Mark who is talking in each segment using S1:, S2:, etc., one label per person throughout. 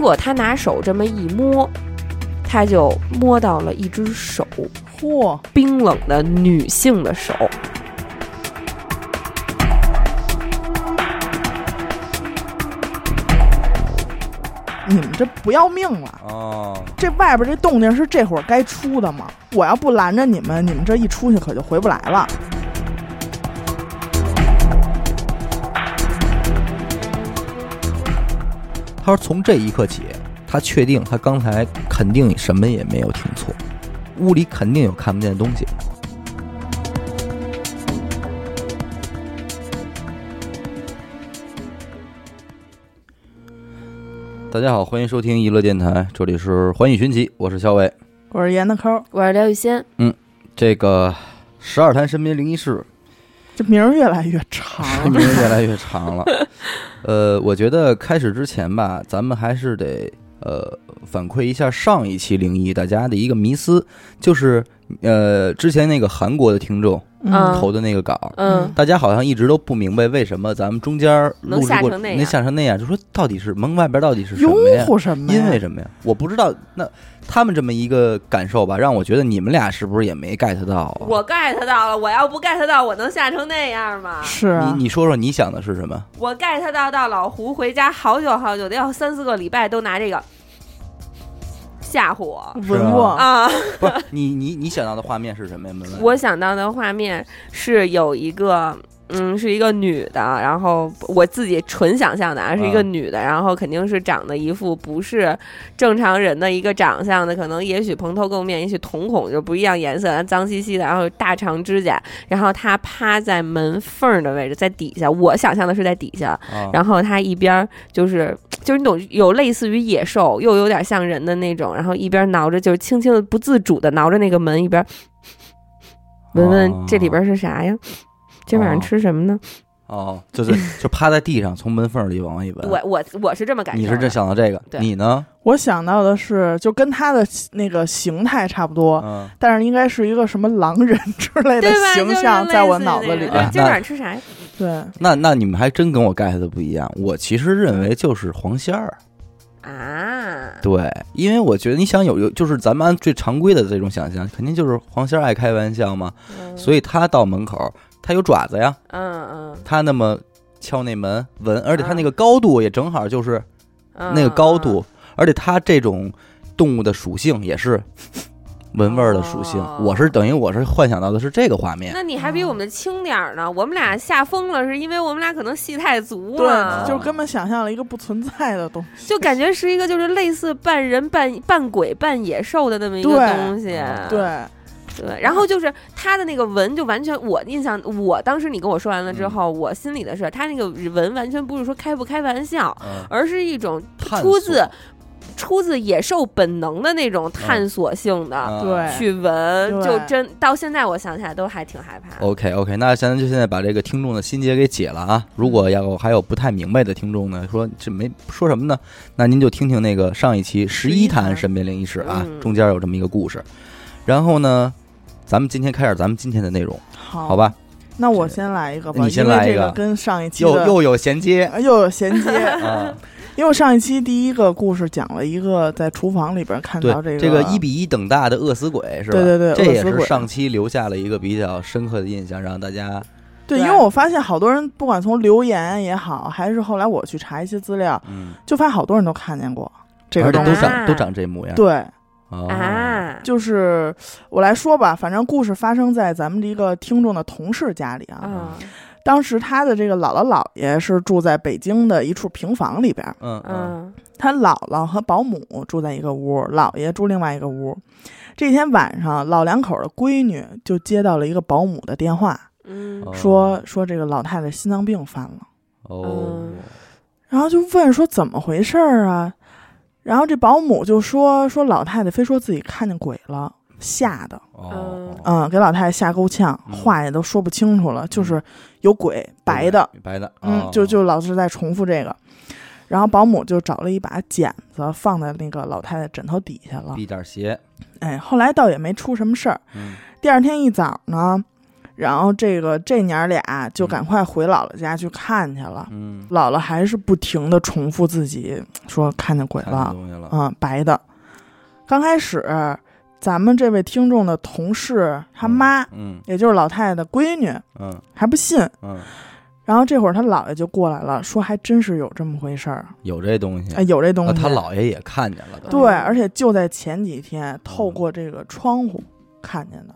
S1: 果他拿手这么一摸，他就摸到了一只手，
S2: 嚯，
S1: 冰冷的女性的手。
S2: 你们这不要命了！
S3: 哦，
S2: 这外边这动静是这会儿该出的吗？我要不拦着你们，你们这一出去可就回不来了。
S3: 他说从这一刻起，他确定他刚才肯定什么也没有听错，屋里肯定有看不见的东西。大家好，欢迎收听娱乐电台，这里是《环宇寻奇》，我是小伟。
S2: 我是严的抠儿，
S1: 我是廖玉仙，
S3: 这个十二潭身边灵异事，。
S2: 这名儿越来越长
S1: 啊
S3: 名越来越长了。呃，我觉得开始之前吧，咱们还是得呃反馈一下上一期灵异大家的一个迷思，就是呃之前那个韩国的听众
S1: 嗯
S3: 投的那个稿，
S1: 嗯，
S3: 大家好像一直都不明白为什么咱们中间录
S1: 能
S3: 制
S1: 吓
S3: 过
S1: 成那
S3: 能
S1: 样
S3: 吓成那样，就说到底是门外边到底是什
S2: 拥
S3: 么呀？
S2: 护什么呀？
S3: 因为什么呀？我不知道。那他们这么一个感受吧，让我觉得你们俩是不是也没 get 到啊？
S1: 我 get 到了，我要不 get 到，我能吓成那样吗？
S2: 是啊
S3: 你，你说说你想的是什么？
S1: 我 get 到到老胡回家好久好久，得有三四个礼拜都拿这个吓唬我
S3: 是
S2: 文
S3: 啊
S2: 物
S1: 啊！
S3: 不是你你你想到的画面是什么呀？门外
S1: 我想到的画面是有一个。嗯，是一个女的，然后我自己纯想象的啊，是一个
S3: 嗯
S1: 女的，然后肯定是长得一副不是正常人的一个长相的，可能也许蓬头垢面，也许瞳孔就不一样颜色，脏兮兮的，然后大长指甲，然后她趴在门缝儿的位置，在底下，我想象的是在底下，
S3: 啊
S1: 然后它一边儿就是就是那种有类似于野兽，又有点像人的那种，然后一边挠着，就是轻轻的不自主的挠着那个门，一边闻
S3: 哦
S1: 闻这里边是啥呀？今晚上
S3: 哦
S1: 吃什么呢？
S3: 哦， 就是就趴在地上，从门缝里往外一闻。
S1: 我我我是这么感觉
S3: 你
S1: 的，
S3: 是这想到这个，
S1: 对
S3: 你呢？
S2: 我想到的是，就跟他的那个形态差不多，
S3: 嗯，
S2: 但是应该是一个什么狼人之类的
S1: 对吧？
S2: 形象，在我脑子里
S3: 那
S1: 对，
S3: 边
S2: 边。
S1: 今晚上吃啥呀？
S2: 对，
S3: 那那你们还真跟我 get 的不一样。我其实认为就是黄仙儿，
S1: 嗯啊，
S3: 对，因为我觉得你想有有，就是咱们按最常规的这种想象，肯定就是黄仙儿爱开玩笑嘛，所
S1: 以
S3: 以他到门口，他有爪子呀，
S1: 嗯嗯
S3: 他那么敲那门闻，而且他那个高度也正好就是
S1: 嗯，
S3: 那个高
S1: 嗯
S3: 度，而且它这种动物的属性也是闻味儿的属性。
S1: 哦
S3: 我是等于我是幻想到的是这个画面，
S1: 那你还比我们轻点儿呢，我们俩吓疯了，是因为我们俩可能戏太足了，
S2: 对，就根本想象了一个不存在的东西。
S1: 就感觉是一个就是类似半人半半鬼半野兽的那么一个
S2: 对
S1: 东西，
S2: 对，
S1: 对然后就是他的那个纹就完全，我印象，我当时你跟我说完了之后，我心里的事，他那个纹完全不是说开不开玩笑，
S3: 嗯，
S1: 而是一种
S3: 探
S1: 出
S3: 索
S1: 自出自野兽本能的那种探索性的、
S3: 啊
S2: 对
S1: 去闻，
S2: 对
S1: 就真到现在我想起来都还挺害怕。
S3: OK OK，那咱就现在把这个听众的心结给解了啊！如果
S1: 嗯
S3: 要还有不太明白的听众呢，说这没说什么呢？那您就听听那个上一期十一
S2: 11
S3: 谈
S2: 谈
S3: 身边灵异事啊，
S1: 嗯
S3: 中间有这么一个故事。然后呢，咱们今天开始咱们今天的内容，
S2: 好
S3: 好，吧？
S2: 那我先来一个吧，
S3: 你先
S2: 因为
S3: 来一
S2: 这
S3: 个
S2: 个跟上一期
S3: 又
S2: 的
S3: 又有衔 接
S2: 呃又有衔接，
S3: 啊！
S2: 因为我上一期第一个故事讲了一个在厨房里边看
S3: 对
S2: 到，这
S3: 这
S2: 个
S3: 一比一等大的饿死鬼是吧？
S2: 对对对
S3: 这也
S2: 饿死
S3: 是
S2: 鬼
S3: 上期留下了一个比较深刻的印象，让大家
S2: 对，因
S1: 对
S2: 为我发现好多人不管从留言也好，还是后来我去查一些资料，
S3: 嗯，
S2: 就发现好多人都看见过这个
S3: 而且
S2: 东
S3: 都
S2: 西。
S3: 长都长这模样。
S2: 对，
S3: 哦
S1: 啊，
S2: 就是我来说吧，反正故事发生在咱们的一个听众的同事家里啊。
S1: 啊
S2: 当时他的这个姥姥姥爷是住在北京的一处平房里边，
S3: 嗯嗯
S1: 嗯
S2: 他姥姥和保姆住在一个屋，姥爷住另外一个屋。这天晚上，老两口的闺女就接到了一个保姆的电话，
S1: 嗯
S3: 哦
S2: 说说这个老太太心脏病犯了，
S3: 哦
S1: 嗯
S2: 然后就问说怎么回事儿啊？然后这保姆就说说老太太非说自己看见鬼了，吓的，
S3: 哦，
S2: 嗯，给老太太吓够呛，
S3: 嗯
S2: 话也都说不清楚了，就是有鬼，白的，
S3: 白的，
S2: 嗯
S3: 哦，
S2: 就就老是在重复这个。然后保姆就找了一把剪子放在那个老太太枕头底下了，
S3: 避点邪，
S2: 哎，后来倒也没出什么事儿。
S3: 嗯
S2: 第二天一早呢，然后这个这娘儿俩就赶快回姥姥家去看去了。
S3: 嗯，
S2: 姥姥还是不停的重复自己说看见鬼
S3: 看见
S2: 了，
S3: 东西了，
S2: 啊、白的。刚开始，咱们这位听众的同事他妈，
S3: 嗯
S2: 也就是老太太的闺女，
S3: 嗯
S2: 还不信。
S3: 嗯，
S2: 然后这会儿他姥爷就过来了，说还真是有这么回事儿，
S3: 有这东西
S2: 哎，，有这东
S3: 啊
S2: 西。
S3: 他姥嗯爷也看见了都，
S2: 对，而且就在前几天，透
S3: 嗯
S2: 过这个窗户看见的，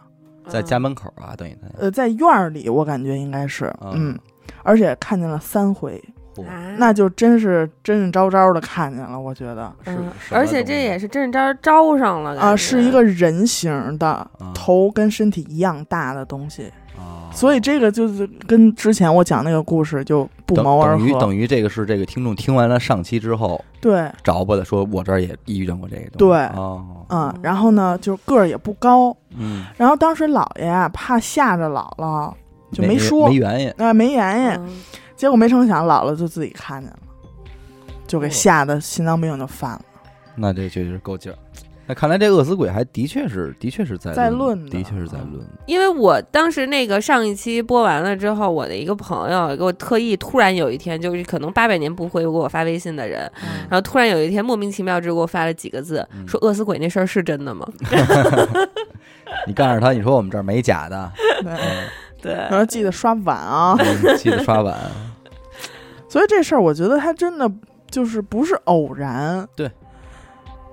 S3: 在
S1: 嗯
S3: 家门口啊，等于他，
S2: 呃，在院儿里，我感觉应该是，
S3: 啊
S2: 嗯，而且看见了三回，
S3: 嚯，
S1: 啊
S2: 那就真是真真招招的看见了，我觉得。
S3: 是
S1: 嗯
S3: 什么
S1: 而且
S3: 东
S1: 这
S3: 西啊
S1: 也是真是招招上了
S2: 啊、
S1: 感
S2: 是
S1: 觉
S2: 一个人形的
S3: 啊，
S2: 头跟身体一样大的东西，
S3: 啊
S2: 所以这个就是跟之前我讲那个故事就不
S3: 等
S2: 谋而
S3: 等于
S2: 合。
S3: 等于这个是这个听众听完了上期之后
S2: 对，
S3: 找吧的，说我这儿也遇见过这个东西，
S2: 对
S3: 哦，
S2: 嗯，然后呢，就个儿也不高，
S3: 嗯，
S2: 然后当时姥爷啊怕吓着姥姥，就没说
S3: 没原因，
S2: 那、没言语，
S1: 嗯
S2: 结果没成想姥姥就自己看见了，就
S3: 哦
S2: 给吓得心脏病就犯了。
S3: 那这确实够劲儿。那看来这饿死鬼还的确是，的确是在
S2: 在
S3: 论
S2: 论的
S3: 的确是在论的。
S1: 因为我当时那个上一期播完了之后，我的一个朋友给我特意突然有一天，就是可能八百年不会给我发微信的人，然后突然有一天莫名其妙就给我发了几个字，
S3: 嗯
S1: 说饿死鬼那事儿是真的吗？
S3: 你告诉他，你说我们这儿没假 的，
S2: 对，
S3: 嗯
S1: 对，
S2: 然后记得刷碗 啊。
S3: 嗯记得刷碗。
S2: 所以这事儿，我觉得他真的就是不是偶然。
S3: 对，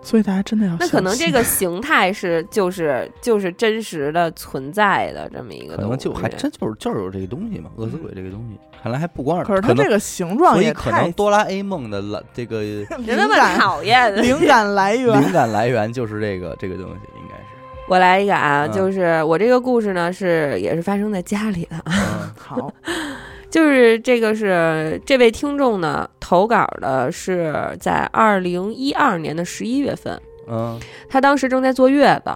S2: 所以大家真的要
S1: 那可能
S2: 小心
S1: 这个形态是就是就是真实的存在的这么一个
S3: 可
S1: 东西，
S3: 能就还真就是就是有这个东西嘛，饿死鬼这个东西，看来还不光是，
S2: 嗯可是他
S3: 能
S2: 这个形状
S3: 所以
S2: 也
S3: 可能
S2: 太
S3: 哆啦 A 梦的来这个
S1: 人
S2: 灵
S1: 那么
S2: 感
S1: 讨厌。
S2: 灵感来源。
S3: 灵感来源就是这个这个东西，应该是。
S1: 我来一个啊，
S3: 嗯
S1: 就是我这个故事呢是也是发生在家里的，
S3: 嗯
S2: 好，
S1: 就是这个是这位听众呢投稿的是在二零一二年的十一月份，
S3: 嗯
S1: 他当时正在坐月子，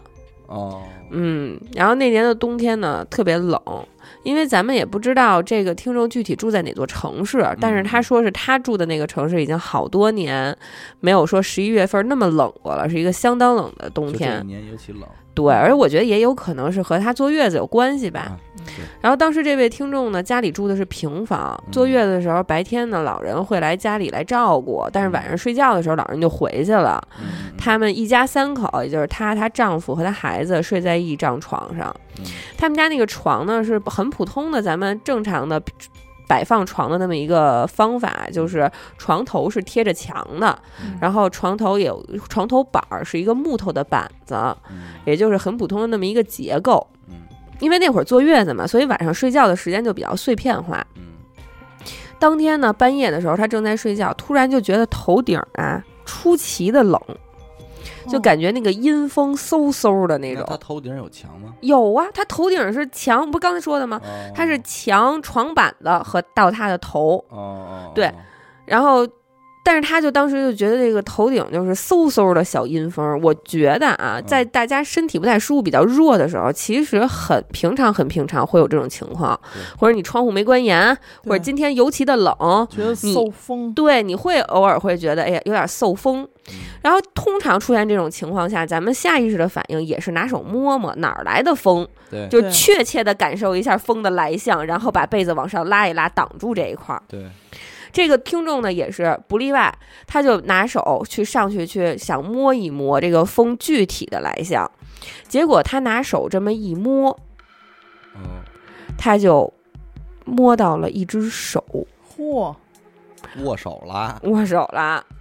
S3: 哦，
S1: 嗯，然后那年的冬天呢特别冷，因为咱们也不知道这个听众具体住在哪座城市，但是他说是他住的那个城市已经好多年没有说十一月份那么冷过了，是一个相当冷的冬
S3: 就这一
S1: 天。
S3: 年尤其冷，
S1: 对，而且我觉得也有可能是和他坐月子有关系吧。
S3: 啊
S1: 然后当时这位听众呢，家里住的是平房，
S3: 嗯
S1: 坐月子的时候，白天呢老人会来家里来照顾，但是晚上睡觉的时候，老人就回去了。
S3: 嗯嗯
S1: 他们一家三口，也就是她、她丈夫和她孩子，睡在一张床上。
S3: 嗯
S1: 他们家那个床呢是很普通的，咱们正常的摆放床的那么一个方法，就是床头是贴着墙的，
S3: 嗯
S1: 然后床头有床头板儿是一个木头的板子，
S3: 嗯
S1: 也就是很普通的那么一个结构。
S3: 嗯
S1: 因为那会儿坐月子嘛，所以晚上睡觉的时间就比较碎片化。
S3: 嗯
S1: 当天呢，半夜的时候，她正在睡觉，突然就觉得头顶啊出奇的冷，
S3: 哦
S1: 就感觉那个阴风嗖嗖的那
S3: 那
S1: 种。
S3: 他头顶有墙吗？
S1: 有啊，她头顶是墙，不是刚才说的吗？
S3: 哦
S1: 它是墙、床板子和到她的头，
S3: 哦哦，哦
S1: 对，然后，但是她就当时就觉得这个头顶就是嗖嗖的小阴风。我觉得啊，
S3: 嗯
S1: 在大家身体不太舒服、比较弱的时候，其实很平常、很平常会有这种情况
S3: 对，
S1: 或者你窗户没关严，或者
S2: 对
S1: 今天尤其的冷，
S2: 觉得
S1: 你
S2: 受风，
S1: 对，你会偶尔会觉得哎呀有点受风。
S3: 嗯
S1: 然后通常出现这种情况下，咱们下意识的反应也是拿手摸摸哪儿来的风，
S3: 对
S1: 就
S2: 对
S1: 确切的感受一下风的来向，然后把被子往上拉一拉，挡住这一块儿。
S3: 对，
S1: 这个听众呢也是不例外，他就拿手去上去去想摸一摸这个风具体的来向，结果他拿手这么一摸，
S3: 嗯，
S1: 他就摸到了一只手
S2: 嚯
S3: 握手啦
S1: 握手了。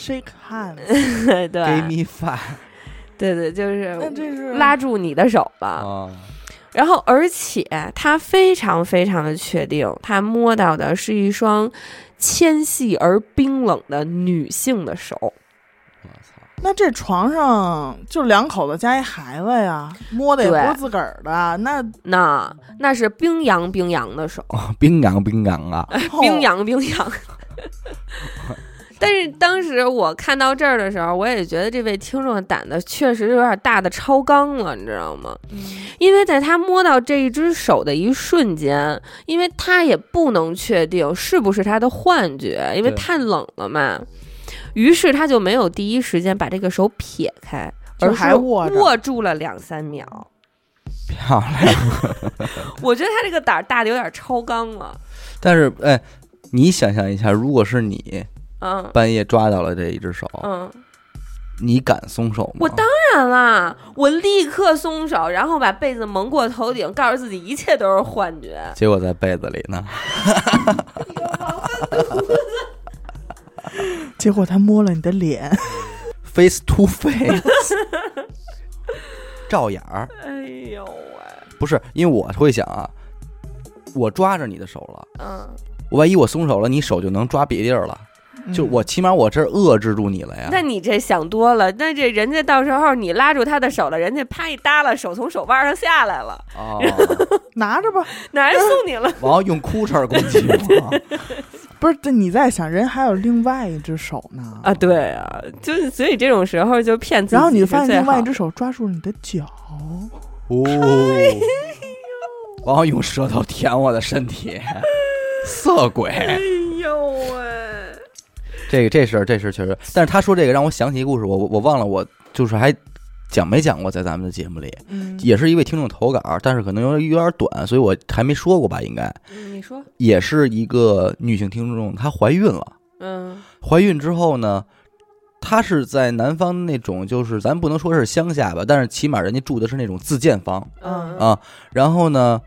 S2: ，shake hands，
S1: 对
S3: ，Give
S1: 对
S3: me five
S1: 对，就是
S2: 那这是
S1: 拉住你的手了。
S3: 啊，
S1: 然后，而且他非常非常的确定，他摸到的是一双纤细而冰冷的女性的手。
S3: 我操，
S2: 那这床上就两口子加一孩子呀，摸的也
S1: 对
S2: 不是自个儿的， 那
S1: 那那是冰洋冰洋的手，
S3: 冰凉冰凉啊，
S1: 哎
S2: 哦
S1: 冰洋冰 洋。但是当时我看到这儿的时候，我也觉得这位听众的胆子确实有点大的超纲了，你知道吗？
S2: 嗯
S1: 因为在他摸到这一只手的一瞬间，因为他也不能确定是不是他的幻觉，因为
S3: 对
S1: 太冷了嘛。于是他就没有第一时间把这个手撇开，
S2: 就
S1: 而
S2: 还
S1: 是
S2: 握着
S1: 握住了两三秒。
S3: 漂亮。
S1: 我觉得他这个胆儿大的有点超纲了。
S3: 但是，哎，你想象一下，如果是你
S1: 嗯
S3: 半夜抓到了这一只手，
S1: 嗯，
S3: 你敢松手吗？
S1: 我当当然啦，我立刻松手，然后把被子蒙过头顶，告诉自己一切都是幻觉。
S3: 结果在被子里呢。
S2: 结果他摸了你的脸，
S3: face to face，照眼儿。
S1: 哎呦喂，
S3: 不是，因为我会想啊，我抓着你的手了，
S1: 嗯，
S3: 我万一我松手了，你手就能抓别地儿了。就我起码我这儿遏制住你了呀。
S1: 那你这想多了，那这人家到时候你拉住他的手了，人家啪一耷拉，手从手腕上下来了，
S3: 哦，
S2: 拿着吧。
S1: 哪人送你了？
S3: 然后用裤衩儿攻击我。
S2: 不是，这你在想，人还有另外一只手呢。
S1: 啊，对啊，就是所以这种时候就骗自己，
S2: 然后你发现另外一只，手抓住了你的脚，
S3: 哦，然后用舌头舔我的身体，色鬼。
S1: 哎呦喂，
S3: 这个这事儿，这事儿确实，但是他说这个让我想起一故事，我我我忘了，我就是还讲没讲过在咱们的节目里。
S2: 嗯
S3: 也是一位听众投稿，但是可能有点有点短，所以我还没说过吧，应该
S1: 你说，
S3: 也是一个女性听众，她怀孕了，
S1: 嗯
S3: 怀孕之后呢，她是在南方那种，就是咱不能说是乡下吧，但是起码人家住的是那种自建房
S1: 嗯
S3: 啊，然后呢，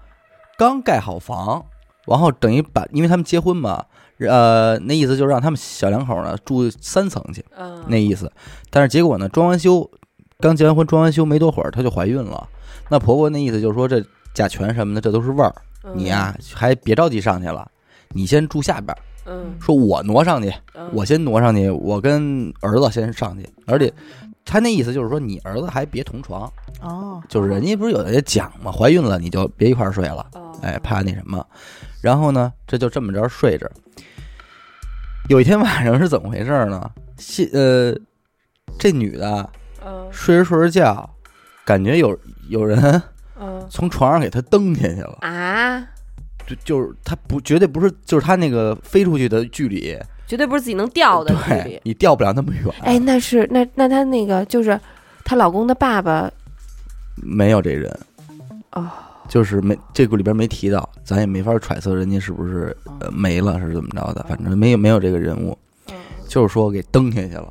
S3: 刚盖好房，然后等于把，因为他们结婚嘛，呃，那意思就是让他们小两口呢住三层去，
S1: 嗯，
S3: 那意思。但是结果呢，装完修，刚结完婚，装完修没多会儿，她就怀孕了。那婆婆那意思就是说，这甲醛什么的，这都是味儿，
S1: 嗯
S3: 你
S1: 啊
S3: 呀、还别着急上去了，你先住下边儿。
S1: 嗯，
S3: 说我挪上去，
S1: 嗯，
S3: 我先挪上去，我跟儿子先上去。而且，她那意思就是说，你儿子还别同床，
S2: 哦，
S3: 就是人家不是有的讲嘛，怀孕了你就别一块儿睡了。
S1: 哦，
S3: 哎，怕那什么。然后呢，这就这么着睡着。有一天晚上是怎么回事呢？西呃，这女的
S1: 嗯
S3: 睡着睡着觉，感觉有有人
S1: 嗯
S3: 从床上给她蹬下去了，
S1: 啊，
S3: 就就是她不绝对不是，就是她那个飞出去的距离，
S1: 绝对不是自己能掉的距离
S3: 对。你掉不了那么远。
S1: 哎，，那是那那她那个就是她老公的爸爸
S3: 没有这人，
S1: 哦，
S3: 就是没这个里边没提到，咱也没法揣测人家是不是呃没了是怎么着的，反正没有没有这个人物。就是说给蹬下去了，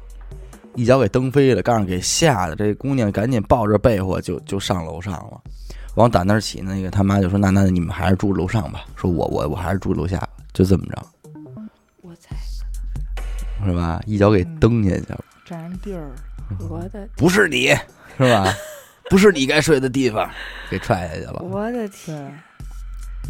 S3: 一脚给蹬飞了，刚让给吓得这姑娘赶紧抱着被窝就就上楼上了。往打那儿起，那个他妈就说：“那那你们还是住楼上吧。”说我我我还是住楼下吧，就这么着，
S1: 我猜，
S3: 是吧？一脚给蹬下去了，
S2: 占人地儿，
S1: 我的
S3: 不是你，是吧？不是你该睡的地方，给踹下去了，
S1: 我的
S2: 对
S1: 天！，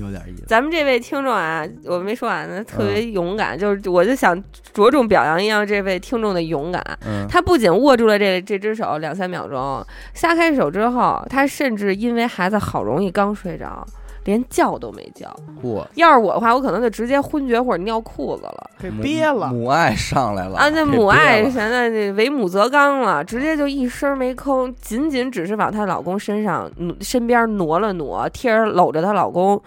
S3: 有点意思。
S1: 咱们这位听众啊，我没说完呢，特别勇敢，就是我就想着重表扬一下这位听众的勇敢。
S3: 嗯，
S1: 他不仅握住了这这只手两三秒钟，撒开手之后，他甚至因为孩子好容易刚睡着，连觉都没觉。
S3: 我
S1: 要是我的话，我可能就直接昏厥或者尿裤子了。
S2: 给憋了，
S3: 母爱上来了
S1: 啊，那母爱
S3: 给憋了
S1: 现在这为母则刚了，直接就一声没吭，仅仅只是往她老公身上努身边挪了挪，贴着搂着她老公，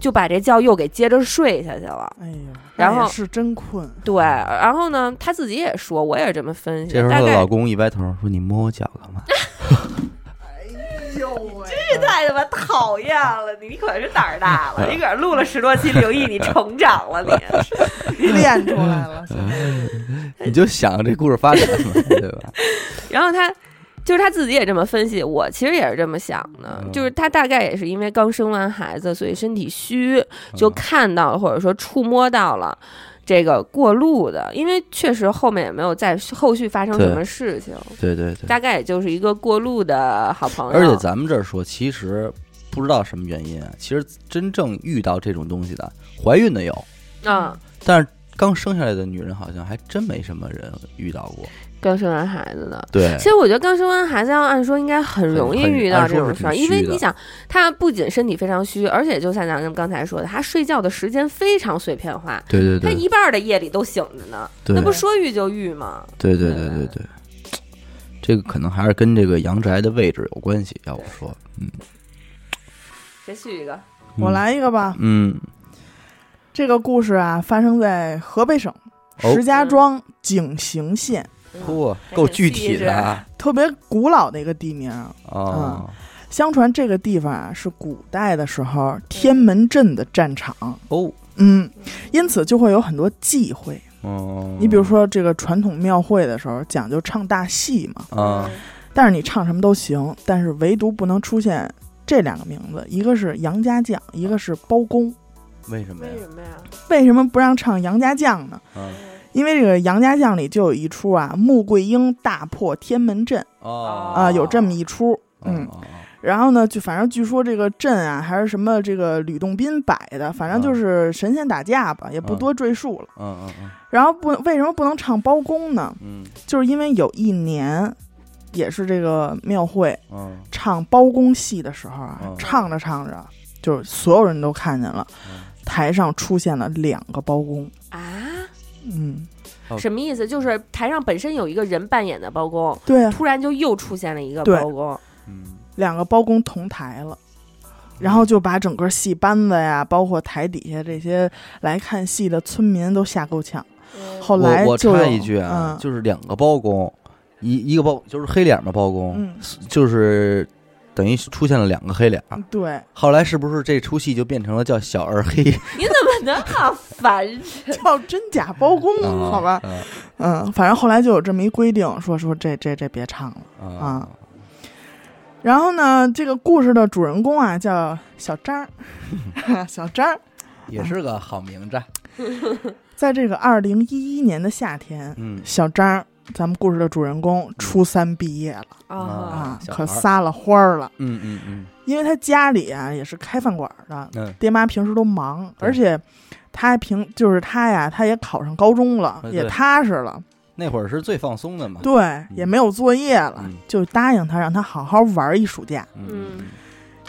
S1: 就把这觉又给接着睡下去了。
S2: 哎呦，
S1: 然后
S2: 那也是真困，
S1: 对，然后呢，她自己也说，我也是这么分析
S3: 这时，候她
S1: 大
S3: 的
S1: 概
S3: 老公一歪头说：“你摸我脚 干嘛
S2: 哎
S1: 这太他妈讨厌了！你可是胆儿大了， 你可是录了十多期灵异，你成长了你。
S2: 练出来了，现在？”
S3: 你就想这故事发展嘛，对吧？
S1: 然后他就是他自己也这么分析，我其实也是这么想的，
S3: 嗯
S1: 就是他大概也是因为刚生完孩子，所以身体虚，
S3: 嗯
S1: 就看到了或者说触摸到了。这个过路的，因为确实后面也没有再后续发生什么事情，
S3: 对对对。
S1: 大概也就是一个过路的好朋友。
S3: 而且咱们这儿说，其实不知道什么原因啊，其实真正遇到这种东西的，怀孕的有，
S1: 嗯，
S3: 但是刚生下来的女人好像还真没什么人遇到过。
S1: 刚生完孩子的，
S3: 对
S1: 其实我觉得刚生完孩子，要按说应该很容易
S3: 很很
S1: 遇到这种事儿，
S3: 按说是挺
S1: 因为
S3: 虚的
S1: 你想，他不仅身体非常虚，而且就像咱们刚才说的，他睡觉的时间非常碎片化，
S3: 对对
S1: 他
S3: 对
S1: 一半儿的夜里都醒着呢，
S3: 对
S1: 那不说遇就遇吗？
S3: 对对对对对，这个可能还是跟这个阳宅的位置有关系。要我说，嗯，
S1: 谁续一个？
S2: 我来一个吧。
S3: 嗯，
S2: 这个故事啊，发生在河北省
S3: 哦
S2: 石家庄井陉县，
S1: 嗯
S3: 嚯，够具体的啊！
S2: 特别古老的一个地名。啊
S3: 哦，
S2: 相传这个地方啊是古代的时候天门阵的战场，
S3: 哦，
S2: 嗯，因此就会有很多忌讳。
S3: 嗯，
S2: 你比如说这个传统庙会的时候讲究唱大戏嘛，
S3: 啊，
S2: 但是你唱什么都行，但是唯独不能出现这两个名字，一个是杨家将，一个是包公。
S3: 为什么
S1: 为
S3: 呀？
S1: 什么呀？
S2: 为什么不让唱杨家将呢？
S3: 啊
S2: 因为这个杨家将里就有一出啊，穆桂英大破天门阵啊、
S1: 哦
S2: 有这么一出，嗯。
S3: 哦
S2: 然后呢，就反正据说这个阵啊，还是什么这个吕洞宾摆的，反正就是神仙打架吧，也不
S3: 嗯
S2: 多赘述了。
S3: 嗯嗯
S2: 然后不为什么不能唱包公呢？
S3: 嗯
S2: 就是因为有一年，也是这个庙会
S3: 嗯嗯
S2: 唱包公戏的时候啊，
S3: 嗯
S2: 唱着唱着，就是所有人都看见了，台上出现了两个包公，
S1: 啊，
S2: 嗯，
S3: 哦
S1: 什么意思？就是台上本身有一个人扮演的包公，
S2: 对啊，
S1: 突然就又出现了一个
S2: 对
S1: 包公，
S3: 嗯，
S2: 两个包公同台了。然后就把整个戏班子呀，包括台底下这些来看戏的村民都吓够呛。后来
S3: 我我
S2: 就
S3: 插
S2: 有
S3: 一句啊，
S2: 嗯、
S3: 就是两个包公，一一个包就是黑脸嘛，包公
S2: 嗯，
S3: 就是等于出现了两个黑脸。
S2: 对，
S3: 后来是不是这出戏就变成了叫小 二黑？
S1: 你怎么那么烦人？
S2: 叫真假包公，好吧，
S3: 啊
S2: 嗯，反正后来就有这么一规定，说说这这这别唱了。
S3: 啊
S2: 啊然后呢，这个故事的主人公啊叫小张儿， 小张儿
S3: 也是个好名字。
S2: 在这个二零一一年的夏天，
S3: 嗯
S2: 小张儿，咱们故事的主人公初三毕业了
S1: 啊，
S2: 啊
S3: 小，孩
S2: 可
S3: 儿
S2: 撒了欢儿了，
S3: 嗯嗯嗯
S2: 因为他家里啊也是开饭馆儿的，
S3: 嗯，
S2: 爹妈平时都忙，
S3: 对
S2: 而且他平就是他呀，他也考上高中了，
S3: 哎对
S2: 也踏实了，
S3: 那会儿是最放松的嘛。
S2: 对，也没有作业了，
S3: 嗯
S2: 就答应他让他好好玩一暑假。
S1: 嗯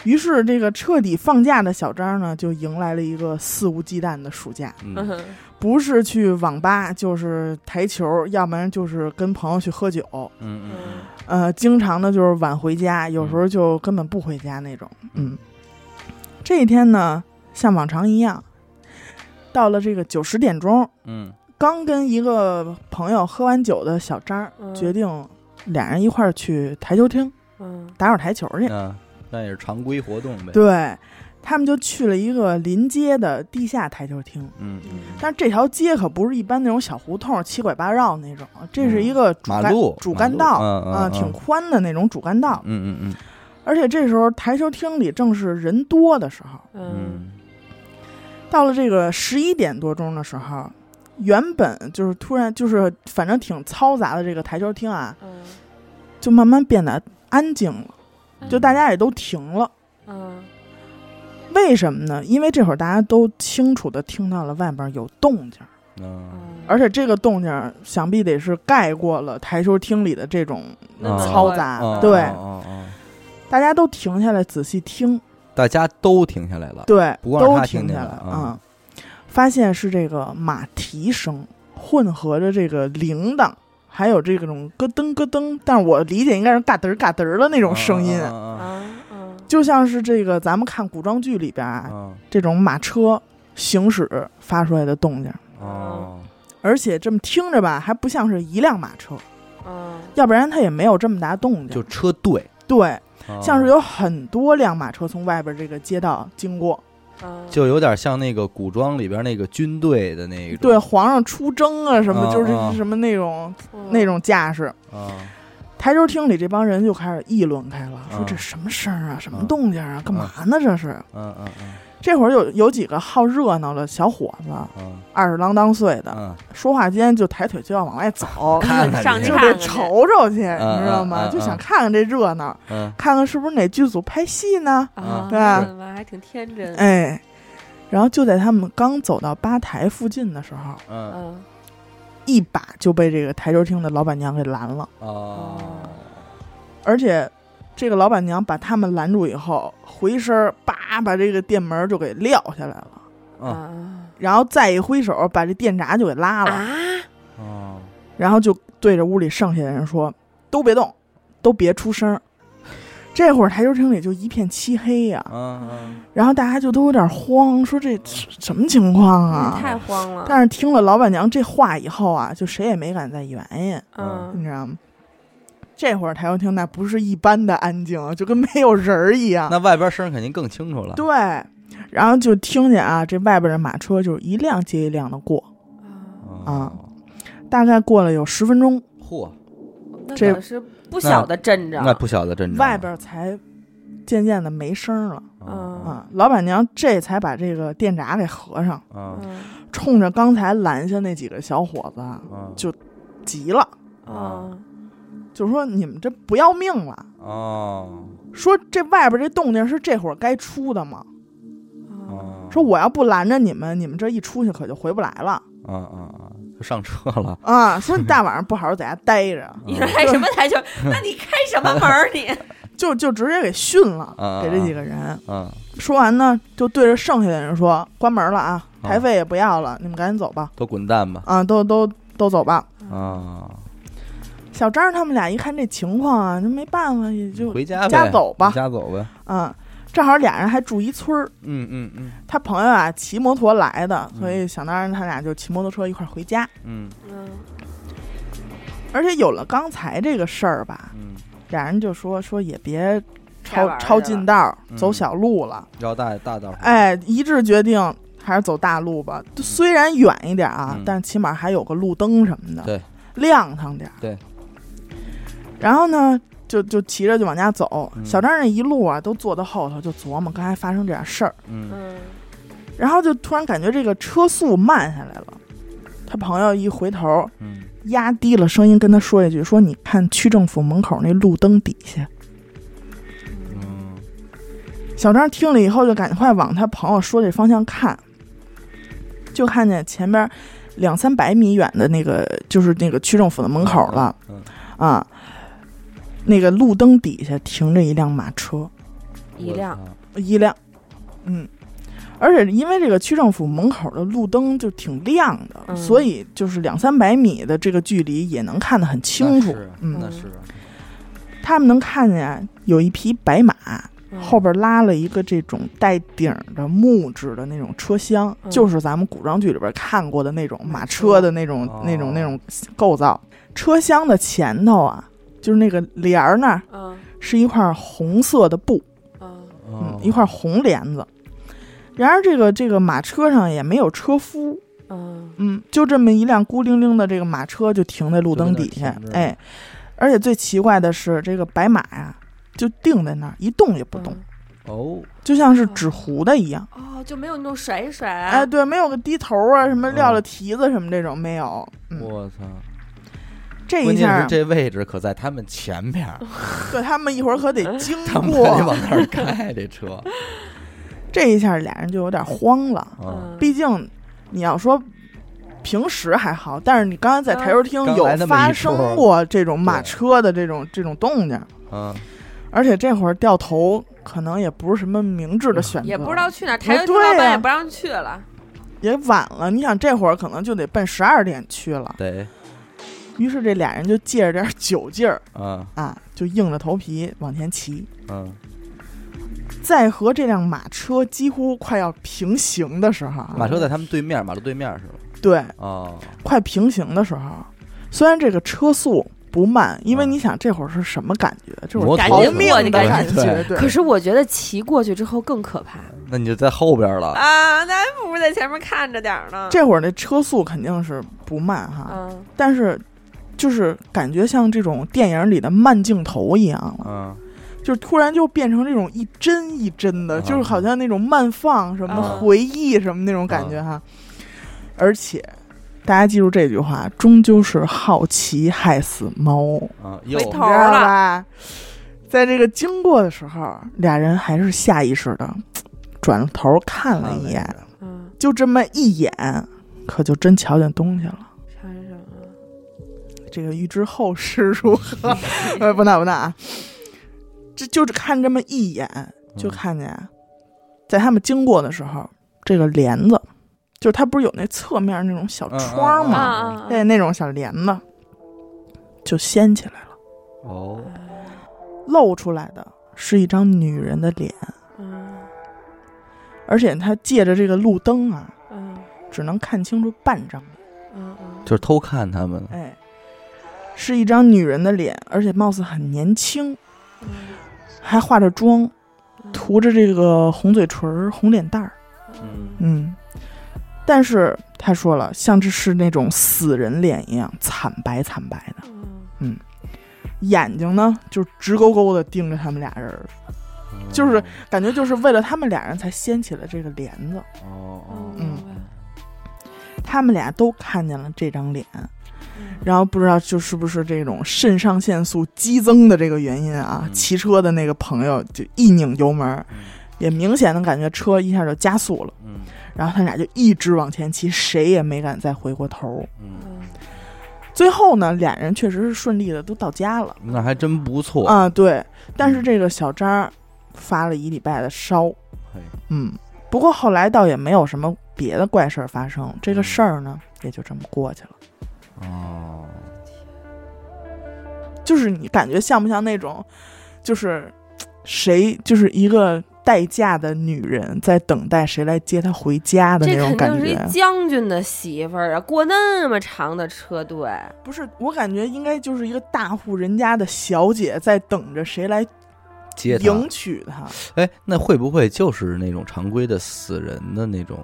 S2: 于是，这个彻底放假的小张呢，就迎来了一个肆无忌惮的暑假，
S1: 嗯
S3: 嗯
S1: 哼
S2: 不是去网吧，就是台球，要不然就是跟朋友去喝酒。
S3: 嗯嗯
S2: 呃，经常呢就是晚回家，有时候就根本不回家那种。嗯，这一天呢，像往常一样，到了这个九十点钟，
S3: 嗯
S2: 刚跟一个朋友喝完酒的小张儿、
S1: 嗯
S2: 决定，俩人一块儿去台球厅
S1: 嗯
S2: 打会儿台球去。
S3: 嗯，啊，那也是常规活动呗。，
S2: 对，他们就去了一个临街的地下台球厅。
S3: 嗯嗯
S2: 但是这条街可不是一般那种小胡同七拐八绕那种，这是一个主
S3: 马
S2: 干
S3: 路
S2: 主
S3: 马
S2: 干
S3: 路
S2: 道
S3: 嗯嗯
S2: 啊，
S3: 嗯
S2: 挺宽的那种主干道。
S3: 嗯嗯
S2: 而且这时候台球厅里正是人多的时候。
S1: 嗯
S3: 嗯
S2: 到了这个十一点多钟的时候，原本就是突然就是反正挺嘈杂的这个台球厅啊，
S1: 嗯
S2: 就慢慢变得安静了，
S3: 嗯，
S2: 就大家也都停了。
S1: 嗯
S2: 为什么呢？因为这会儿大家都清楚的听到了外边有动静儿，
S3: 嗯
S1: 嗯，
S2: 而且这个动静儿想必得是盖过了台球厅里的这种
S1: 那么
S3: 嗯
S2: 嘈
S1: 多
S2: 杂。
S3: 嗯
S2: 对，
S3: 嗯嗯嗯
S2: 大家都停下来仔细听，
S3: 大家都停下来了。
S2: 对，
S3: 不光是
S2: 都
S3: 他
S2: 停
S3: 听
S2: 下
S3: 见
S2: 来
S3: 了
S2: 嗯，发现是这个马蹄声混合着这个铃铛，还有这种咯噔咯噔，但是我理解应该是嘎噔儿嘎噔儿的那
S3: 这
S2: 种声音，
S3: 嗯
S1: 啊嗯
S2: 就像是这个咱们看古装剧里边啊，
S3: 嗯
S2: 这种马车行驶发出来的动静，
S3: 哦，
S2: 而且这么听着吧，还不像是一辆马车，
S1: 嗯
S2: 要不然它也没有这么大动
S3: 就
S2: 静。
S3: 车队，
S2: 对，
S3: 哦
S2: 像是有很多辆马车从外边这个街道经过。
S1: 嗯，
S3: 就有点像那个古装里边那个军队的那种，
S2: 对，皇上出征啊，什么
S3: 嗯
S2: 就是
S3: 嗯
S2: 什么那种
S1: 嗯
S2: 那种架势。
S3: 啊，
S2: 台球厅里这帮人就开始议论开了，说
S3: 嗯
S2: 这什么声儿啊，什么
S3: 嗯
S2: 动静啊，干嘛呢？这是
S3: 嗯嗯嗯
S2: 这会儿有有几个好热闹的小伙子，
S3: 嗯
S2: 二十郎当岁的，
S3: 嗯，
S2: 说话间就抬腿就要往外走，
S3: 看看
S1: 上
S3: 去
S1: 去
S2: 就
S1: 嗯看
S2: 得
S1: 看去
S2: 瞅瞅去，
S3: 嗯
S2: 你知道吗？
S3: 嗯嗯
S2: 就想看看这热闹，
S3: 嗯
S2: 看看是不是哪剧组拍戏呢？
S1: 啊，
S2: 对啊
S1: 怎么还挺天真？
S2: 哎，然后就在他们刚走到吧台附近的时候，
S3: 嗯
S1: 嗯
S2: 一把就被这个台球厅的老板娘给拦了。
S3: 哦，
S2: 而且这个老板娘把他们拦住以后，回身儿叭把这个店门儿就给撂下来了，
S3: 嗯
S1: 啊
S2: 然后再一挥手把这电闸就给拉了，
S1: 啊，
S3: 哦，
S2: 然后就对着屋里剩下的人说：“都别动，都别出声儿。”这会儿台球厅里就一片漆黑呀、
S1: 啊
S3: 嗯嗯
S2: 然后大家就都有点慌，说这是什么情况啊？
S1: 嗯太慌了，
S2: 但是听了老板娘这话以后啊，就谁也没敢再原因，
S1: 嗯
S2: 你知道吗？这会儿台球厅那不是一般的安静，就跟没有人儿一样。
S3: 那外边声儿肯定更清楚了。
S2: 啊对，然后就听见啊，这外边的马车就是一辆接一辆的过，
S3: 嗯
S1: 嗯
S2: 啊
S3: 哦，
S2: 大概过了有十分钟，
S3: 嚯，
S1: 那
S2: 这
S1: 可是不小的阵仗，
S3: 那不小的阵
S1: 嗯
S3: 仗。
S2: 外边才渐渐的没声儿了
S3: 啊
S2: 啊。老板娘这才把这个电闸给合上，
S3: 啊
S1: 嗯
S2: 冲着刚才拦下那几个小伙子啊
S3: 啊
S2: 就急了，
S3: 嗯
S1: 哦，
S2: 就说你们这不要命了。
S3: 哦
S2: 说这外边这动静是这会儿该出的吗？
S1: 哦
S3: 哦，
S2: 说我要不拦着你们，你们这一出去可就回不来了
S3: 啊啊
S2: 嗯
S3: 啊，就上车了。
S2: 啊！说你大晚上不好好在家待着，
S1: 你开什么台球？那你开什么门儿？你
S2: 就就直接给训了
S3: 啊，
S2: 给这几个人。
S3: 嗯
S2: 说完呢，就对着剩下的人说：“关门了啊，
S3: 啊
S2: 台费也不要了，你们赶紧走吧，
S3: 都滚蛋吧。
S2: 啊，都都都走吧。
S3: 啊，”
S2: 小张他们俩一看这情况啊，那没办法，也就
S3: 回家呗，
S2: 家走吧
S3: 回家走呗。
S2: 啊，正好俩人还住一村儿。
S3: 嗯嗯嗯
S2: 他朋友啊骑摩托来的，
S3: 嗯
S2: 所以想当然他俩就骑摩托车一块儿回家。
S3: 嗯
S1: 嗯
S2: 而且有了刚才这个事儿吧，
S3: 嗯，
S2: 俩人就说说也别
S1: 瞎玩
S2: 抄
S1: 儿去
S2: 抄近道儿，
S3: 嗯
S2: 走小路了。
S3: 绕大大道。，
S2: 哎，一致决定还是走大路吧。就虽然远一点啊，
S3: 嗯
S2: 但起码还有个路灯什么的，
S3: 对，
S2: 亮堂点儿。
S3: 对。
S2: 然后呢，就就骑着就往家走。
S3: 嗯
S2: 小张这一路啊，都坐到后头，就琢磨刚才发生这点事儿。
S3: 嗯
S1: 嗯
S2: 然后就突然感觉这个车速慢下来了。他朋友一回头，
S3: 嗯，
S2: 压低了声音跟他说一句：“说你看区政府门口那路灯底下。”
S3: 嗯
S2: 小张听了以后，就赶快往他朋友说这方向看，就看见前边两三百米远的那个，就是那个区政府的门口了。
S3: 嗯
S2: 啊，那个路灯底下停着一辆马车，
S1: 一辆
S2: 一辆，嗯，而且因为这个区政府门口的路灯就挺亮的，
S1: 嗯
S2: 所以就是两三百米的这个距离也能看得很清楚。嗯，
S3: 那是啊
S2: 他们能看见有一匹白马，
S1: 嗯
S2: 后边拉了一个这种带顶儿的木质的那种车厢，
S1: 嗯
S2: 就是咱们古装剧里边看过的那种
S1: 马
S2: 马
S1: 车
S2: 车的那种、
S3: 哦
S2: 那种那种构造。车厢的前头啊，就是那个帘儿那儿
S1: 嗯
S2: 是一块红色的布，
S1: 嗯
S2: 嗯
S3: 哦，
S2: 一块红帘子。然而这个这个马车上也没有车夫，
S1: 嗯
S2: 嗯，就这么一辆孤零零的这个马车就停在路灯底下
S3: 就在那儿停，着
S2: 哎，而且最奇怪的是，这个白马呀、就定在那儿一动也
S1: 嗯
S2: 不动，
S3: 哦，
S2: 就像是纸糊的一样。
S1: 哦，就没有那种甩一甩嗯
S2: 哎，
S1: 啊，哦
S2: 对，没有个低头啊，什么
S3: 嗯
S2: 撂了蹄子什么这种没有。嗯，
S3: 我操！
S2: 这
S3: 关
S2: 一
S3: 键
S2: 下
S3: 是，这位置可在他们前面儿，
S2: 对他们一会儿可得 经
S3: 他们可得
S2: 过，
S3: 往那儿开这车。
S2: 这一下俩人就有点慌了。
S3: 啊，
S1: 嗯
S2: 毕竟你要说平时还好，但是你刚才在台球厅
S3: 刚
S2: 有
S3: 来那么
S2: 发
S3: 一
S2: 生
S3: 出
S2: 过这种马
S3: 对
S2: 车的这种这种动静，
S3: 嗯，
S2: 而且这会儿掉头可能也不是什么明
S3: 嗯
S2: 智的选择，
S1: 也不知道去哪儿，台球
S2: 不
S1: 厅
S2: 对
S1: 老板
S2: 呀
S1: 也不让去了。
S2: 也晚了。你想这会儿可能就得奔十二点去了，
S3: 得，
S2: 于是这俩人就借着点酒劲儿
S3: 嗯
S2: 啊，就硬着头皮往前骑。
S3: 嗯，
S2: 在和这辆马车几乎快要平行的时候啊，
S3: 马车在他们对面，马路对面是吧？
S2: 对
S3: 哦，
S2: 快平行的时候，虽然这个车速不慢，因为
S3: 嗯
S2: 你想这会儿是什么感觉？这会
S3: 摩
S2: 儿
S3: 托
S2: 逃
S1: 赶紧
S2: 命
S1: 过
S2: 的
S1: 去
S2: 感
S1: 赶
S3: 紧
S2: 觉，对，
S1: 可是我觉得骑过去之后更可怕
S3: 那你就在后边了。
S1: 啊！那还不如在前面看着点儿呢。
S2: 这会儿那车速肯定是不慢哈，
S1: 嗯
S2: 但是。就是感觉像这种电影里的慢镜头一样了，
S3: 嗯
S2: 就是突然就变成这种一帧一帧的，
S3: 啊
S2: 就是好像那种慢放什么
S1: 啊
S2: 回忆什么那种感觉哈。而且，大家记住这句话，终究是好奇害死猫，
S3: 嗯，又
S1: 回头
S2: 你知道吧？在这个经过的时候，俩人还是下意识的转了头看了一眼，
S1: 嗯，
S2: 就这么一眼，可就真瞧见东西了。
S1: 看什么？
S2: 这个预知后事如何？ 呃，不闹不闹啊！这就是看这么一眼，
S3: 嗯
S2: 就看见，在他们经过的时候，这个帘子，就是它不是有那侧面那种小窗
S3: 嗯
S2: 吗？
S1: 啊
S2: 对，那种小帘子就掀起来了，
S3: 哦，
S1: 嗯
S2: 露出来的是一张女人的脸，
S1: 嗯
S2: 而且她借着这个路灯啊，
S1: 嗯
S2: 只能看清楚半张脸。
S1: 嗯嗯，
S3: 就是偷看他们。
S2: 哎，是一张女人的脸，而且貌似很年轻，
S1: 嗯
S2: 还化着妆，涂着这个红嘴唇儿、红脸蛋儿。
S3: 嗯
S2: 嗯，但是他说了，像这是那种死人脸一样惨白惨白的，
S1: 嗯
S2: 眼睛呢就直勾勾的盯着他们俩人儿，就是感觉就是为了他们俩人才掀起了这个帘子。
S3: 哦哦
S2: 嗯他们俩都看见了这张脸，然后不知道就是不是这种肾上腺素激增的这个原因啊，
S3: 嗯
S2: 骑车的那个朋友就一拧油门儿
S3: 嗯，
S2: 也明显的感觉车一下就加速了，
S3: 嗯
S2: 然后他俩就一直往前骑，谁也没敢再回过头。
S3: 嗯，
S2: 最后呢，俩人确实是顺利的都到家了
S3: 那还真不错。
S2: 啊，对，但是这个小张儿发了一礼拜的烧，
S3: 嘿
S2: 嗯，不过后来倒也没有什么别的怪事儿发生，这个事儿呢也就这么过去了。
S3: 哦，
S2: 就是你感觉像不像那种，就是嘖谁就是一个待嫁的女人在等待谁来接她回家的
S1: 这
S2: 那种
S1: 肯
S2: 感
S1: 定是一
S2: 觉？
S1: 将军的媳妇儿啊，过那么长的车队，
S2: 不是，我感觉应该就是一个大户人家的小姐在等着谁来
S3: 接他。
S2: 迎娶她。
S3: 哎，那会不会就是那种常规的死人的那种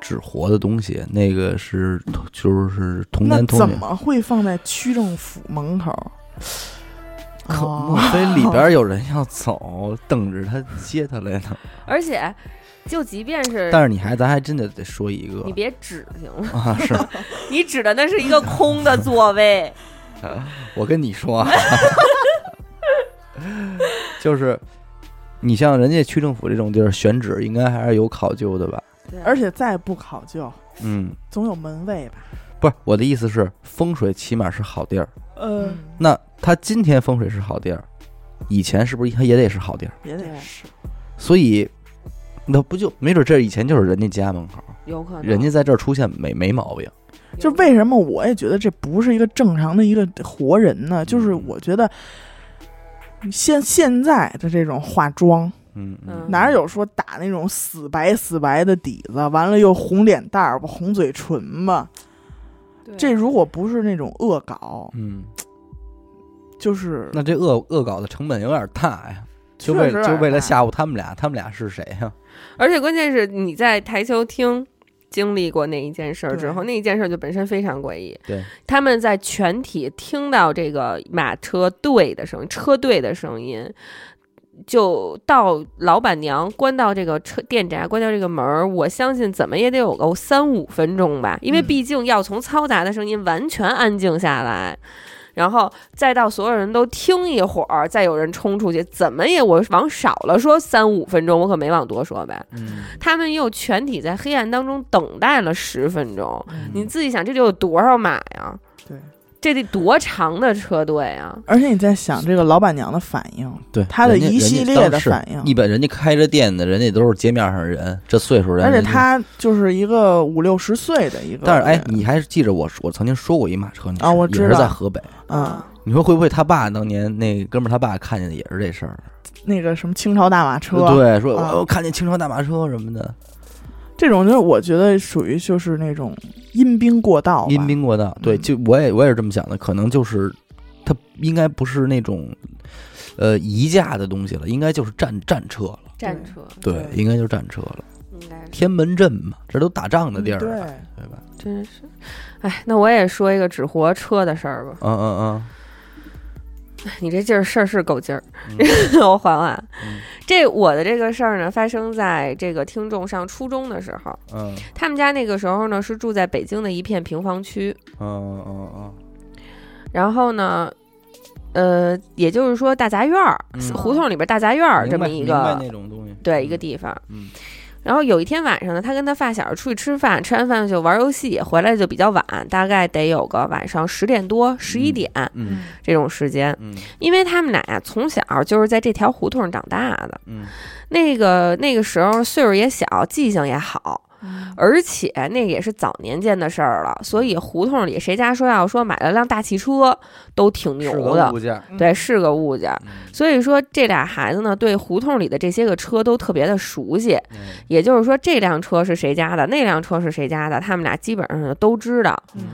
S3: 纸活的东西？那个是就是童
S2: 那
S3: 男童
S2: 怎
S3: 女，
S2: 么会放在区政府门口？
S3: 可莫
S2: 哦
S3: 非里边有人要走，等着他接他来呢？
S1: 而且就即便是
S3: 但是你还咱还真的得说一个
S1: 你别指行吗？
S3: 啊，是
S1: 你指的那是一个空的座 位，
S3: 我跟你说 啊，就是你像人家区政府这种地儿选址，应该还是有考究的吧？
S1: 对
S2: 而且再不考究，
S3: 嗯，
S2: 总有门卫吧？
S3: 不是我的意思是，风水起码是好地儿。
S2: 呃，
S3: 那他今天风水是好地儿，以前是不是他也得是好地儿？
S2: 也得
S1: 对
S2: 是。
S3: 所以那不就没准这以前就是人家家门口，
S1: 有可能
S3: 人家在这儿出现没没毛病。
S1: 有
S2: 就为什么我也觉得这不是一个正常的一个活人
S3: 嗯
S2: 呢？就是我觉得现现在的这种化妆，
S3: 嗯
S1: 嗯
S2: 哪有说打那种死白死白的底子，完了又红脸蛋儿吧、红嘴唇吧？
S1: 对
S2: 这如果不是那种恶搞，
S3: 嗯，
S2: 就是
S3: 那这恶恶搞的成本有点大呀，就
S2: 确
S3: 为
S2: 实
S3: 就为了
S2: 啊。
S3: 吓唬他们俩，他们俩是谁啊呀、
S1: 而且关键是你在台球厅经历过那一件事儿之后，
S2: 对
S1: 那一件事儿就本身非常诡异。
S3: 对，
S1: 他们在全体听到这个马车队的声音、车队的声音，就到老板娘关到这个车店闸、关掉这个门儿，我相信怎么也得有个三五分钟吧，因为
S2: 嗯
S1: 毕竟要从嘈杂的声音完全安静下来。然后再到所有人都听一会儿，再有人冲出去，怎么也我往少了说三五分钟，我可没往多说吧。
S3: 嗯，
S1: 他们又全体在黑暗当中等待了十分钟。
S2: 嗯
S1: 你自己想，这得有多少码呀？
S2: 对，
S1: 这得多长的车队啊！
S2: 而且你在想这个老板娘的反应，
S3: 对，
S2: 她的
S3: 人家
S2: 一系列的反。
S3: 人家当时
S2: 应
S3: 你，把人家开着店的，人家都是街面上人，这岁数人，
S2: 而且
S3: 人家
S2: 她就是一个五六十岁的一个人。
S3: 但是哎，你还记着我我曾经说过一马车，你
S2: 啊我
S3: 也是
S2: 知道
S3: 在河北。
S2: 嗯，
S3: 你说会不会他爸当年那哥们儿他爸看见的也是这事儿？
S2: 那个什么清朝大马车，
S3: 对，说
S2: 啊
S3: 我我看见清朝大马车什么的，
S2: 这种就是我觉得属于就是那种阴兵过道吧，
S3: 阴兵过道。对，
S2: 嗯
S3: 就我也我也是这么想的，可能就是他应该不是那种呃移驾的东西了，应该就是战战车了。
S1: 战车
S3: 对
S2: 对，
S3: 应该就是战车了。
S1: 应该是
S3: 天门阵嘛，这都打仗的地儿啊
S2: 嗯
S3: 了，
S2: 对，
S3: 对吧？
S1: 真是，哎，那我也说一个纸活车的事儿吧。
S3: 嗯嗯
S1: 你这劲儿事儿是够劲儿，
S3: 嗯
S1: 我缓缓。
S3: 嗯
S1: 这我的这个事儿呢，发生在这个听众上初中的时候，
S3: 嗯
S1: 他们家那个时候呢是住在北京的一片平房区，
S3: 嗯嗯嗯嗯，
S1: 然后呢。呃，也就是说，大杂院儿、
S3: 嗯
S1: 胡同里边大杂院儿这
S3: 明白
S1: 么一
S3: 明白
S1: 个
S3: 那种东西，
S1: 对一个地方，
S3: 嗯，
S1: 然后有一天晚上呢，他跟他发小出去吃饭，吃完饭就玩游戏，回来就比较晚，大概得有个晚上十点多、十一点、
S3: 嗯
S1: 这种时间。
S3: 嗯
S1: 因为他们俩呀、从小就是在这条胡同长大的，
S3: 嗯
S1: 那个那个时候岁数也小，记性也好。而且那个也是早年间的事儿了，所以胡同里谁家说要说买了辆大汽车都挺
S3: 嗯，是
S1: 牛
S3: 个
S1: 的
S3: 物，件儿，
S1: 对，是个物件儿。所以说这俩孩子呢，对胡同里的这些个车都特别的熟悉，
S3: 嗯
S1: 也就是说，这辆车是谁家的，那辆车是谁家的，他们俩基本上都知道。
S3: 嗯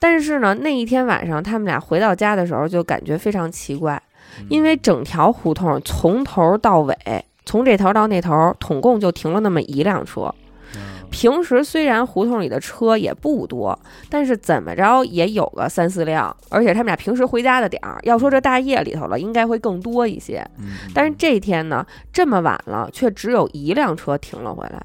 S1: 但是呢，那一天晚上他们俩回到家的时候，就感觉非常奇怪，
S3: 嗯
S1: 因为整条胡同从头到尾，从这头到那头，总共就停了那么一辆车。平时虽然胡同里的车也不多，但是怎么着也有个三四辆，而且他们俩平时回家的点儿，要说这大夜里头了，应该会更多一些。但是这天呢，这么晚了，却只有一辆车停了回来，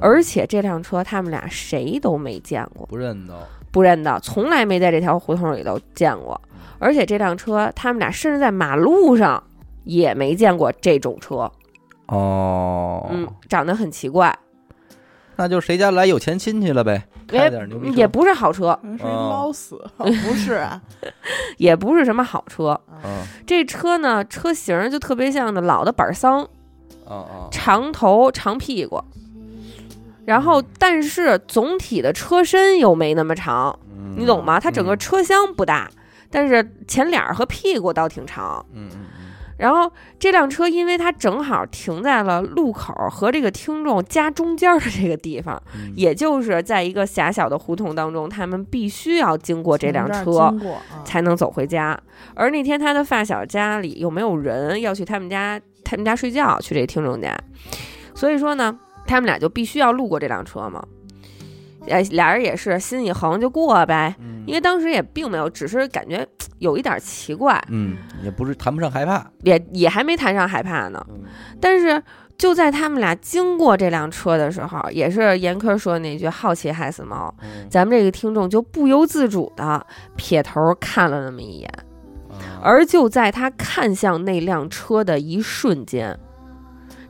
S1: 而且这辆车他们俩谁都没见过，
S3: 不认得，
S1: 不认得，从来没在这条胡同里头见过。而且这辆车，他们俩甚至在马路上也没见过这种车，
S3: 哦，
S1: 嗯，长得很奇怪，
S3: 那就谁家来有钱亲戚了呗，开
S1: 也
S3: 点牛逼车
S1: 也不是好车，
S2: 是一
S3: 哦
S2: 捞死， 不是 啊？
S1: 也不是什么好车。
S3: 嗯
S1: 这车呢，车型儿就特别像那老的板儿桑，
S3: 嗯
S1: 长头长屁股，然后但是总体的车身又没那么长，
S3: 嗯，
S1: 你懂吗？它整个
S3: 嗯
S1: 车厢不大，但是前脸儿和屁股倒挺长。
S3: 嗯嗯嗯
S1: 然后这辆车，因为它正好停在了路口儿和这个听众家中间儿的这个地方，
S3: 嗯
S1: 也就是在一个狭小的胡同当中，他们必须要经过这辆车。
S2: 从这儿经过啊
S1: 才能走回家。而那天他的发小家里有没有人要去他们家，他们家睡觉，去这听众家，所以说呢，他们俩就必须要路过这辆车嘛。哎，俩人也是心一横就过呗，
S3: 嗯
S1: 因为当时也并没有，只是感觉有一点奇怪，
S3: 嗯，也不是谈不上害怕，
S1: 也也还没谈上害怕呢。
S3: 嗯
S1: 但是就在他们俩经过这辆车的时候，也是严科说那句“好奇害死猫”，咱们这个听众就不由自主的撇头看了那么一眼。而就在他看向那辆车的一瞬间，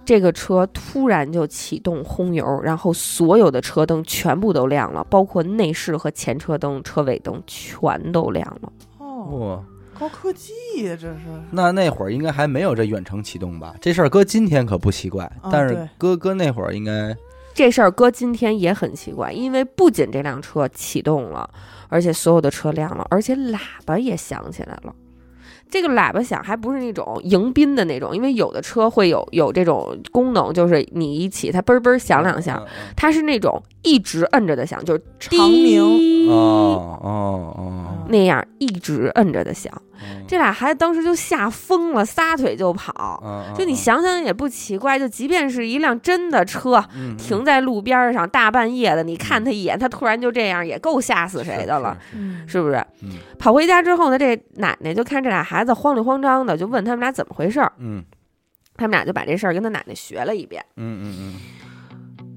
S1: 这个车突然就启动轰油，然后所有的车灯全部都亮了，包括内饰和前车灯、车尾灯全都亮了。
S2: 哦，
S3: 哇，
S2: 高科技呀，这是
S3: 那那会儿应该还没有这远程启动吧？这事儿搁今天可不奇怪，
S2: 啊
S3: 但是
S2: 对
S3: 搁搁那会儿应该
S1: 这事儿搁今天也很奇怪，因为不仅这辆车启动了，而且所有的车亮了，而且喇叭也响起来了。这个喇叭响还不是那种迎宾的那种，因为有的车会有有这种功能，就是你一起它嘣儿嘣儿响两下，
S3: 嗯，嗯
S1: 它是那种一直摁着的响，就是
S2: 长鸣，
S3: 嗯
S1: 滴
S3: 哦哦哦，
S1: 那样一直摁着的响。
S3: 嗯
S1: 这俩孩子当时就吓疯了，撒腿就跑。
S3: 嗯
S1: 就你想想也不奇怪，就即便是一辆真的车
S3: 嗯嗯嗯
S1: 停在路边上，大半夜的，你看他一眼，他突然就这样，也够吓死谁的了，？
S3: 是是
S2: 嗯
S1: 是不是？
S3: 嗯
S1: 跑回家之后呢，这奶奶就看这俩孩子慌里慌张的，就问他们俩怎么回事儿。
S3: 嗯
S1: 他们俩就把这事儿跟他奶奶学了一遍。
S3: 嗯嗯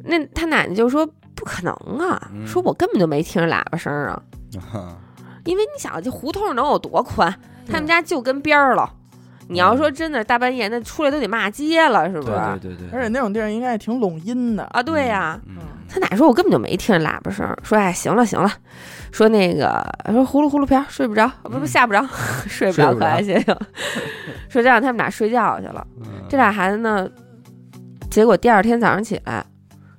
S1: 那他奶奶就说：“不可能啊，
S3: 嗯
S1: 说我根本就没听着喇叭声儿啊。”
S3: 嗯啊，
S1: 因为你想，这胡同能有多宽？
S2: 对
S3: 嗯
S1: 他们家就跟边儿了。你要说真的，大半夜那出来都得骂街了，是不是？
S3: 对对对对，
S2: 而且那种地儿应该也挺拢音的，
S1: 啊，对呀、
S3: 嗯，嗯
S1: 他奶说，我根本就没听见喇叭声儿。说，哎，行了行了，说那个，说呼噜呼噜片儿睡不着，不不
S3: 嗯
S1: 吓不着， 睡不着，
S3: 睡不
S1: 可
S3: 着
S1: 爱些了。 说就让他们俩睡觉去了。
S3: 嗯
S1: 这俩孩子呢，结果第二天早上起来，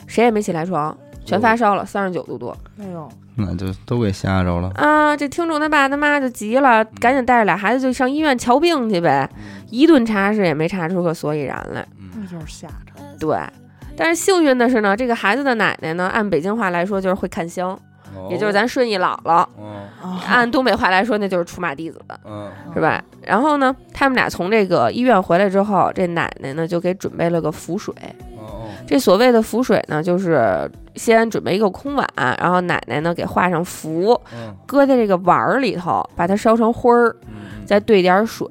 S1: 谁也没起来床，全
S3: 嗯
S1: 发烧了，三十九度多。
S2: 哎呦，
S3: 那就都给吓着了，
S1: 啊，这听众他爸他妈就急了，赶紧带着俩孩子就上医院瞧病去呗。一顿查是也没查出个所以然来。
S2: 那
S3: 嗯
S2: 就是吓着，
S1: 对，但是幸运的是呢，这个孩子的奶奶呢，按北京话来说就是会看香，也就是咱顺义姥姥；
S3: 嗯哦
S2: 啊嗯
S1: 按东北话来说，那就是出马弟子，
S3: 嗯
S1: 是吧？然后呢，他们俩从这个医院回来之后，这奶奶呢就给准备了个符水。
S3: 哦哦
S1: 这所谓的符水呢，就是先准备一个空碗，然后奶奶呢给画上符，
S3: 嗯
S1: 搁在这个碗儿里头，把它烧成灰儿。
S3: 嗯
S1: 再兑点儿水，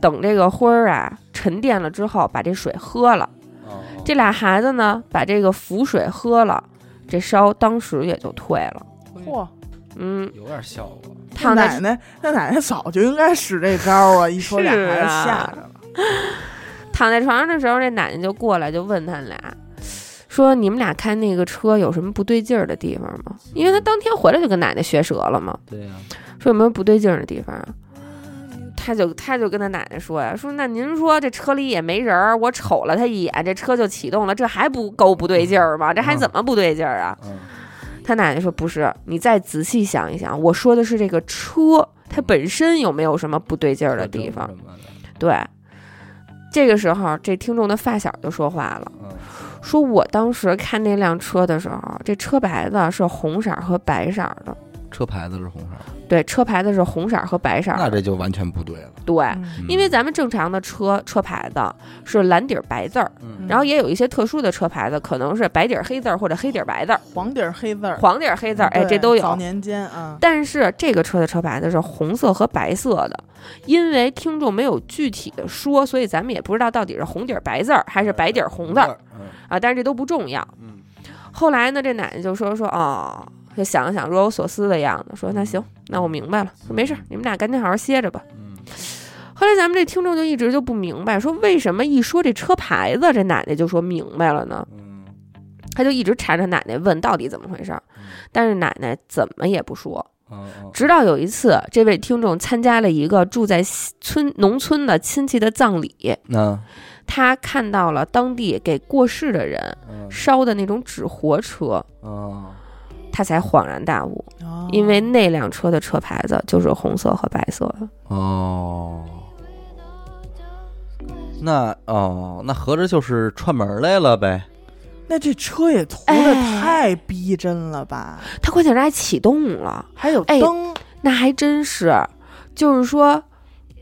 S1: 等这个灰儿啊沉淀了之后，把这水喝了。
S3: 哦
S1: 这俩孩子呢，把这个符水喝了，这烧当时也就退了。
S2: 嚯，
S1: 嗯，
S3: 有点效果，
S1: 烫在
S2: 奶奶，那奶奶早就应该使这招儿啊！一说俩孩
S1: 是
S2: 子
S1: 啊
S2: 吓着了，
S1: 躺在床上的时候，这奶奶就过来就问他俩，说你们俩开那个车有什么不对劲儿的地方吗？因为他当天回来就跟奶奶学舌了嘛，
S3: 对呀，
S1: 说有没有不对劲儿的地方啊？他就他就跟他奶奶说呀，说那您说这车里也没人儿，我瞅了他一眼，这车就启动了，这还不够不对劲儿吗？这还怎么不对劲儿啊？
S3: 嗯
S1: 他奶奶说不是，你再仔细想一想，我说的是这个车它本身有没有什么不对劲儿的地方？对，这个时候这听众的发小就说话了，
S3: 嗯
S1: 说我当时看那辆车的时候，这车牌子是红色儿和白色儿的，
S3: 车牌子是红色儿，
S1: 对，车牌子是红色儿和白色儿
S3: 那
S1: 的，
S3: 这就完全不对了。
S1: 对。
S2: 嗯
S1: 因为咱们正常的车车牌子是蓝底儿白字儿，
S3: 嗯
S1: 然后也有一些特殊的车牌子，可能是白底儿黑字儿或者黑底儿白字儿、
S2: 黄底儿黑字儿，
S1: 黄底儿黑字儿，哎，
S2: 对
S1: 这都
S2: 早
S1: 有。
S2: 年间啊，
S1: 但是这个车的车牌子是红色和白色的，因为听众没有具体的说，所以咱们也不知道到底是红底儿白字儿还是白底儿红字儿，
S3: 嗯
S1: 啊。但是这都不重要。
S3: 嗯，
S1: 后来呢，这奶奶就说说哦，就想了想若有所思的样子，说那行，那我明白了，说没事儿，你们俩赶紧好好歇着吧。
S3: 嗯
S1: 后来咱们这听众就一直就不明白，说为什么一说这车牌子，这奶奶就说明白了呢？
S3: 嗯
S1: 他就一直缠着奶奶问到底怎么回事儿，但是奶奶怎么也不说。
S3: 嗯嗯
S1: 直到有一次，这位听众参加了一个住在西村农村的亲戚的葬礼，
S3: 那
S1: 他看到了当地给过世的人
S3: 嗯
S1: 烧的那种纸活车，
S3: 嗯
S1: 他才恍然大悟，
S2: 哦
S1: 因为那辆车的车牌子就是红色和白色的。
S3: 哦，那哦，那合着就是串门儿来了呗？
S2: 那这车也涂的
S1: 哎
S2: 太逼真了吧？
S1: 他关键是还启动了。
S2: 还有
S1: 哎
S2: 灯，
S1: 那还真是，就是说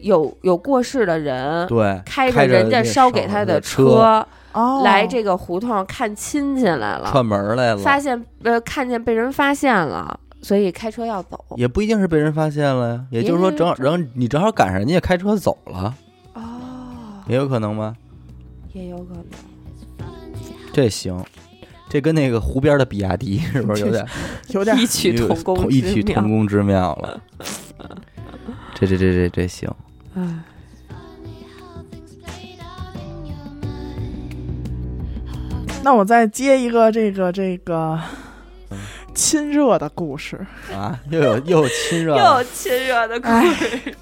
S1: 有有过世的人
S3: 对，
S1: 呃开
S3: 开着
S1: 人家
S3: 那
S1: 烧给他
S3: 的
S1: 车
S2: 哦，
S1: 来这个胡同看亲戚来了，
S3: 串门儿来
S1: 发
S3: 了，
S1: 现呃看见被人发现了，所以开车要走。
S3: 也不一定是被人发现了呀。也就是说，
S1: 也
S3: 正好，然后你正好赶上人家开车走了，
S1: 哦，
S3: 也有可能吧？
S1: 也有可能。
S3: 这行，这跟那个湖边的比亚迪是不是有点
S2: 有点
S1: 异曲同工
S3: 异曲
S1: 之妙
S3: 同工之妙 了？这这这这这行，
S1: 哎
S2: 那我再接一个这个这个嗯亲热的故事。
S3: 啊，又有又有亲
S1: 又
S3: 热了
S1: 有，亲热的故事，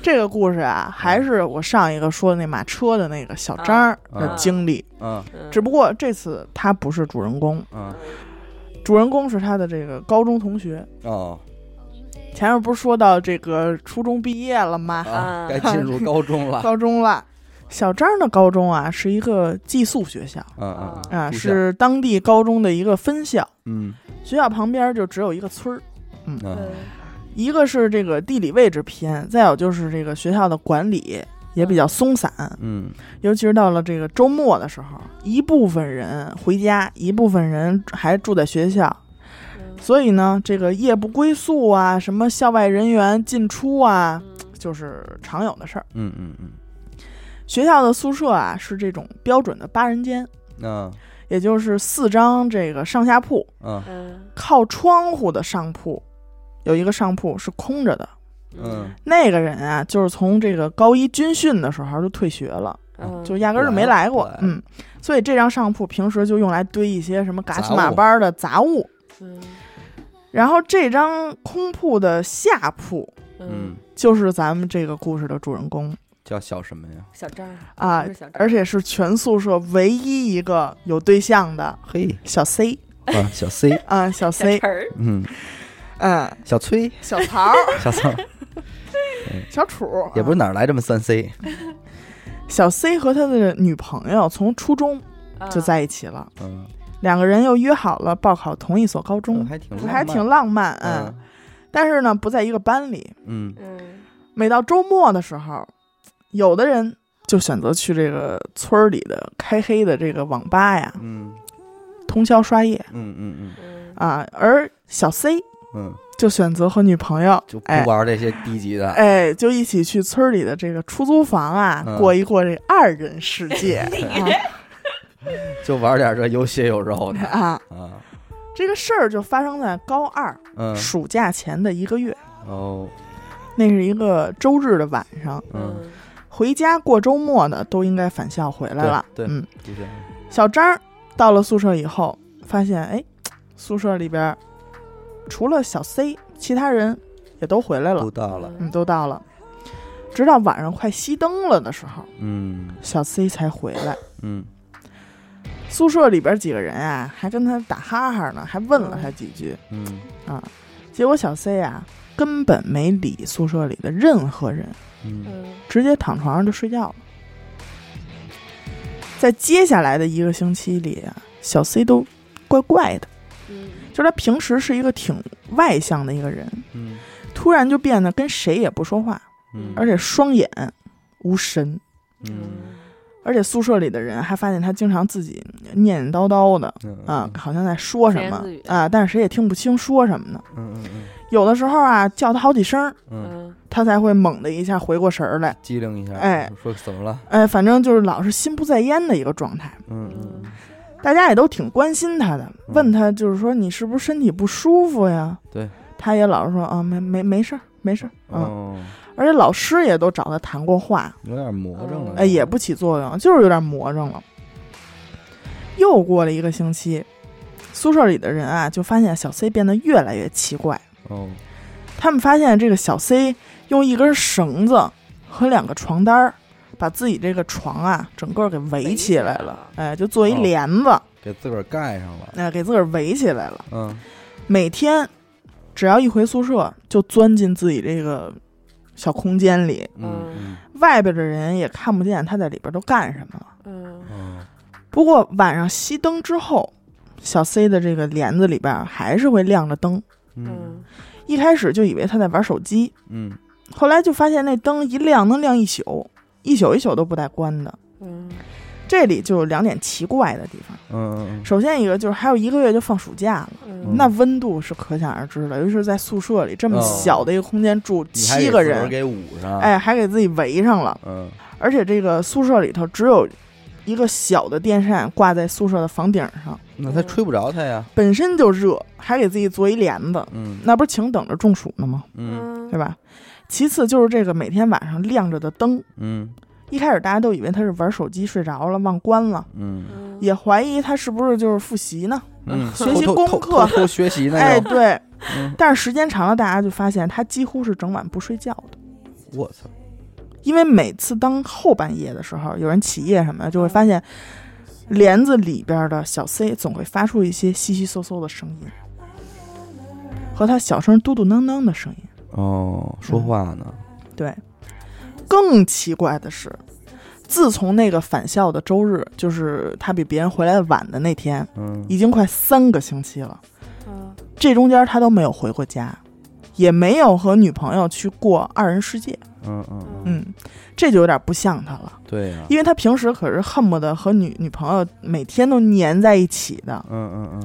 S2: 这个故事啊，还是我上一个说的那马车的那个小张儿的经历，
S3: 嗯
S1: 嗯
S2: 只不过这次他不是主人公，
S3: 嗯
S2: 主人公是他的这个高中同学。
S3: 哦
S2: 前面不是说到这个初中毕业了吗？
S1: 啊
S3: 啊，该进入高中 了，
S2: 高中了，小张儿的高中啊是一个寄宿学校
S3: 嗯嗯嗯
S2: 啊，
S3: 住校
S2: 是当地高中的一个分校，
S3: 嗯
S2: 学校旁边就只有一个村儿。
S3: 嗯
S2: 一个是这个地理位置偏，再有就是这个学校的管理也比较松散，
S3: 嗯
S2: 尤其是到了这个周末的时候，一部分人回家，一部分人还住在学校，
S1: 嗯
S2: 所以呢，这个夜不归宿啊，什么校外人员进出啊，
S1: 嗯
S2: 就是常有的事儿。
S3: 嗯嗯嗯，
S2: 学校的宿舍啊是这种标准的八人间，
S3: 那
S2: 也就是四张这个上下铺，
S3: 嗯
S1: 嗯
S2: 靠窗户的上铺有一个上铺是空着的，
S3: 嗯
S2: 那个人啊，就是从这个高一军训的时候就退学了，
S1: 嗯
S2: 就压根儿就没来过
S3: 不来了。
S2: 嗯，所以这张上铺平时就用来堆一些什么嘎
S3: 杂
S2: 七
S3: 物
S2: 马八的杂物。
S1: 嗯
S2: 然后这张空铺的下铺
S3: 嗯
S1: 嗯，，
S2: 就是咱们这个故事的主人公
S3: 叫小什么呀？
S1: 小张儿
S2: 啊
S1: 不是小，张
S2: 而且是全宿舍唯一一个有对象的
S3: 嘿
S2: 小 C
S3: 啊，小 C，
S2: 啊，
S1: 小
S2: 小 C，
S1: 陈儿
S3: 嗯，
S2: 嗯，
S3: 小崔，
S2: 小曹、
S3: 小宋，
S2: 小楚，
S3: 也不是
S2: 啊
S3: 哪儿来这么三 C，
S2: 小 C 和他的女朋友从初中
S1: 啊
S2: 就在一起了，
S3: 嗯，
S2: 两个人又约好了报考同一所高中。
S3: 还挺
S2: 还挺浪漫，嗯，
S3: 嗯
S2: 但是呢，不在一个班里。
S3: 嗯
S1: 嗯
S2: 每到周末的时候，有的人就选择去这个村儿里的开黑的这个网吧呀，
S3: 嗯
S2: 通宵刷夜
S3: 嗯嗯嗯
S1: 嗯
S2: 啊。而小 C
S3: 嗯，
S2: 就选择和女朋友，
S3: 就不
S2: 哎
S3: 玩这些低级的，
S2: 哎，就一起去村儿里的这个出租房啊，
S3: 嗯
S2: 过一过这二人世 界
S3: 就玩点这有血有肉的
S2: 啊 啊。
S3: 啊，
S2: 这个事儿就发生在高二、
S3: 嗯，
S2: 暑假前的一个月，
S3: 哦，
S2: 那是一个周日的晚上，
S3: 嗯，
S1: 嗯
S2: 回家过周末的都应该返校回来了。
S3: 对对
S2: 嗯。
S3: 就这样，
S2: 小张儿到了宿舍以后，发现哎，宿舍里边儿除了小 C，其他人也都回来了
S3: 都，到了，
S2: 嗯，都到了。直到晚上快熄灯了的时候，
S3: 嗯
S2: 小 C 才回来。
S3: 嗯
S2: 宿舍里边几个人啊，还跟他打哈哈呢，还问了
S1: 嗯
S2: 他几句。
S3: 嗯
S2: 结果小 C 啊，根本没理宿舍里的任何人，
S3: 嗯
S1: 嗯
S2: 直接躺床上就睡觉了。在接下来的一个星期里啊，小 C 都怪怪的。
S1: 嗯
S2: 就是他平时是一个挺外向的一个人，
S3: 嗯
S2: 突然就变得跟谁也不说话，
S3: 嗯
S2: 而且双眼无神，
S3: 嗯
S2: 而且宿舍里的人还发现他经常自己念念叨叨的
S3: 嗯
S2: 啊，好像在说什么
S1: 自言自语
S2: 啊，但是谁也听不清说什么呢。
S3: 嗯嗯
S2: 有的时候啊，叫他好几声，
S3: 嗯，
S1: 嗯，
S2: 他才会猛的一下回过神儿来。
S3: 机灵一下，
S2: 哎，
S3: 说怎么了？
S2: 哎，反正就是老是心不在焉的一个状态。
S3: 嗯嗯
S1: 嗯
S2: 大家也都挺关心他的，
S3: 嗯
S2: 问他就是说你是不是身体不舒服呀？
S3: 对，
S2: 他也老是说啊没没没事儿没事儿，嗯，
S3: 哦，
S2: 而且老师也都找他谈过话，
S3: 有点魔怔了，
S2: 哎，也不起作用，就是有点魔怔了。又过了一个星期，宿舍里的人啊就发现小 C 变得越来越奇怪，
S3: 哦，
S2: 他们发现这个小 C 用一根绳子和两个床单儿把自己这个床啊整个给围起来了，哎，就做一
S3: 哦
S2: 帘子，
S3: 给自个儿盖上了，
S2: 哎、给自个儿围起来了。
S3: 嗯
S2: 每天只要一回宿舍，就钻进自己这个小空间里，
S3: 嗯
S2: 外边的人也看不见他在里边都干什么了。
S1: 嗯
S3: 嗯
S2: 不过晚上熄灯之后，小 C 的这个帘子里边还是会亮着灯。
S3: 嗯
S1: 嗯
S2: 一开始就以为他在玩手机，
S3: 嗯
S2: 后来就发现那灯一亮能亮一宿，一宿一宿都不带关的。
S1: 嗯
S2: 这里就有两点奇怪的地方。
S3: 嗯
S2: 首先一个就是还有一个月就放暑假了，
S1: 嗯，
S2: 那温度是可想而知的，尤其是在宿舍里这么
S3: 哦
S2: 小的一个空间住七个人，
S3: 嗯给啊捂上，，
S2: 哎，还给自己围上了。
S3: 嗯
S2: 而且这个宿舍里头只有一个小的电扇挂在宿舍的房顶上，
S3: 那他吹不着他呀，
S2: 本身就热，还给自己做一帘子，
S3: 嗯
S2: 那不是请等着中暑呢吗？
S3: 嗯
S2: 对吧？其次就是这个每天晚上亮着的灯，
S3: 嗯
S2: 一开始大家都以为他是玩手机睡着了忘关了，
S3: 嗯
S2: 也怀疑他是不是就是复习呢？
S3: 嗯，偷偷学习呢，
S2: 哎，对。
S3: 嗯，
S2: 但是时间长了，大家就发现他几乎是整晚不睡觉的，
S3: 我操，
S2: 因为每次当后半夜的时候，有人起夜什么的，就会发现
S3: 嗯
S2: 帘子里边的小 C 总会发出一些窸窸窣窣的声音，和他小声嘟嘟囔囔的声音。
S3: 哦，说话呢，
S2: 对，更奇怪的是，自从那个返校的周日，就是他比别人回来的晚的那天，
S3: 嗯
S2: 已经快三个星期了。
S1: 嗯
S2: 这中间他都没有回过家，也没有和女朋友去过二人世界。
S3: 嗯嗯嗯，
S2: 嗯，这就有点不像他了，
S3: 对呀，
S2: 因为他平时可是恨不得和女女朋友每天都粘在一起的。
S3: 嗯嗯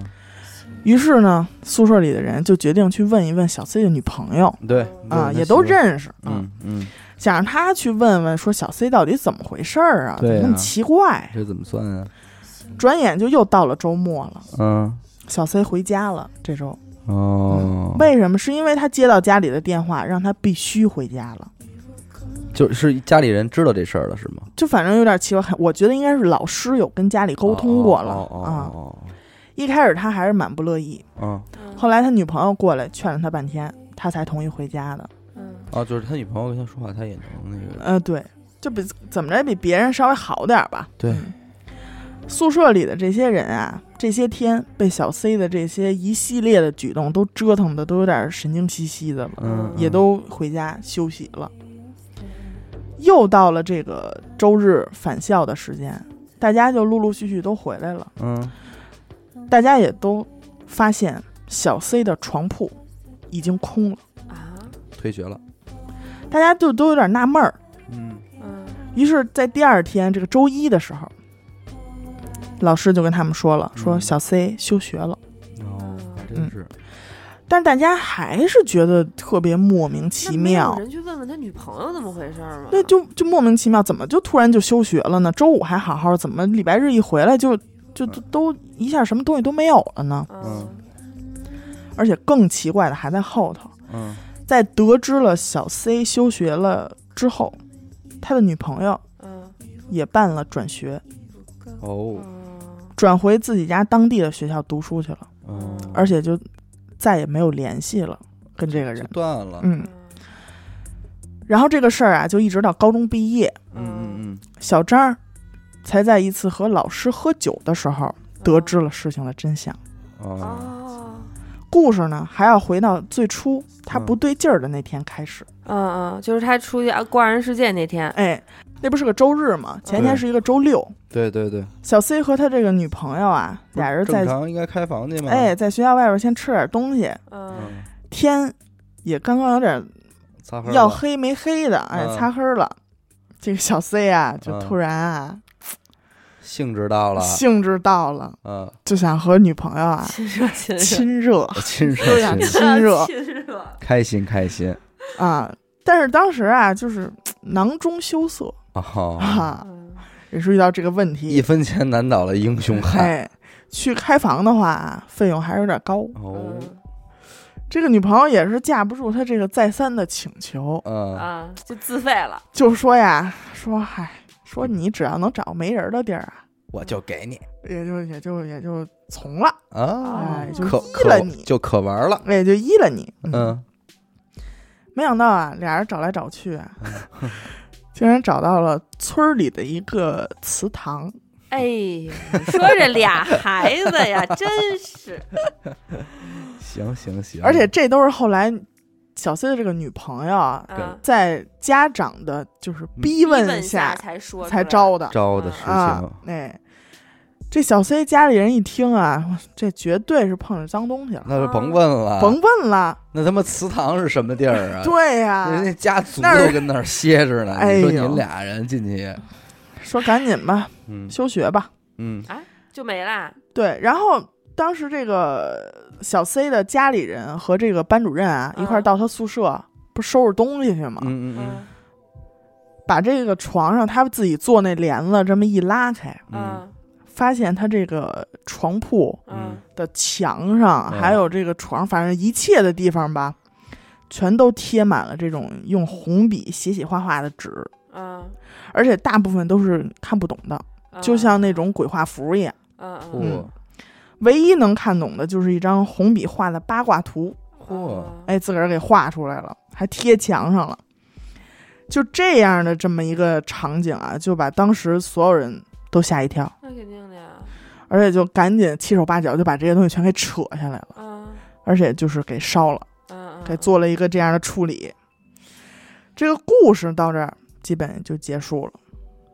S2: 于是呢，宿舍里的人就决定去问一问小 C 的女朋友
S3: 嗯，对
S2: 啊，也都，认识，啊
S3: 嗯，嗯，
S2: 想让他去问问说小 C 到底怎么回事儿啊，怎
S3: 对
S2: 么
S3: 啊
S2: 那么奇怪？
S3: 这怎么算啊？
S2: 转眼就又到了周末了，
S3: 嗯
S2: 小 C 回家了。这周
S3: 哦，
S2: 为什么？是因为他接到家里的电话，让他必须回家了。嗯
S3: 就是家里人知道这事儿了是吗？
S2: 就反正有点奇怪，我觉得应该是老师有跟家里沟通过了啊、
S3: 哦
S2: 一开始他还是蛮不乐意，
S3: 哦哦
S1: 嗯
S2: 后来他女朋友过来劝了他半天，他才同意回家的。
S1: 嗯
S3: 哦，就是他女朋友跟他说话，他也能那个，
S2: 呃，对，就比怎么着也比别人稍微好点儿吧。嗯
S3: 对，
S2: 宿舍里的这些人啊，这些天被小 C 的这些一系列的举动都折腾的都有点神经兮兮的了，
S3: 嗯，
S2: 也都回家休息了。又到了这个周日返校的时间，大家就陆陆续续都回来了。
S3: 嗯
S2: 大家也都发现小 C 的床铺已经空了，
S1: 啊
S3: 退学了，
S2: 大家就都有点纳闷儿。
S3: 嗯
S1: 嗯
S2: 于是，在第二天这个周一的时候，老师就跟他们说了，说
S3: 嗯
S2: 小 C 休学了。
S3: 哦，
S2: 嗯
S3: 真是，
S2: 但是大家还是觉得特别莫名其妙
S1: 有，人去问问他女朋友怎么回事儿吗？
S2: 那就就莫名其妙，怎么就突然就休学了呢？周五还好好，怎么礼拜日一回来就就都都一下什么东西都没有了呢？
S1: 嗯
S2: 而且更奇怪的还在后头。
S3: 嗯
S2: 在得知了小 C 休学了之后，他的女朋友
S1: 嗯
S2: 也办了转学，
S3: 哦
S1: 嗯
S2: 转回自己家当地的学校读书去了，
S3: 哦，
S2: 而且就再也没有联系了跟这个人。
S3: 断了，
S2: 嗯，然后这个事儿啊，就一直到高中毕业，
S3: 嗯嗯
S2: 小张儿才在一次和老师喝酒的时候得知了事情的真相。
S3: 嗯，哦
S1: 哦。
S2: 故事呢，还要回到最初他
S3: 嗯
S2: 不对劲儿的那天开始。
S1: 嗯嗯，就是他出去啊逛二人世界那天，
S2: 哎，那不是个周日吗？前天
S3: 对
S2: 是一个周六。
S3: 对对对，
S2: 小 C 和他这个女朋友啊，俩人在
S3: 啊正常应该开房去嘛，
S2: 哎，在学校外边先吃点东西，
S1: 嗯
S3: 嗯
S2: 天也刚刚有点
S3: 擦黑
S2: 要
S3: 了
S2: 黑没黑的，哎，
S3: 嗯
S2: 擦黑儿了。这个小 C 啊，就
S3: 嗯
S2: 突然啊，
S3: 兴致到了，
S2: 兴致到了，
S3: 嗯，
S2: 就想和女朋 友 啊
S1: 亲热亲热
S2: 亲热
S3: 亲热
S2: 就 想
S3: 亲热，
S2: 亲热
S1: 亲热，
S3: 开心开心
S2: 啊。但是当时啊，就是囊中羞涩
S3: 哦，
S2: 啊，
S1: 嗯
S2: 也是遇到这个问
S3: 一
S2: 题。
S3: 分钱难倒了英雄汉
S2: 哎，去开房的话，啊费用还是有点高。
S3: 哦，
S1: 嗯
S2: 这个女朋友也是架不住他这个再三的请求，
S1: 嗯
S3: 嗯
S1: 啊，就自费了，
S2: 就说呀，说嗨，说你只要能找没人的地儿啊，
S3: 我就给你
S2: 也就也就也就从了，
S3: 啊，
S2: 哎，就
S3: 可
S2: 依了
S3: 可
S2: 你，
S3: 就可玩了，
S2: 也就依了你。，
S3: 嗯，
S2: 没想到啊，俩人找来找去啊， 竟然找到了村儿里的一个祠堂。
S1: 哎，你说这俩孩子 呀，真是
S3: 行行行，
S2: 而且这都是后来小 C 的这个女朋友啊，
S1: 啊，
S2: 在家长的就是逼问
S1: 问
S2: 下
S1: 才说
S2: 才
S1: 招
S2: 招的
S3: 招的事
S2: 啊
S3: 情，。
S2: 哎，这小 C 家里人一听啊，哇这绝对是碰着脏东西了，
S3: 那就甭问了，
S2: 甭问了。
S3: 那他妈祠堂是什么地儿啊？
S2: 对呀、
S3: 人家家族
S2: 啊那儿
S3: 都跟那儿歇着呢，
S2: 哎
S3: 你
S2: 呦
S3: 说您俩人进去，
S2: 说赶紧吧，
S3: 嗯
S2: 休学吧。
S3: 嗯
S1: 就没啦，
S2: 对，然后当时这个小 C 的家里人和这个班主任啊、
S1: 嗯
S2: 一块儿到他宿舍，不收拾东西去吗？
S3: 嗯嗯嗯
S1: 嗯
S2: 把这个床上他自己做那帘子这么一拉开，
S3: 嗯
S1: 嗯
S2: 发现他这个床铺
S1: 嗯
S2: 的墙上，
S3: 嗯
S2: 还有这个床，反正一切的地方吧，全都贴满了这种用红笔写写画画的纸，
S1: 嗯，
S2: 而且大部分都是看不懂的，
S1: 嗯
S2: 就像那种鬼画符一样。
S1: 嗯嗯
S3: 嚯
S2: 唯一能看懂的就是一张红笔画的八卦图，
S3: 嚯
S1: 嗯
S2: 哎，自个儿给画出来了，还贴墙上了。就这样的这么一个场景啊，就把当时所有人都吓一跳，
S1: 那肯定的呀，
S2: 而且就赶紧七手八脚就把这些东西全给扯下来了，
S1: 嗯
S2: 而且就是给烧了，
S1: 嗯，
S2: 给做了一个这样的处理。这个故事到这儿基本就结束了，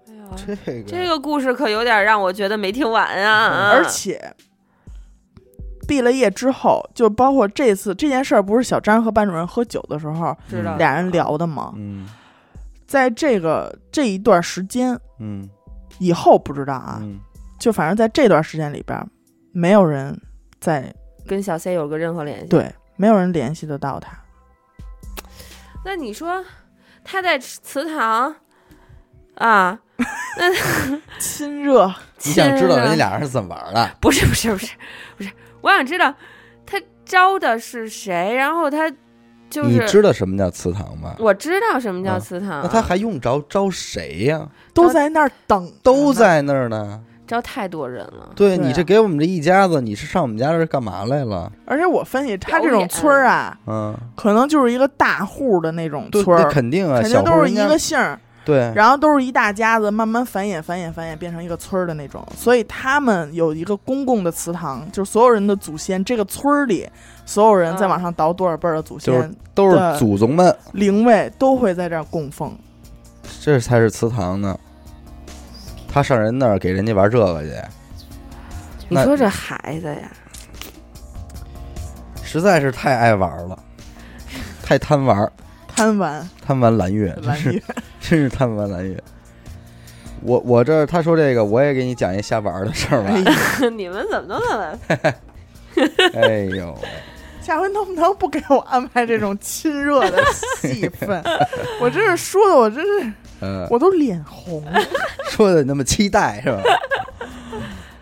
S1: 哎
S2: 啊
S1: 呀
S3: 这个
S1: 这个故事可有点让我觉得没听完啊！
S2: 嗯而且毕了业之后，就包括这次这件事儿，不是小张和班主任喝酒的时候
S1: 知道
S2: 俩人聊的吗？
S3: 嗯
S2: 在这个这一段时间
S3: 嗯
S2: 以后不知道啊，
S3: 嗯
S2: 就反正在这段时间里边，没有人在
S1: 跟小 C 有个任何联系。，
S2: 对，没有人联系得到他。
S1: 那你说他在祠堂啊？
S2: 亲热，
S3: 你想知道人
S1: 亲
S3: 家
S1: 啊？
S3: 俩人是怎么玩的？
S1: 不是不是不是不是，我想知道他招的是谁，然后他就
S3: 你
S1: 是
S3: 知道什么叫祠堂
S2: 嗯
S3: 吗？
S1: 我知道什么叫
S3: 啊
S1: 祠堂，
S3: 那他还用着招谁呀？
S2: 都在那儿等，
S3: 都。在那儿呢。
S1: 招太多人了。
S3: 对
S2: 对啊
S3: 你这给我们这一家子，你是上我们家这儿干嘛来了？
S2: 而且我分析，他
S1: 表
S2: 这种
S1: 演
S2: 村儿啊，
S3: 嗯，
S2: 可能就是一个大户的那种
S3: 对，
S2: 村
S3: 那
S2: 儿，
S3: 肯定啊，
S2: 肯
S3: 小
S2: 定
S3: 户
S2: 都
S3: 儿
S2: 是
S3: 应
S2: 一
S3: 该哎
S2: 个姓儿，
S3: 对，
S2: 然后都是一大家子，慢慢繁衍、繁衍、繁衍，变成一个村儿的那种。所以他们有一个公共的祠堂，就是所有人的祖先，这个村儿里所有人再往上倒多少辈儿的祖先，
S3: 就是都是祖宗们，
S2: 灵位都会在这儿供奉。
S3: 这才是祠堂呢。他上人那儿给人家玩这个去，
S1: 你
S3: 那
S1: 说这孩子呀，
S3: 实在是太爱玩了，太贪玩儿，
S2: 贪玩
S3: 贪玩蓝月，哎真
S2: 蓝
S3: 是
S2: 月，
S3: 真是贪玩蓝月。我我这儿他说这个，我也给你讲一瞎玩儿的事儿
S2: 哎
S3: 吧。
S1: 你们怎么都那么
S3: 哎呦喂，
S2: 下回能不能不给我安排这种亲热的戏份？ 我真是说的，我真是
S3: 呃，
S2: 我都脸红了。
S3: 说的那么期 待是吧？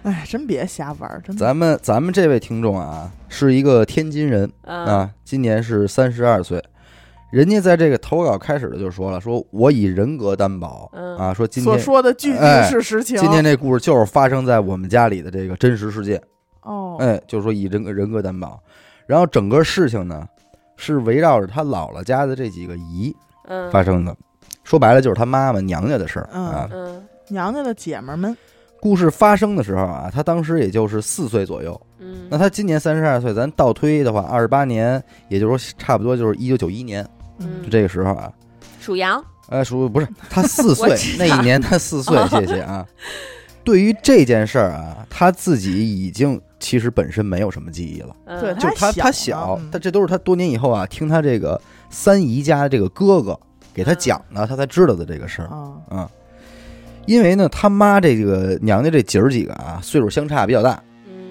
S2: 哎，真别瞎玩儿，真的。
S3: 咱们咱们这位听众啊，是一个天津人
S1: 嗯
S3: 啊，今年是三十二岁。人家在这个投稿开始的就说了，说我以人格担保
S1: 嗯
S3: 啊，说今
S2: 所
S3: 天
S2: 说的句句
S3: 哎
S2: 是实情。
S3: 今天这故事就是发生在我们家里的这个真实事件，
S2: 哦，
S3: 哎，就是说以人格人格担保，然后整个事情呢是围绕着他姥姥家的这几个姨
S1: 嗯
S3: 发生的，说白了就是他妈妈娘家的事儿啊。
S1: 嗯
S2: 娘家的姐们儿们，
S3: 故事发生的时候啊，他当时也就是四岁左右，
S1: 嗯，
S3: 那他今年三十二岁，咱倒推的话，二十八年，也就是说差不多就是一九九一年，
S1: 嗯
S3: 就这个时候啊，
S1: 属羊，
S3: 呃，叔不是 他四岁
S1: 我知
S3: 那
S1: 道
S3: 一 年，他四岁，谢谢啊。对于这件事儿啊，他自己已经其实本身没有什么记忆了，
S1: 嗯
S2: 对
S3: 就是
S2: 他
S3: 他他
S2: 小
S3: 小
S2: 嗯，
S3: 他这都是他多年以后啊，听他这个三姨家的这个哥哥给
S1: 嗯
S3: 他讲的，他才知道的这个事儿。
S2: 啊，
S3: 嗯，因为呢，他妈这个娘家这姐儿几个啊，岁数相差比较大，
S1: 嗯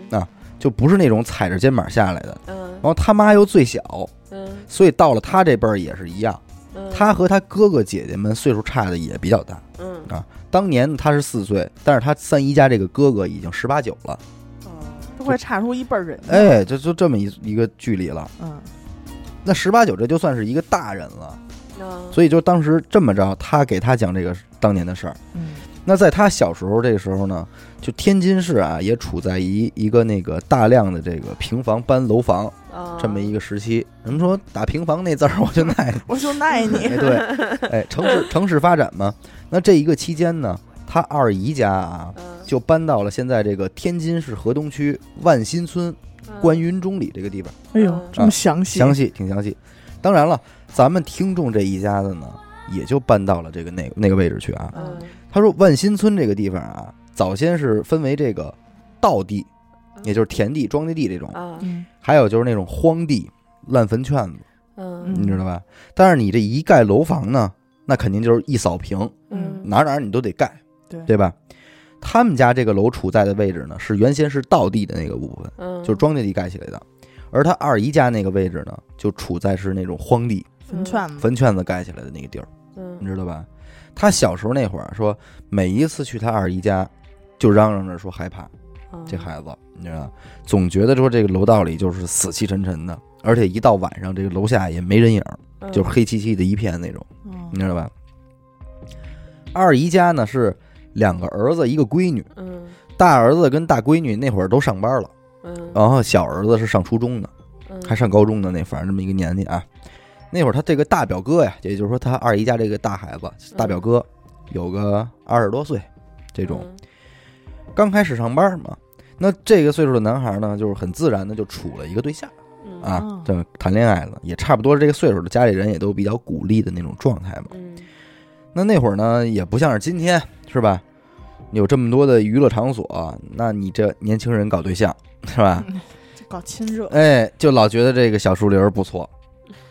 S3: 就不是那哦种踩着肩膀下来的。
S1: 嗯
S3: 然后他妈又最小，
S1: 嗯
S3: 所以到了他这辈儿也是一样，
S1: 嗯，
S3: 他啊和他哥哥姐姐们岁数差的也比较大。
S1: 嗯
S3: 当年他是四岁，但是他三姨家这个哥哥已经十八九了，
S2: 都快差出一辈儿人了，
S3: 哎，这就这么一一个距离了。
S2: 嗯，
S3: 那十八九这就算是一个大人了，
S1: 嗯，
S3: 所以就当时这么着，他给他讲这个当年的事儿。
S2: 嗯
S3: 那在他小时候这个时候呢，就天津市啊也处在一一个那个大量的这个平房搬楼房
S1: 以
S3: 这么一个时期。人们说打平房那字儿，我就耐
S2: 我就耐你，
S3: 哎，对，哎，城市城市发展嘛，那这一个期间呢，他二姨家啊
S1: 嗯
S3: 就搬到了现在这个天津市河东区万新村关云中里这个地方，
S2: 哎呦
S1: 嗯，
S2: 这么详细，
S3: 详细挺详细。当然了，咱们听众这一家子呢，也就搬到了这个那个那个位置去啊。
S1: 嗯
S3: 他说万新村这个地方啊，早先是分为这个道地，也就是田地、庄稼地这种，
S1: 啊
S2: 嗯
S3: 还有就是那种荒地、烂坟圈子，
S1: 嗯
S3: 你知道吧？但是你这一盖楼房呢，那肯定就是一扫平，
S1: 嗯
S3: 哪儿哪儿你都得盖，
S2: 对
S3: 对吧？他们家这个楼处在的位置呢，是原先是道地的那个部分，
S1: 嗯，
S3: 就是庄稼地盖起来的，而他二姨家那个位置呢，就处在是那种荒地、
S2: 坟圈子，
S3: 坟圈子盖起来的那个地儿，你
S1: 嗯
S3: 知道吧？他小时候那会儿说，每一次去他二姨家，就嚷嚷着说害怕
S1: 嗯
S3: 这孩子，你知道吧，总觉得说这个楼道里就是死气沉沉的，而且一到晚上，这个楼下也没人影儿，
S1: 嗯
S3: 就是黑漆漆的一片那种。
S2: 嗯
S3: 你知道吧？二姨家呢是两个儿子一个闺女，
S1: 嗯
S3: 大儿子跟大闺女那会儿都上班了，
S1: 嗯
S3: 然后小儿子是上初中呢，
S1: 嗯
S3: 哦还上高中呢，那反正这么一个年纪啊。那会儿他这个大表哥呀，也就是说他二姨家这个大孩子
S1: 嗯
S3: 大表哥，有个二十多岁，这
S2: 嗯
S3: 种
S1: 嗯
S3: 刚开始上班嘛。那这个岁数的男孩呢，就是很自然的就处了一个对象
S1: 嗯
S3: 啊
S2: 哦，
S3: 这谈恋爱了，也差不多这个岁数的，家里人也都比较鼓励的那种状态嘛。
S1: 嗯
S3: 那那会儿呢，也不像是今天，是吧？有这么多的娱乐场所，那你这年轻人搞对象，是吧？
S2: 就搞亲热，
S3: 哎，就老觉得这个小树林儿不错，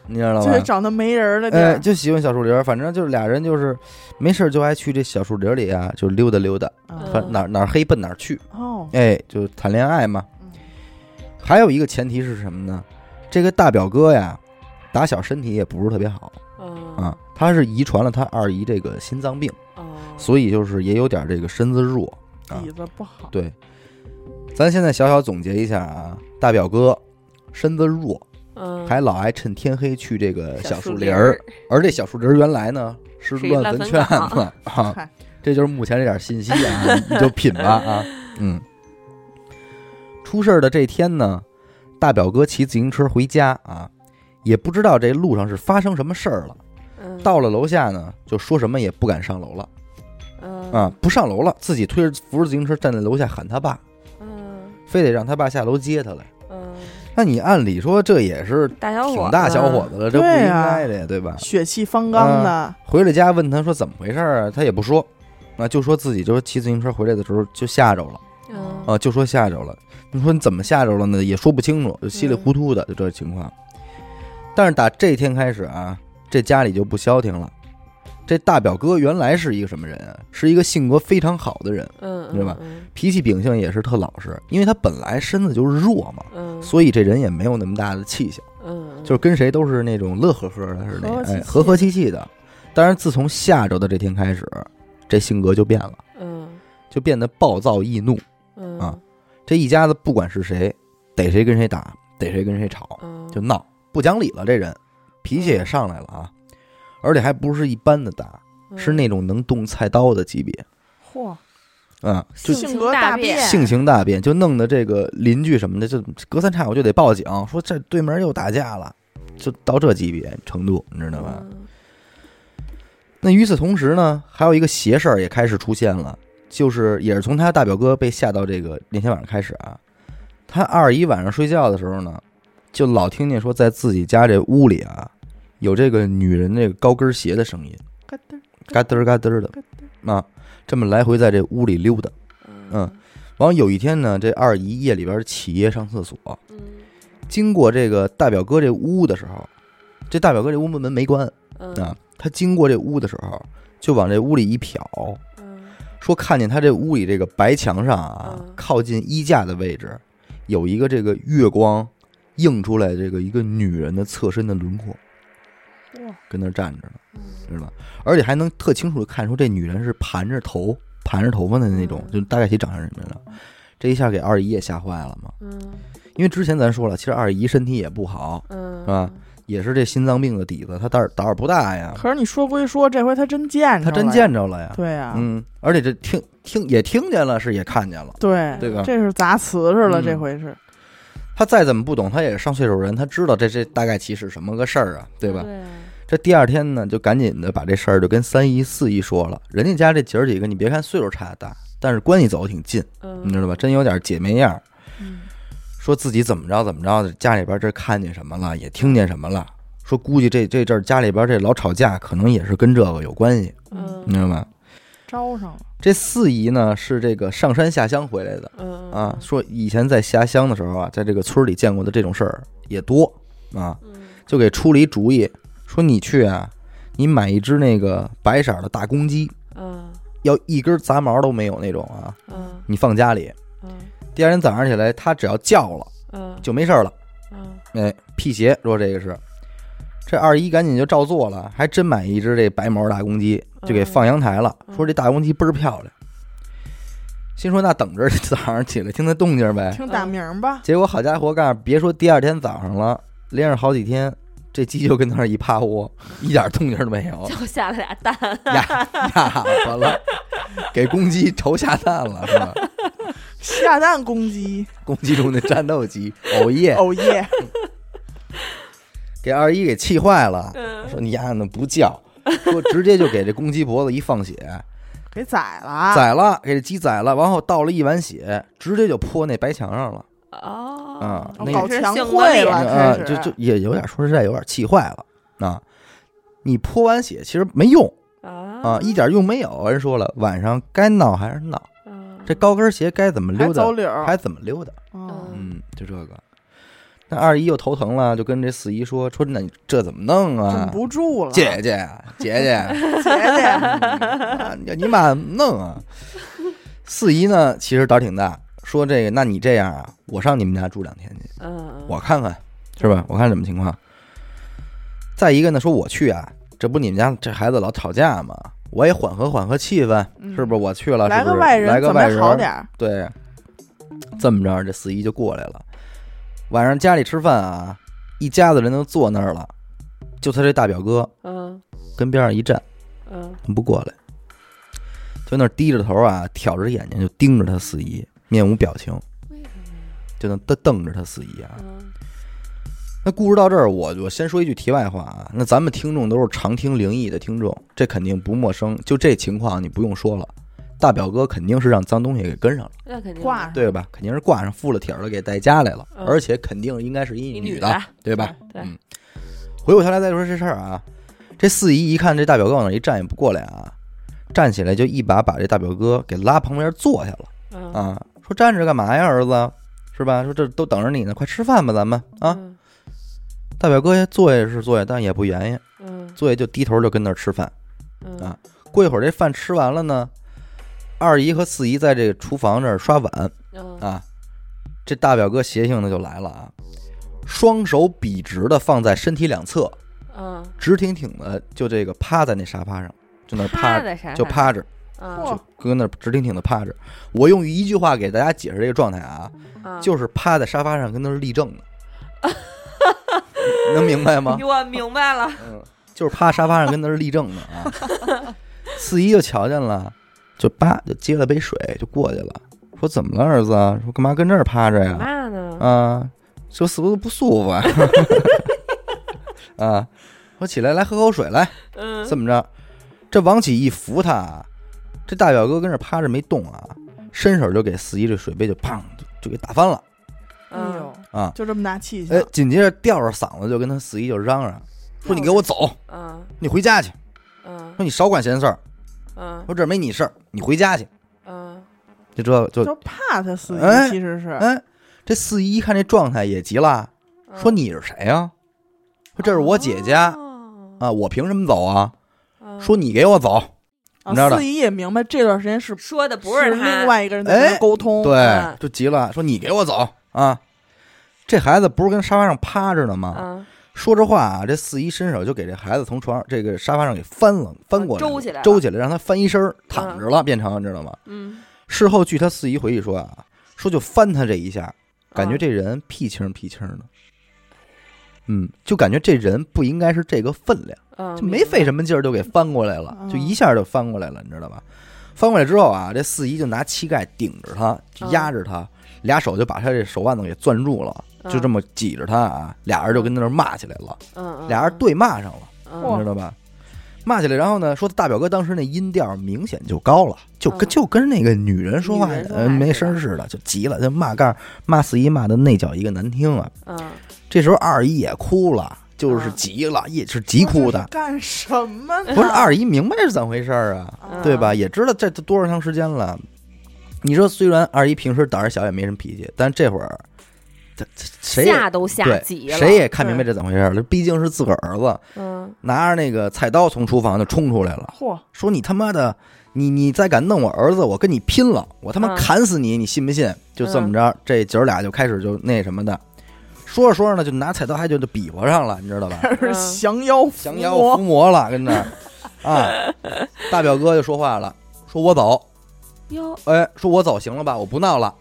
S3: 你知道
S2: 嗯就
S3: 吧
S2: 得？找那没人儿的地
S3: 哎，
S2: 儿，
S3: 就喜欢小树林儿，反正就是俩人就是没事儿就爱去这小树林儿里啊，就溜达溜达，
S2: 啊
S3: 反正哪儿哪儿黑奔哪儿去，
S2: 哦，
S3: 嗯哎，就谈恋爱嘛。
S2: 嗯
S3: 还有一个前提是什么呢？这个大表哥呀，打小身体也不是特别好啊，他是遗传了他二姨这个心脏病，
S1: 哦，
S3: 所以就是也有点这个身子弱，啊
S2: 底子不好，
S3: 对，咱现在小小总结一下啊，大表哥身子弱，
S1: 嗯
S3: 还老爱趁天黑去这个小树
S1: 树
S3: 林
S1: 儿
S3: 儿，，而这小树林儿原来呢是
S1: 是一
S3: 乱
S1: 烂
S3: 坟
S1: 坟
S3: 圈
S1: 岗
S3: 子啊，
S2: 嗨
S3: 这就是目前这点信息 啊，你你就品吧啊，嗯。出事儿的这天呢，大表哥骑自行车回家啊，也不知道这路上是发生什么事儿了。
S1: 嗯
S3: 到了楼下呢，就说什么也不敢上楼了
S1: 嗯
S3: 啊，不上楼了，自己推着扶着自行车站在楼下喊他爸。
S1: 嗯
S3: 非得让他爸下楼接他来。
S1: 嗯，
S3: 那你按理说这也是
S1: 大小伙
S3: 挺大小伙子了，这不
S2: 对
S3: 应
S2: 啊
S3: 该的呀，对吧？
S2: 血气方刚的，
S3: 回了家问他说怎么回事儿啊，他也不说，啊，就说自己就是骑自行车回来的时候就吓着了
S1: 嗯
S3: 啊，就说吓着了。你说你怎么吓着了呢？也说不清楚，就稀
S2: 嗯
S3: 里糊涂的，就这情况。但是打这天开始啊，这家里就不消停了。这大表哥原来是一个什么人啊？是一个性格非常好的人，
S1: 嗯，
S3: 对吧
S1: 嗯？
S3: 脾气秉性也是特老实，因为他本来身子就是弱嘛，
S1: 嗯，
S3: 所以这人也没有那么大的气性，
S1: 嗯，
S3: 就是跟谁都是那种乐呵呵的，是那
S2: 和和气
S3: 哎
S2: 气
S3: 和和气气的。但是自从下周的这天开始，这性格就变了，
S1: 嗯
S3: 就变得暴躁易怒。
S1: 嗯
S3: 啊这一家子不管是谁，逮谁跟谁打，逮谁跟谁吵，
S1: 嗯
S3: 就闹，不讲理了。这人脾气也上来了啊，而且还不是一般的打，
S1: 嗯
S3: 是那种能动菜刀的级别嗯
S2: 嚯，
S3: 啊，就
S1: 性
S2: 性
S1: 情
S2: 格
S1: 大
S2: 大
S1: 变
S3: 性情大变，就弄得这个邻居什么的，就隔三差五就得报警，说这对门又打架了，就到这级别程度，你知道吧？？
S1: 嗯
S3: 那与此同时呢，还有一个邪事儿也开始出现了，就是也是从他大表哥被吓到这个那天晚上开始啊，他二姨晚上睡觉的时候呢，就老听见说在自己家这屋里啊，有这个女人那个高跟鞋的声音，
S2: 咯噔
S3: 嗯嘎噔儿嘎噔儿的
S2: 咯噔，
S3: 啊，这么来回在这屋里溜达。
S1: 嗯
S3: 嗯完了有一天呢，这二姨夜里边起夜上厕所，
S1: 嗯
S3: 经过这个大表哥这屋的时候，这大表哥这屋门没关
S1: 嗯
S3: 啊，他经过这屋的时候，就往这屋里一瞟，
S1: 嗯
S3: 说看见他这屋里这个白墙上啊
S1: 嗯，
S3: 靠近衣架的位置，有一个这个月光映出来这个一个女人的侧身的轮廓，
S2: 哇，
S3: 跟那儿站着呢，
S1: 嗯
S3: 知道吧？而且还能特清楚的看出这女人是盘着头、盘着头发的那种，就
S1: 嗯
S3: 大概其长相什么样的。这一下给二姨也吓坏了嘛，
S1: 嗯
S3: 因为之前咱说了，其实二姨身体也不好，
S1: 嗯
S3: 啊也是这心脏病的底子，她胆儿胆儿不大呀，
S2: 可是你说归说，这回他真见着
S3: 她真
S2: 了呀，
S3: 见着了呀，
S2: 对啊呀，
S3: 嗯，而且这听听也听见了，是也看见了，
S2: 对
S3: 对吧啊
S2: 这是砸瓷实了，
S3: 嗯
S2: 这回是
S3: 她再怎么不懂，她也是上岁数人，她知道这这大概其是什么个事儿啊，对吧？
S1: 对啊
S3: 这第二天呢，就赶紧的把这事儿就跟三姨四姨说了，人家家这姐儿几个，你别看岁数差得大，但是关系走的挺近，
S1: 嗯
S3: 你知道吧？真有点姐妹样儿，
S1: 嗯
S3: 说自己怎么着怎么着的，家里边这看见什么了，也听见什么了。说估计这这阵儿家里边这老吵架，可能也是跟这个有关系，
S1: 嗯
S3: 你知道吗？
S2: 招上了，
S3: 这四姨呢是这个上山下乡回来的
S1: 嗯
S3: 啊，说以前在下乡的时候啊，在这个村里见过的这种事儿也多啊，
S1: 嗯
S3: 就给出了一主意，说你去啊，你买一只那个白色儿的大公鸡，
S1: 嗯
S3: 要一根杂毛都没有那种啊，
S1: 嗯
S3: 你放家里，
S1: 嗯
S3: 第二天早上起来它只要叫了
S1: 嗯
S3: 就没事儿了。
S1: 嗯
S3: 哎，辟邪说这个是，这二姨赶紧就照做了，还真买一只这白毛大公鸡，就给放阳台了。
S1: 嗯，
S3: 说这大公鸡倍儿漂亮，心说那等着早上起来听它动静呗。
S2: 听打名儿吧，
S3: 结果好家伙，告诉你别说第二天早上了，连着好几天，这鸡就跟那儿一趴窝， 一点动静都没 有
S1: 就下了俩蛋，
S3: 压压巴了，给公鸡愁下蛋了是吧？
S2: 下蛋公鸡，
S3: 公鸡中的战斗 机，哦耶，
S2: 哦耶，
S3: 给二姨给气坏了。
S1: 嗯
S3: 说你丫的不 叫，说直接就给这公鸡脖子一放血，
S2: 啊给宰了啊，
S3: 宰了，给这鸡宰了，然后倒了一碗血，直接就泼那白墙上了
S1: 哦
S3: 啊
S2: 哦
S3: 那
S2: 搞
S1: 是
S2: 强
S1: 性格
S2: 会
S1: 烈
S2: 了，
S3: 啊，
S2: 开
S3: 就
S2: 始
S3: 就也有点说实在有点气坏了啊。你泼完血其实没用
S1: 啊
S3: 啊，一点用没有。人说了，晚上该闹还是闹，
S1: 嗯
S3: 这高跟鞋该怎么
S2: 还
S3: 溜达
S2: 走柳儿，
S3: 还怎么溜达。
S2: 嗯
S3: 嗯，就这个。那二姨又头疼了，就跟这四姨说：“说那你这怎么弄
S2: 忍
S3: 啊？
S2: 不住了，
S3: 姐姐，姐姐，
S2: 姐姐，
S3: 啊，你你妈弄啊！四姨呢，其实胆儿挺大，说这个，那你这样啊，我上你们家住两天去，
S1: 嗯
S3: 我看看，是吧？我看什么情况。再一个呢，说我去啊，这不你们家这孩子老吵架嘛，我也缓和缓和气氛，
S2: 嗯
S3: 是不是？我去了，
S2: 来
S3: 是不
S2: 个
S3: 是
S2: 外人
S3: 来个
S2: 怎
S3: 外
S2: 么
S3: 人，
S2: 好点儿？
S3: 对，这么着，这四姨就过来了。晚上家里吃饭啊，一家子人都坐那儿了，就他这大表哥
S1: 嗯
S3: 跟边上一站。
S1: 嗯
S3: 不过来，就那儿低着头啊，挑着眼睛就盯着他四姨，面无表情，
S1: 为什么呀
S3: 就那瞪瞪着他四姨啊。
S1: 嗯
S3: 那故事到这儿，我我先说一句题外话啊，那咱们听众都是常听灵异的听众，这肯定不陌生。就这情况，你不用说了，大表哥肯定是让脏东西给跟上了，
S1: 那肯定
S2: 挂上
S3: 对吧？肯定是挂上附了帖儿了，给带家来了，
S1: 啊嗯
S3: 而且肯定应该是一
S1: 一
S3: 女
S1: 女啊
S3: 的，对吧？
S1: 对
S3: 嗯回过头来再说这事儿啊，这四姨一看这大表哥往那一站也不过来啊，站起来就一把把这大表哥给拉旁边坐下了
S1: 嗯
S3: 啊，说站着干嘛呀，儿子，是吧？说这都等着你呢，快吃饭吧，咱们啊。
S1: 嗯
S3: 大表哥坐下是坐下，但也不言语，
S1: 嗯
S3: 坐下就低头就跟那儿吃饭。
S1: 嗯
S3: 啊过一会儿这饭吃完了呢，二姨和四姨在这个厨房这儿刷碗
S1: 嗯
S3: 啊，这大表哥邪性的就来了啊，双手笔直的放在身体两侧，
S1: 嗯
S3: 直挺挺的就这个趴在那沙发上，就那儿趴着，
S1: 在啥
S3: 就趴着，
S1: 嗯
S2: 嚯
S3: 跟那儿直挺挺的趴着。我用一句话给大家解释这个状态啊，
S1: 嗯
S3: 就是趴在沙发上跟那儿立正的，能明白吗？
S1: 我明白了
S3: 嗯，就是趴沙发上跟那儿立正的啊。 四姨就瞧见了，就叭就接了杯水就过去了，说怎么了儿子？说干嘛跟这儿趴着哎呀？
S1: 嘛呢
S3: 啊，说是不是不舒服啊？ 啊，说起来来喝口水来。
S1: 嗯
S3: 这么着，这王启一扶他啊，这大表哥跟这趴着没动啊，伸手就给四姨这水杯就砰就就给打翻了
S2: 哎
S1: 嗯
S2: 呦，
S3: 啊！
S2: 就这么大气
S3: 哎
S2: 性，，
S3: 紧接着吊着嗓子就跟他四姨就嚷嚷，说你给我走，
S1: 嗯
S3: 你回家去，
S1: 嗯
S3: 说你少管闲事儿，
S1: 嗯
S3: 说这儿没你事儿，你回家去。
S1: 嗯
S3: 就这就
S2: 就怕他司
S3: 哎
S2: 仪其实是
S3: 哎，这四姨一看这状态也急了，
S1: 嗯
S3: 说你是谁呀、说这是我姐姐啊，
S1: 哦
S3: 啊我凭什么走啊？
S1: 嗯
S3: 说你给我走。你知道
S2: 啊
S3: 的
S2: 司仪也明白这段时间是
S1: 说的不是他，
S2: 另外一个人在跟他
S3: 哎
S2: 沟通，
S3: 对
S1: 嗯，
S3: 就急了，说你给我走啊！这孩子不是跟沙发上趴着呢吗？
S1: 嗯，
S3: 说着话啊，这四姨伸手就给这孩子从床上这个沙发上给翻了，翻过来了，
S1: 啊周起来了
S3: 周起来，让他翻一身儿，躺着了，变成你知道吗？
S1: 嗯，
S3: 事后据他四姨回忆说啊，说就翻他这一下，感觉
S1: 嗯
S3: 这人屁青屁青的，嗯，就感觉这人不应该是这个分量，
S1: 嗯
S3: 就没费什么劲儿就给翻过来了，
S2: 嗯
S3: 就一下就翻过来了，你知道吧？翻过来之后啊，这四姨就拿膝盖顶着他，
S1: 嗯
S3: 就压着他，俩手就把他这手腕子给攥住了，
S1: 嗯
S3: 就这，么挤着他啊，俩人就跟那儿骂起来了，
S1: 明白嗯嗯，
S3: 俩人对骂上了，你
S1: 嗯，
S3: 知道吧？骂起来，然后呢，说他大表哥当时那音调明显就高了，就跟
S1: 嗯
S3: 就跟那个女人说话
S1: 女人说话
S3: 呃没
S1: 似的
S3: 声儿似的，就急了，就骂盖儿骂四姨骂的那叫一个难听啊！
S1: 嗯嗯，
S3: 这时候二姨也哭了，就是
S1: 嗯
S3: 急了，也是急哭的
S2: 这是。干什么 呢？
S3: 不是二姨明白这是怎么回事儿啊，
S2: 啊
S1: 嗯
S3: 对吧？也知道这多少长时间了。你说虽然二姨平时胆儿小也没什么脾气，但这会儿，这这谁也
S1: 吓都吓急
S3: 对
S1: 了，
S3: 谁也看明白这怎么回事儿了。毕竟是自个儿儿子，
S1: 嗯
S3: 拿着那个菜刀从厨房就冲出来了，
S2: 嚯，
S3: 说你他妈的，你你再敢弄我儿子，我跟你拼了！我他妈
S1: 嗯
S3: 砍死你，你信不信？就这么着，这姐儿俩就开始就那什么的，说着说着呢，就拿菜刀还就就比划上了，你知道吧？
S2: 这是降妖伏
S3: 降妖伏
S2: 魔，
S3: 魔了，跟那儿啊，大表哥就说话了，说我走，
S1: 哟，
S3: 哎，说我走行了吧，我不闹了，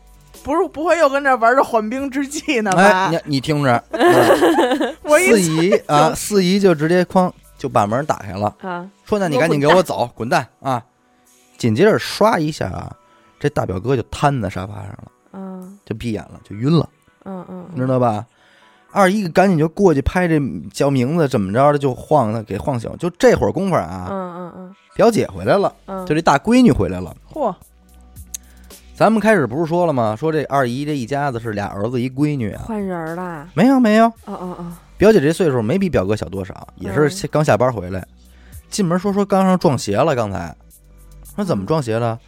S2: 不是不会又跟这玩着缓兵之计呢
S3: 哎，
S2: 吧？
S3: 你你听着，
S2: 我一
S3: 四姨啊，四姨就直接哐就把门打开了，
S1: 啊，
S3: 说那你赶紧给我走，滚蛋啊！紧接着唰一下啊，这大表哥就瘫在沙发上了，
S1: 嗯
S3: 就闭眼了，就晕了，
S1: 嗯嗯，
S3: 你知道吧？二姨赶紧就过去拍这叫名字，怎么着的就晃他给晃醒，就这会儿功夫
S1: 嗯
S3: 啊，
S1: 嗯
S3: 表姐回来了，
S1: 嗯，
S3: 就这大闺女回来了。
S2: 嚯，
S3: 咱们开始不是说了吗？说这二姨这一家子是俩儿子一闺女啊？
S1: 换人儿了，
S3: 没有没有，
S1: 哦哦哦，
S3: 表姐这岁数没比表哥小多少，也是下刚下班回来，进门说说刚上撞邪了，刚才说怎么撞邪了？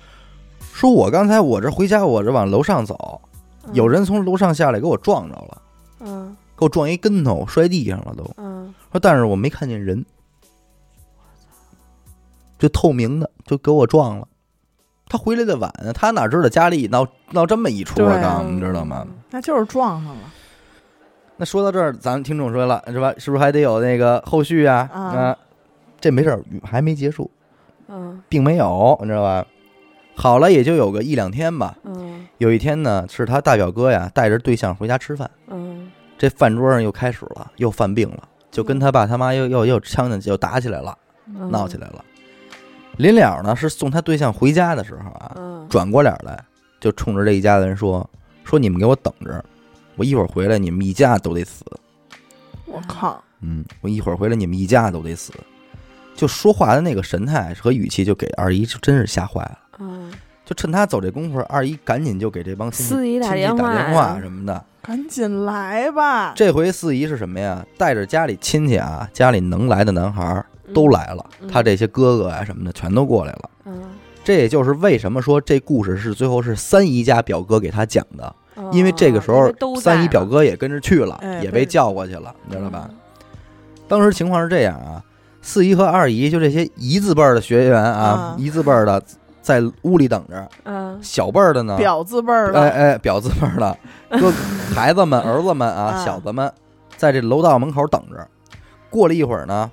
S3: 说我刚才我这回家我这往楼上走，
S1: 嗯
S3: 有，人从楼上下来给我撞着了，
S1: 嗯
S3: 给我撞一跟头，摔地上了都。
S1: 嗯
S3: 说但是我没看见人，就透明的就给我撞了。他回来的晚，他哪知道家里闹闹这么一出啊？
S2: 对
S3: 刚你知道吗？？
S2: 那就是撞上了，
S3: 那说到这儿，咱们听众说了是吧？是不是还得有那个后续啊？
S2: 啊
S3: 这没事儿，还没结束，
S1: 嗯
S3: 并没有，你知道吧？好了，也就有个一两天吧。
S1: 嗯
S3: 有一天呢，是他大表哥呀带着对象回家吃饭，
S1: 嗯
S3: 这饭桌上又开始了，又犯病了，就跟他爸他妈又又又呛呛，又打起来了，
S1: 嗯，
S3: 闹起来了。临了呢，是送他对象回家的时候啊，
S1: 嗯，
S3: 转过脸来就冲着这一家的人说：“说你们给我等着，我一会儿回来，你们一家都得死。”
S2: 我靠，
S3: 嗯，我一会儿回来，你们一家都得死。就说话的那个神态和语气，就给二姨就真是吓坏了。
S1: 嗯，
S3: 就趁他走这功夫，二姨赶紧就给这帮亲戚
S1: 四姨
S3: 亲
S1: 打
S3: 戚
S1: 电
S3: 打
S1: 话嗯呀，
S3: 电话什么的。
S2: 赶紧来吧！
S3: 这回四姨是什么呀？带着家里亲戚啊，家里能来的男孩儿都来了，
S1: 嗯
S3: 他这些哥哥啊什么的全都过来了。
S1: 嗯，
S3: 这也就是为什么说这故事是最后是三姨家表哥给他讲的，
S1: 嗯，
S3: 因为这个时候
S1: 都在
S3: 三姨表
S1: 了，嗯
S3: 哥也跟着去了
S2: 哎，
S3: 也
S2: 被
S3: 被叫过去了，你知道吧？当时情况是这样啊，四姨和二姨就这些姨字辈儿的学员啊，
S2: 啊
S3: 姨字辈儿的在屋里等着，
S1: 嗯？
S3: 小辈儿的呢，
S2: 表字辈儿
S3: 哎
S2: 的，
S3: 哎表字辈儿的，哥孩子们、儿子们啊、
S2: 啊
S3: 小子们，在这楼道门口等着。过了一会儿呢，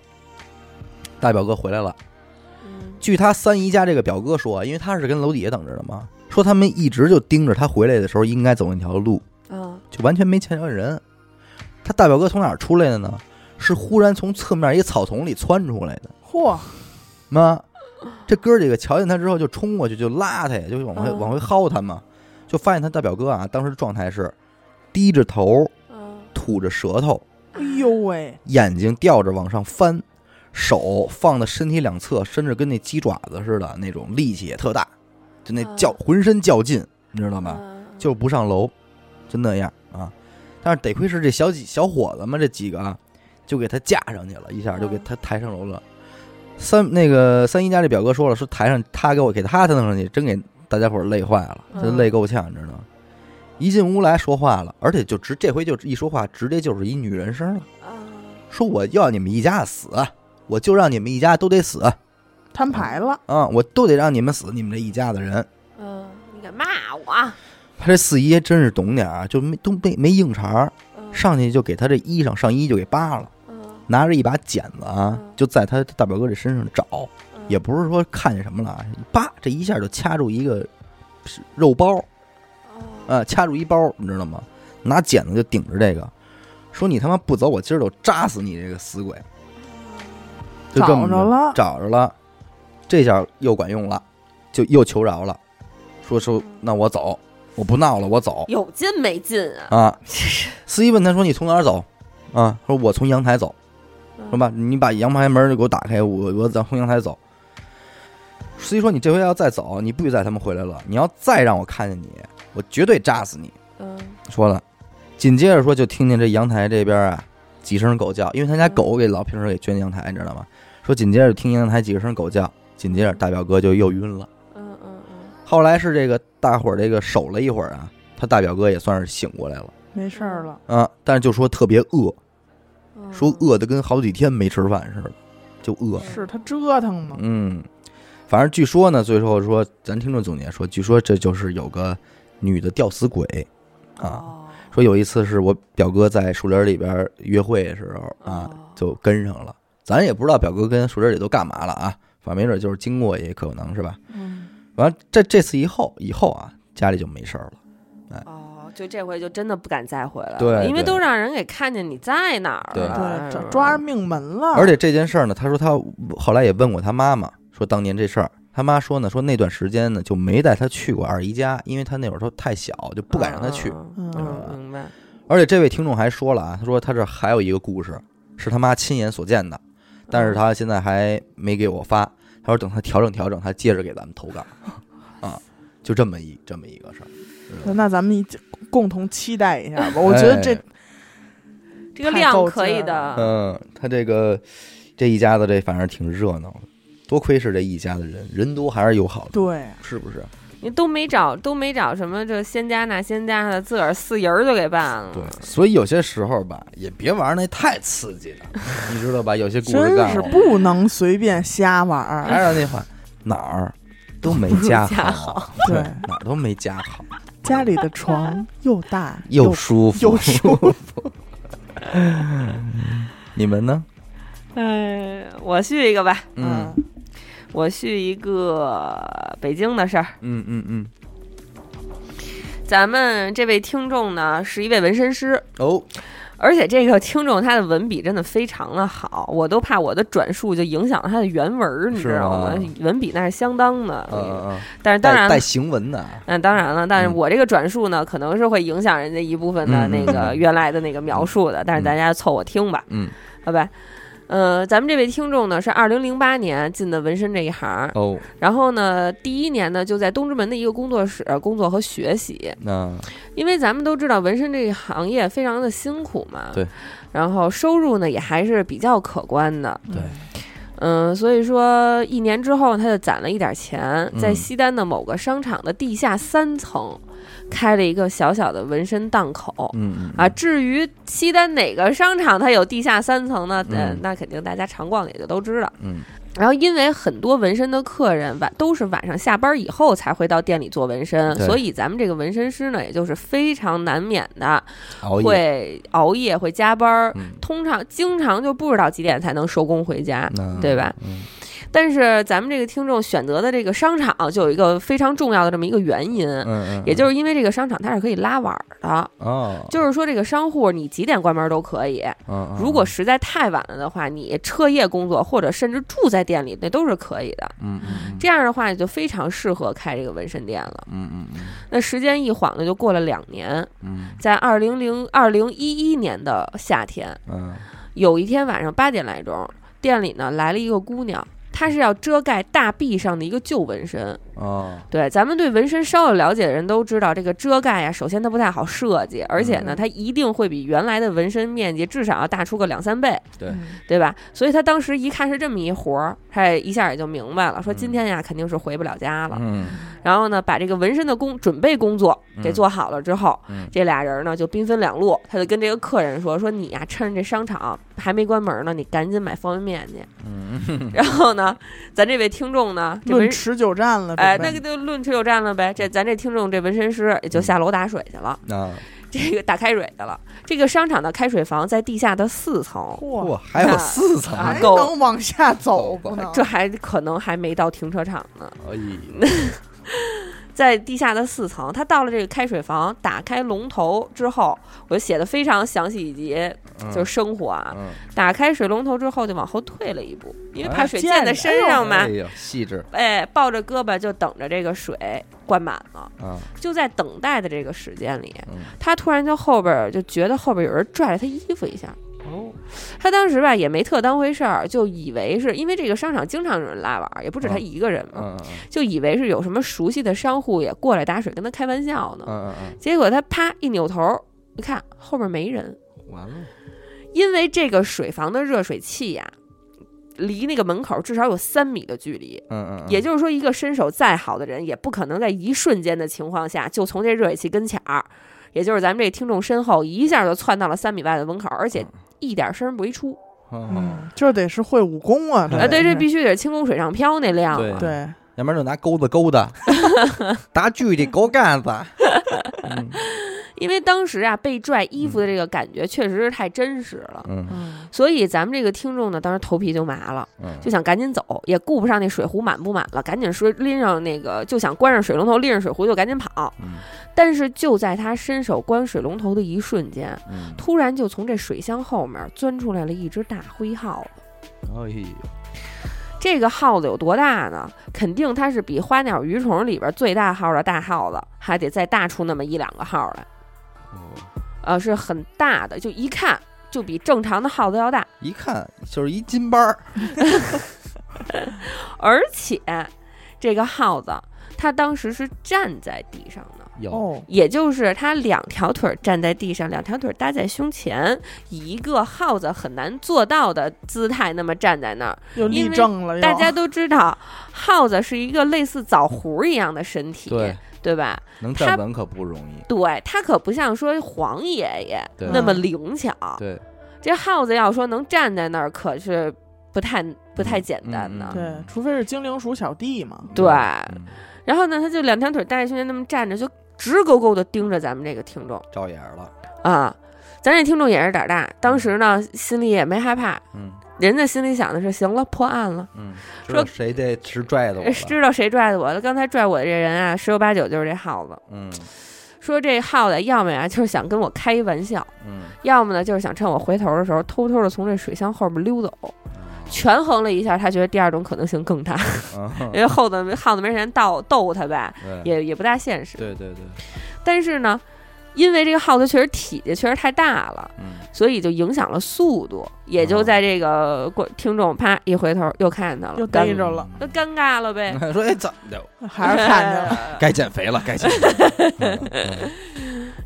S3: 大表哥回来了。
S1: 嗯
S3: 据他三姨家这个表哥说，啊因为他是跟楼底下等着的嘛，说他们一直就盯着他回来的时候应该走那条路，
S1: 嗯
S3: 就完全没见着人。他大表哥从哪儿出来的呢？是忽然从侧面一草丛里窜出来的。
S2: 嚯，
S3: 妈，这哥儿几个瞧见他之后就冲过去就拉他呀，就往回、
S1: 嗯
S3: 往回薅他嘛，就发现他大表哥啊，当时状态是低着头，
S1: 嗯
S3: 吐着舌头，
S2: 哎呦喂，
S3: 眼睛吊着往上翻，手放在身体两侧，伸着跟那鸡爪子似的那种，力气也特大，就那较浑身较劲，你知道吗？
S1: 嗯
S3: 就是不上楼，就那样啊。但是得亏是这小几小伙子们这几个啊，就给他架上去了，一下就
S1: 嗯
S3: 给他抬上楼了。三那个三姨家这表哥说了，说抬上他给我给他他弄上去，真给大家伙儿累坏了，
S1: 嗯
S3: 这累够呛，你知道吗？一进屋来说话了，而且就直这回就一说话，直接就是一女人声了，
S1: 嗯
S3: 说我要你们一家死，我就让你们一家都得死啊、啊
S2: 摊牌了，
S3: 我都得让你们死，你们这一家子人。
S1: 嗯，你敢骂我？啊
S3: 他这四姨真是懂点儿，就没都没没硬茬儿，
S1: 嗯
S3: 上去就给他这衣裳上衣就给扒了，
S1: 嗯
S3: 拿着一把剪子啊
S1: 嗯，
S3: 就在他大表哥这身上找，
S1: 嗯
S3: 也不是说看见什么了啊，叭，这一下就掐住一个是肉包，
S1: 哦
S3: 呃，掐住一包，你知道吗？拿剪子就顶着这个，说你他妈不走，我今儿就扎死你这个死鬼！就这么
S2: 找着了
S3: 找着了，这下又管用了，就又求饶了，说说那我走，我不闹了，我走
S1: 有劲没劲啊？
S3: 啊！
S1: 这是
S3: 司仪问他说你从哪儿走？啊，说我从阳台走。
S1: 嗯
S3: 说吧，你把阳台门儿给我打开，我我咱从阳台走。司机说你这回要再走，你不许带他们回来了。你要再让我看见你，我绝对扎死你。
S1: 嗯
S3: 说了，紧接着说就听见这阳台这边啊几声狗叫，因为他家狗给老平时给圈阳台，你知道吗？说紧接着听阳台几声狗叫，紧接着大表哥就又晕了。
S1: 嗯嗯嗯
S3: 后来是这个大伙儿这个守了一会儿啊，他大表哥也算是醒过来了
S2: 没事儿了，
S3: 啊，但是就说特别饿，
S1: 嗯，
S3: 说饿的跟好几天没吃饭似的，就饿了。
S2: 是他折腾嘛，
S3: 嗯，反正据说呢，最后说咱听众总结说，据说这就是有个女的吊死鬼啊。
S1: 哦
S3: 说有一次是我表哥在树林里边约会的时候啊，
S1: 哦
S3: 就跟上了。咱也不知道表哥跟树林里都干嘛了啊，反正没准就是经过也可能是吧。
S2: 嗯，
S3: 完了这这次以后以后啊，家里就没事儿了。
S1: 哦，就这回就真的不敢再回来了，
S3: 对
S1: 因为
S3: 对
S1: 都让人给看见你在哪儿
S3: 对
S1: 了，
S2: 对，
S1: 是
S2: 抓
S1: 吧
S2: 抓着命门了，
S3: 嗯而且这件事儿呢，他说他后来也问过他妈妈，说当年这事儿。他妈说呢，说那段时间呢就没带他去过二姨家，因为他那会儿他太小，就不敢让他去。
S1: 嗯
S2: 嗯
S1: 嗯，明白。
S3: 而且这位听众还说了啊，他说他这还有一个故事，是他妈亲眼所见的，但是他现在还没给我发。他说等他调整调整，他接着给咱们投稿。啊，就这么一这么一个事儿。
S2: 那咱们一起共同期待一下吧，我觉得这
S3: 哎
S1: 这个
S2: 太
S1: 量
S2: 够
S1: 可以
S2: 劲儿
S1: 的，
S3: 嗯，他这个这一家子这反正挺热闹的，多亏是这一家子人，人多还是有好的，
S2: 对
S3: 是不
S2: 啊
S3: 是？
S1: 你都没找都没找什么这仙家那仙家的，自个儿四人儿就给办了。，
S3: 所以有些时候吧，也别玩那太刺激 的，你知道吧？有些故事
S2: 真
S3: 干
S2: 是
S3: 了
S2: 不能随便瞎玩
S3: 还
S1: 哎
S2: 儿，
S3: 是那话，哪儿都没家
S1: 家
S3: 好，
S2: 对
S3: 哪儿都没家好，
S2: 家里的床又大
S3: 又舒服
S2: 又舒
S3: 服。 你们呢？
S1: 哎，我续一个吧，
S2: 嗯，
S1: 我续一个北京的事儿。
S3: 嗯嗯嗯，
S1: 咱们这位听众呢，是一位纹身师，
S3: 哦，
S1: 而且这个听众他的文笔真的非常的好，我都怕我的转述就影响了他的原文儿，你
S3: 是
S1: 知道吗
S3: 吗？
S1: 文笔那是相当的，
S3: 嗯嗯，
S1: 但是当然
S3: 带
S1: 了
S3: 带行文的啊，
S1: 嗯，当然了，但是
S3: 嗯
S1: 我这个转述呢，可能是会影响人家一部分的
S3: 嗯
S1: 那个
S3: 嗯
S1: 原来的那个描述的，但是大家凑合听吧，
S3: 嗯，
S1: 好吧？呃，咱们这位听众呢是二零零八年进的纹身这一行，
S3: 哦，
S1: 然后呢，第一年呢就在东直门的一个工作室、呃工作和学习，
S3: 那
S1: 因为咱们都知道纹身这个行业非常的辛苦嘛，
S3: 对，
S1: 然后收入呢也还是比较可观的，
S3: 对
S1: 嗯、所以说一年之后，他就攒了一点钱，在
S3: 嗯
S1: 西单的某个商场的地下三层，开了一个小小的纹身档口。
S3: 嗯嗯
S1: 啊，，至于西单哪个商场它有地下三层呢？呃
S3: 嗯，
S1: 那肯定大家常逛也就都知道。
S3: 嗯
S1: 然后，因为很多纹身的客人晚都是晚上下班以后才会到店里做纹身，
S3: 对
S1: 所以咱们这个纹身师呢，也就是非常难免的
S3: 熬夜，
S1: 会熬夜、会加班儿，
S3: 嗯，
S1: 通常经常就不知道几点才能收工回家。
S3: 那
S1: 对吧？
S3: 嗯
S1: 但是咱们这个听众选择的这个商场就有一个非常重要的这么一个原因，
S3: 嗯，
S1: 也就是是因为这个商场它是可以拉晚儿的，
S3: 哦，
S1: 就是说这个商户你几点关门都可以，
S3: 嗯嗯
S1: 如果实在太晚了的话，你彻夜工作或者甚至住在店里那都是可以的。
S3: 嗯嗯
S1: 这样的话，也就非常适合开这个纹身店了。
S3: 嗯嗯嗯
S1: 那时间一晃呢，就过了两年，
S3: 嗯
S1: 在二零零二零一一年的夏天，
S3: 嗯
S1: 有一天晚上八点来钟，店里呢来了一个姑娘，它是要遮盖大臂上的一个旧纹身。
S3: 哦，
S1: 对，咱们对纹身稍有了解的人都知道，这个遮盖呀、啊首先它不太好设计，而且呢，
S2: 嗯
S1: 它一定会比原来的纹身面积至少要大出个两三倍，
S3: 对
S2: 嗯
S1: 对吧？所以他当时一看是这么一活儿，他也一下也就明白了，说
S3: 嗯
S1: 今天呀肯定是回不了家了。
S3: 嗯
S1: 然后呢，把这个纹身的工准备工作给做好了之后，
S3: 嗯
S1: 这俩人呢就兵分两路，他就跟这个客人说：“说你呀、趁着这商场还没关门呢，你赶紧买方便面去。
S3: 嗯，
S1: 然后呢，咱这位听众呢，这
S2: 论
S1: 纹
S2: 持久战了，
S1: 哎，
S2: 准
S1: 那
S2: 备
S1: 个就论持久战了呗。这
S3: 嗯
S1: 咱这听众这纹身师也就下楼打水去了，
S3: 那
S1: 这个打开水去了。这个商场的开水房在地下的四层，
S3: 哇，哎
S2: 嚯，
S3: 还有四层，
S1: 啊
S2: 还
S1: 够
S2: 能往下走不能？
S1: 这还可能还没到停车场呢。
S3: 哎呦
S1: 嗯在地下的四层，他到了这个开水房，打开龙头之后，我写的非常详细以及
S3: 嗯
S1: 就是生活啊。
S3: 嗯
S1: 打开水龙头之后就往后退了一步，因为
S3: 哎
S1: 怕水溅在身上嘛
S3: 哎。呦，细致
S1: 哎，抱着胳膊就等着这个水灌满了。
S3: 啊，
S1: 就在等待的这个时间里，
S3: 嗯
S1: 他突然就后边儿就觉得后边有人拽了他衣服一下。
S3: 哦，
S1: 他当时吧也没特当回事儿，就以为是因为这个商场经常有人拉网儿，也不止他
S3: 嗯
S1: 一个人嘛，
S3: 嗯
S1: 就以为是有什么熟悉的商户也过来打水跟他开玩笑
S3: 嗯
S1: 呢。
S3: 嗯嗯
S1: 结果他啪一扭头，一看后边没人，
S3: 嗯，完了，
S1: 因为这个水房的热水器呀、离那个门口至少有三米的距离，
S3: 嗯嗯，
S1: 也就是说，一个身手再好的人，也不可能在一瞬间的情况下，就从这热水器跟前儿，也就是咱们这听众身后，一下就窜到了三米外的门口，而且一点声儿没出。
S3: 嗯，
S2: 嗯，这得是会武功啊！
S1: 啊，对，
S2: 得
S1: 这
S2: 是
S1: 必须得是清宫水上漂那量
S3: 对
S1: 啊。
S2: 对，
S3: 要不然就拿钩子勾 的，打锯的勾杆子，嗯
S1: 因为当时啊，被拽衣服的这个感觉确实是太真实了，
S3: 嗯
S2: 嗯，
S1: 所以咱们这个听众呢，当时头皮就麻了，
S3: 嗯，
S1: 就想赶紧走，也顾不上那水壶满不满了，赶紧说拎上那个，就想关上水龙头，拎上水壶就赶紧跑。
S3: 嗯
S1: 但是就在他伸手关水龙头的一瞬间，
S3: 嗯，
S1: 突然就从这水箱后面钻出来了一只大灰耗子。
S3: 哎呦，
S1: 这个耗子有多大呢？肯定它是比花鸟鱼虫里边最大号的大耗子还得再大出那么一两个号来，
S3: 哦
S1: 呃，是很大的，就一看就比正常的耗子要大，
S3: 一看就是一金班儿，
S1: 而且这个耗子它当时是站在地上的。
S3: 有，
S2: 哦，
S1: 也就是它两条腿站在地上，两条腿搭在胸前，以一个耗子很难做到的姿态，那么站在那儿，
S2: 又立
S1: 嗯因为
S2: 正了，又
S3: 哎
S1: 大家都知道，耗子是一个类似枣核一样的身体，
S3: 对，
S1: 对吧？
S3: 能
S1: 他
S3: 站稳可不容易，
S1: 对，它可不像说黄爷爷
S3: 对
S1: 那么灵巧。
S3: 嗯对，
S1: 这耗子要说能站在那儿，可是不太不太简单的。
S3: 嗯嗯嗯
S2: 对，除非是精灵鼠小弟嘛，
S1: 对
S3: 嗯
S1: 然后呢，它就两条腿搭在胸前那么站着，就直勾勾的盯着咱们这个听众
S3: 照眼儿了，
S1: 啊。咱这听众也是胆儿大，当时呢心里也没害怕，
S3: 嗯
S1: 人家心里想的是行了，破案了。
S3: 嗯，知道谁得吃拽的我了，
S1: 知道谁拽的我了？刚才拽我的这人啊，十有八九就是这耗子。
S3: 嗯
S1: 说这耗子要么呀就是想跟我开一玩笑，
S3: 嗯，
S1: 要么呢就是想趁我回头的时候偷偷的从这水箱后面溜走。权衡了一下，他觉得第二种可能性更大，因
S3: 嗯
S1: 为耗子耗子没人逗逗他呗，
S3: 对
S1: 也也不大现实。
S3: 对对对，
S1: 但是呢，因为这个耗子确实体积确实太大了，
S3: 嗯
S1: 所以就影响了速度，也就
S3: 哦
S1: 在这个过听众啪一回头又看见他了，
S2: 又
S1: 尴
S2: 逮着了，
S1: 又尴尬了 呗。
S3: 说哎怎么的，
S1: 嗯
S2: 还是看见了，
S1: 了，
S3: 该减肥了，该减肥了，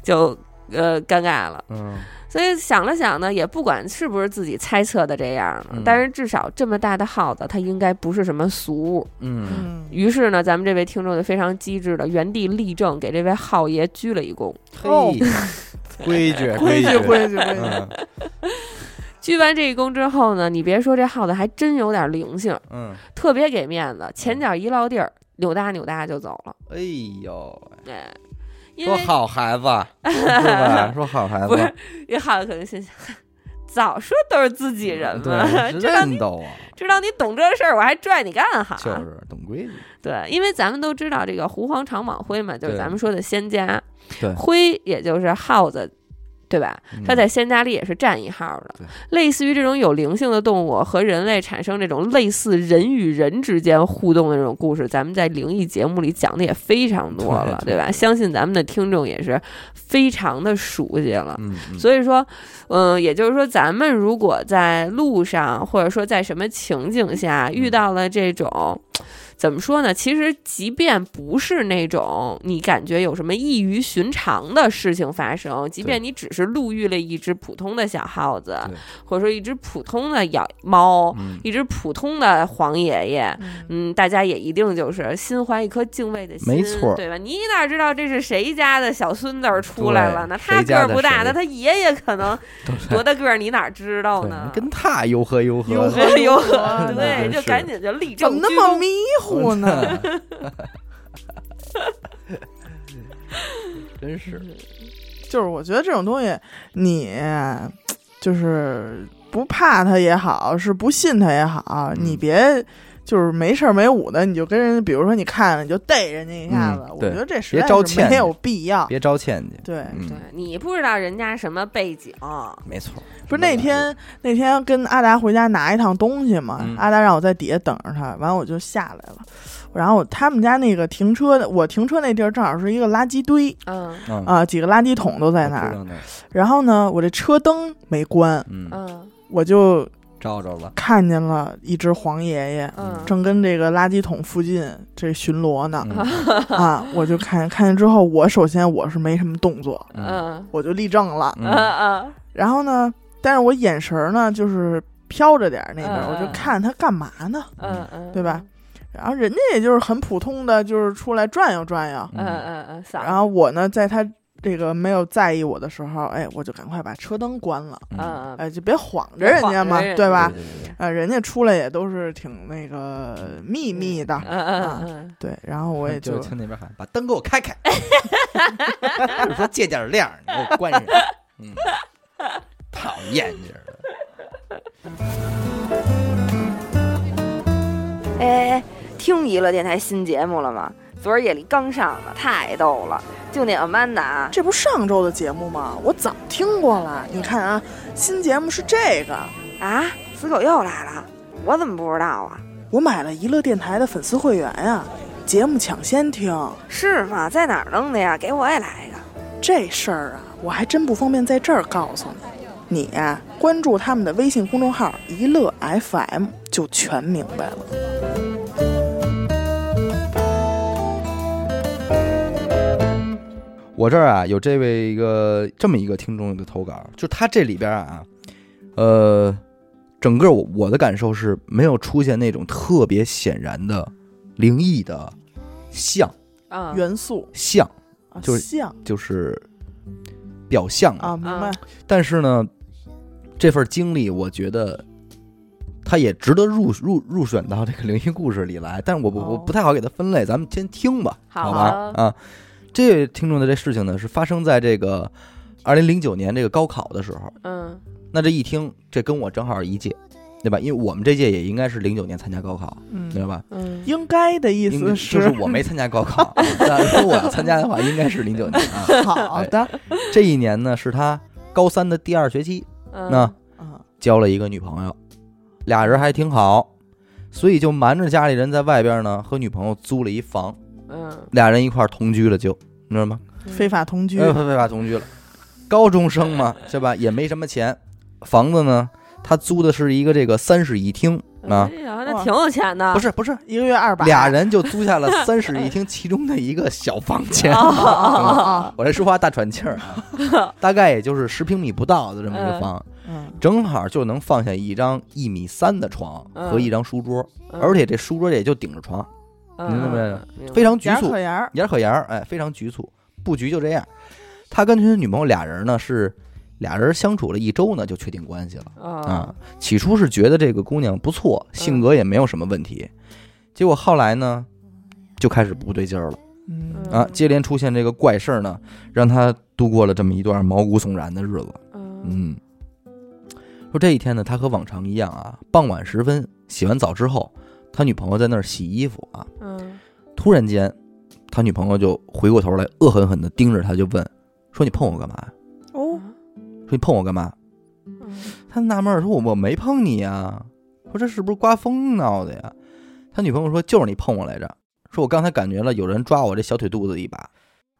S1: 就呃尴尬了。
S3: 嗯
S1: 所以想了想呢，也不管是不是自己猜测的这样了，
S3: 嗯
S1: 但是至少这么大的耗子，它应该不是什么俗物。
S3: 嗯
S2: 嗯，
S1: 于是呢，咱们这位听众就非常机智的原地立正，给这位耗爷鞠了一躬。
S2: 哦
S3: 嘿，规矩
S2: 规矩
S3: 矩
S2: 规矩规矩，
S3: 嗯
S1: 鞠完这一躬之后呢，你别说这耗子还真有点灵性，
S3: 嗯，
S1: 特别给面子，前脚一落地儿，扭哒扭哒就走了。
S3: 哎呦，
S1: 哎，因
S3: 说
S1: 为
S3: 好孩子是吧？说好孩
S1: 不是
S3: 子，
S1: 这耗子可能心想，早说都是自己人 嘛，
S3: 嗯对，
S1: 知道
S3: 认
S1: 你啊
S3: 得啊，
S1: 知道你懂这事儿，我还拽你干哈？
S3: 就是懂规矩，
S1: 对，因为咱们都知道这个狐黄长蟒灰嘛，就是
S3: 对
S1: 咱们说的仙家。
S3: 对
S1: 灰也就是耗子，对吧？
S3: 嗯
S1: 它在仙家里也是占一号的
S3: 对。
S1: 类似于这种有灵性的动物和人类产生这种类似人与人之间互动的这种故事，咱们在灵异节目里讲的也非常多了，
S3: 对对
S1: 对吧？相信咱们的听众也是非常的熟悉了。
S3: 嗯，嗯
S1: 所以说，嗯、也就是说，咱们如果在路上，或者说在什么情境下
S3: 嗯
S1: 遇到了这种，怎么说呢？其实，即便不是那种你感觉有什么异于寻常的事情发生，即便你只是路遇了一只普通的小耗子
S3: 对，
S1: 或者说一只普通的咬猫，
S3: 嗯
S1: 一只普通的黄爷爷， 嗯，大家也一定就是心怀一颗敬畏的心，
S3: 没错儿
S1: 对吧？你哪知道这是谁家的小孙子儿出来了呢？
S3: 对
S1: 他个
S3: 谁家
S1: 儿
S3: 的
S1: 不大，
S3: 谁
S1: 那他爷爷可能
S3: 都
S1: 多大个儿，你哪知道
S3: 对
S1: 呢？
S3: 跟他悠呵悠呵
S2: 悠呵
S3: 的，
S1: 哎呦，
S2: 呵
S1: 对，
S3: 真
S1: 就是赶紧就立
S2: 怎
S1: 正
S2: 么
S1: 鞠
S2: 那么
S1: 躬。
S2: 迷糊呢？
S3: 真是
S2: 就是我觉得这种东西，你就是不怕它也好，是不信它也好，
S3: 嗯
S2: 你别就是没事儿没捂的，你就跟人，比如说你看了你就逮人家一下子，
S3: 嗯
S2: 我
S3: 对
S2: 觉得这实在
S3: 别招
S2: 是
S3: 歉
S2: 没有必要。
S3: 别招歉去。
S2: 对，
S3: 嗯
S1: 对，你不知道人家什么背景，
S3: 没错，
S2: 不是那天那天跟阿达回家拿一趟东西嘛，
S3: 嗯
S2: 阿达让我在底下等着他，完了我就下来了，然后他们家那个停车的，我停车那地儿正好是一个垃圾堆
S1: 嗯
S3: 嗯
S2: 啊、几个垃圾桶都在那
S3: 我知
S2: 儿。
S3: 道那儿，
S2: 然后呢，我这车灯没关，
S3: 嗯，
S1: 嗯
S2: 我就
S3: 照着了，
S2: 看见了一只黄爷爷。
S1: 嗯，
S2: 正跟这个垃圾桶附近这巡逻呢、
S3: 嗯
S2: 啊！我就看看见之后，我首先我是没什么动作，
S3: 嗯
S1: 嗯
S2: 我就立正了。
S1: 嗯嗯
S2: 然后呢，但是我眼神儿呢就是飘着点儿那边儿，
S1: 嗯
S2: 我就看他干嘛呢？
S1: 嗯嗯，
S2: 对吧？然后人家也就是很普通的，就是出来转悠转悠。
S1: 嗯嗯嗯，嗓
S2: 然后我呢，在他这个没有在意我的时候，哎，我就赶快把车灯关了，
S3: 嗯嗯
S1: 嗯嗯
S2: 哎，就别晃着人家
S1: 别晃着
S2: 嘛，
S1: 人家嗯
S2: 对吧？
S3: 对对对
S2: 啊、人家出来也都是挺那个秘密的，啊
S1: 嗯嗯
S2: 对。然后我也
S3: 就
S2: 就
S3: 听那边喊：“把灯给我 开开！”就是说借点亮，你给我关上。嗯，讨厌劲儿了。
S1: 嗯，哎哎，听娱乐电台新节目了吗？昨儿夜里刚上的，太逗了，就那 Amanda 啊。
S2: 这不是上周的节目吗？我早听过了。你看啊，新节目是这个，
S1: 啊，死狗又来了，我怎么不知道啊？
S2: 我买了娱乐电台的粉丝会员呀、节目抢先听。
S1: 是吗？在哪儿弄的呀？给我也来一个。
S2: 这事儿啊，我还真不方便在这儿告诉你。你呀、关注他们的微信公众号“一乐 FM” 就全明白了。
S3: 我这儿啊，有这位一个这么一个听众的投稿，就他这里边啊，呃，整个我我的感受是没有出现那种特别显然的灵异的像
S1: 嗯
S2: 元素
S3: 像，
S2: 啊，
S3: 就是
S2: 像
S3: 就是表象吧
S2: 啊，明白
S1: 啊。
S3: 但是呢，这份经历，我觉得它也值得入入入选到这个灵异故事里来。但是我不我
S2: 哦
S3: 不太好给它分类，咱们先听吧，
S1: 好
S3: 好
S1: 啊
S3: 吧？啊，这位听众的这事情呢，是发生在这个二零零九年这个高考的时候。
S1: 嗯
S3: 那这一听，这跟我正好一届，对吧？因为我们这届也应该是零九年参加高考，对
S2: 嗯，
S3: 吧？
S1: 嗯
S2: 应该的意
S3: 应该
S2: 思
S3: 就是是我没参加高考， 那如果我要参加的话，应该是零九年 啊。
S2: 好的。
S3: 这一年呢，是他高三的第二学期，
S1: 嗯
S3: 那
S2: 啊，
S3: 交了一个女朋友，俩人还挺好，所以就瞒着家里人在外边呢和女朋友租了一房，
S1: 嗯
S3: 俩人一块儿同居了就，你知道吗？
S2: 非法同居
S3: 呃，非法同居了，高中生嘛，对吧？也没什么钱，房子呢，他租的是一个这个三室一厅啊
S1: 哎，呀，那挺有钱的。
S3: 不
S1: 是
S3: 是不是，
S2: 一个月二百，
S3: 俩人就租下了三室一厅其中的一个小房间。
S2: 啊啊啊啊！
S3: 我这说话大喘气儿啊，大概也就是十平米不到的这么一个
S1: 嗯
S3: 房，
S2: 嗯，
S3: 正好就能放下一张一米三的床和一张书桌，
S1: 嗯，
S3: 而且这书桌也就顶着床，
S1: 嗯
S3: 您明白吗
S1: 嗯
S3: 非常局
S2: 牙
S3: 促
S2: 可，牙，
S3: 眼儿可眼儿，哎，非常局促，布局就这样。他跟他女朋友俩人呢是俩人相处了一周呢就确定关系了啊
S1: 啊。
S3: 起初是觉得这个姑娘不错，性格也没有什么问题，结果后来呢就开始不对劲儿了
S2: 嗯
S3: 啊，接连出现这个怪事儿呢，让他度过了这么一段毛骨悚然的日子。
S1: 嗯
S3: 嗯，说这一天呢，他和往常一样啊，傍晚时分洗完澡之后，他女朋友在那儿洗衣服啊，
S1: 嗯
S3: 突然间，他
S1: 嗯
S3: 女朋友就回过头来，恶狠狠地盯着他，就问说：“你碰我干嘛呀
S2: 哦，
S3: 说你碰我干嘛？他纳闷儿说：“我我没碰你啊，说这是不是刮风闹的呀？”他女朋友说：“就是你碰我来着，说我刚才感觉了有人抓我这小腿肚子一把。”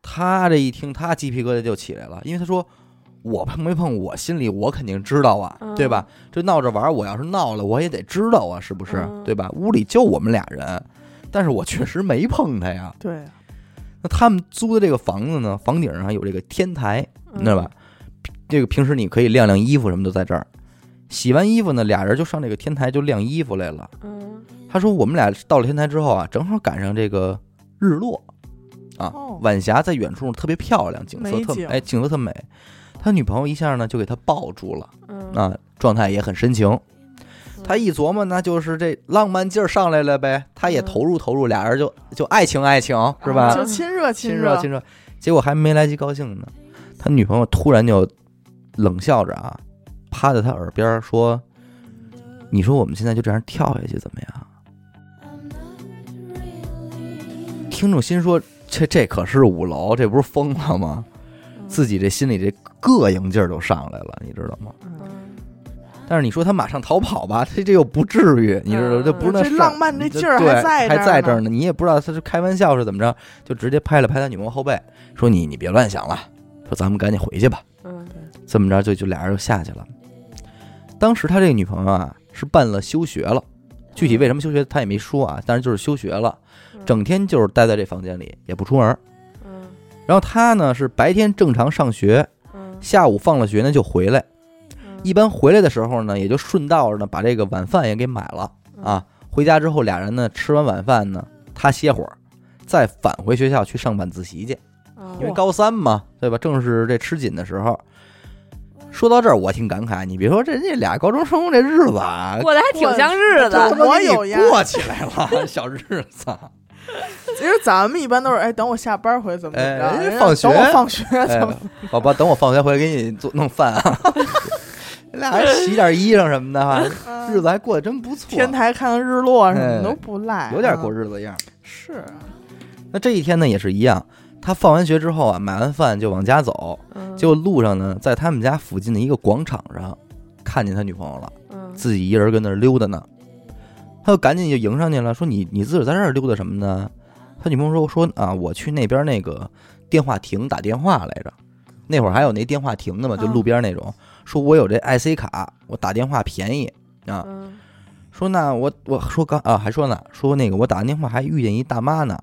S3: 他这一听，他鸡皮疙瘩就起来了，因为他说：“我碰没碰，我心里我肯定知道啊，
S1: 嗯
S3: 对吧？这闹着玩儿，我要是闹了，我也得知道啊，是不是？
S1: 嗯
S3: 对吧？屋里就我们俩人，但是我确实没碰他呀。
S2: 对，
S3: 那他们租的这个房子呢，房顶上有这个天台，
S2: 嗯
S3: 你知道吧？？这个平时你可以晾晾衣服什么都在这儿。洗完衣服呢，俩人就上这个天台就晾衣服来了。
S1: 嗯
S3: 他说我们俩到了天台之后啊，正好赶上这个日落啊
S2: 哦，
S3: 晚霞在远处特别漂亮，景色
S2: 美
S3: 特
S2: 景
S3: 哎景色特美。他女朋友一下呢就给他抱住了
S1: 嗯，
S3: 啊，状态也很深情。
S2: 嗯
S3: 他一琢磨，那就是这浪漫劲儿上来了呗，他也
S1: 嗯
S3: 投入投入，俩人就就爱情爱情是吧？
S2: 就亲热
S3: 亲
S2: 热，
S3: 亲热，结果还没来及高兴呢，他女朋友突然就冷笑着啊，趴在他耳边儿说：“你说我们现在就这样跳下去怎么样？”
S1: 嗯
S3: 听众心说：“这这可是五楼，这不是疯了吗？”
S2: 嗯
S3: 自己这心里这膈应劲儿都上来了，你知道吗？
S1: 嗯
S3: 但是你说他马上逃跑吧，这这又不至于，你知道
S1: 嗯
S3: 这不是那
S2: 这
S3: 事儿
S2: 浪漫这劲儿
S3: 对
S2: 还在
S3: 还
S2: 这儿
S3: 在
S2: 呢
S3: 这儿呢，你也不知道他是开玩笑是怎么着，就直接拍了拍他女朋友后背，说你你别乱想了，说咱们赶紧回去吧，
S1: 嗯
S3: 这么着就就俩人就下去了。当时他这个女朋友啊是办了休学了，具体为什么休学他也没说啊，但是就是休学了，整天就是待在这房间里也不出门儿。
S1: 嗯
S3: 然后他呢是白天正常上学，
S1: 嗯
S3: 下午放了学呢就回来，
S1: 嗯
S3: 一般回来的时候呢，也就顺道着呢把这个晚饭也给买了啊。回家之后，俩人呢吃完晚饭呢，他歇会儿，再返回学校去上晚自习去，
S2: 哦
S1: 嗯
S3: 因为高三嘛，对吧？正是这吃紧的时候。说到这儿，我挺感慨，你别说这这俩高中生这日子啊，
S1: 过得还挺像日子
S2: 我，
S3: 都他妈给
S2: 有哎
S3: 你
S2: 呀
S3: 过起来 了，小日子。
S2: 其实咱们一般都是，哎，等我下班回去怎么怎么
S3: 哎
S2: 着，人家
S3: 放学
S2: 等我放学
S3: 哎
S2: 怎么，
S3: 宝宝，等我放学回来给你做弄饭啊。 这俩人洗点衣裳什么的啊，
S2: 嗯
S3: 日子还过得真不错，
S2: 天嗯台看看日落什么
S3: 哎
S2: 的都不赖，
S3: 有点过
S2: 过
S3: 日子样儿。
S2: 是啊，
S3: 那这一天呢也是一样，他放完学之后啊，买完饭就往家走，
S1: 嗯
S3: 结果路上呢，在他们家附近的一个广场上，看见他女朋友了，
S1: 嗯
S3: 自己一人跟那儿溜达呢，他就赶紧就迎上去了，说你你自个儿在这儿溜达什么呢？他女朋友说说啊，我去那边那个电话亭打电话来着，那会儿还有那电话亭
S1: 啊
S3: 的嘛，就路边那种，说我有这 IC 卡，我打电话便宜啊，
S1: 嗯
S3: 说那我我说刚啊还说呢，说那个我打完电话还遇见一大妈呢，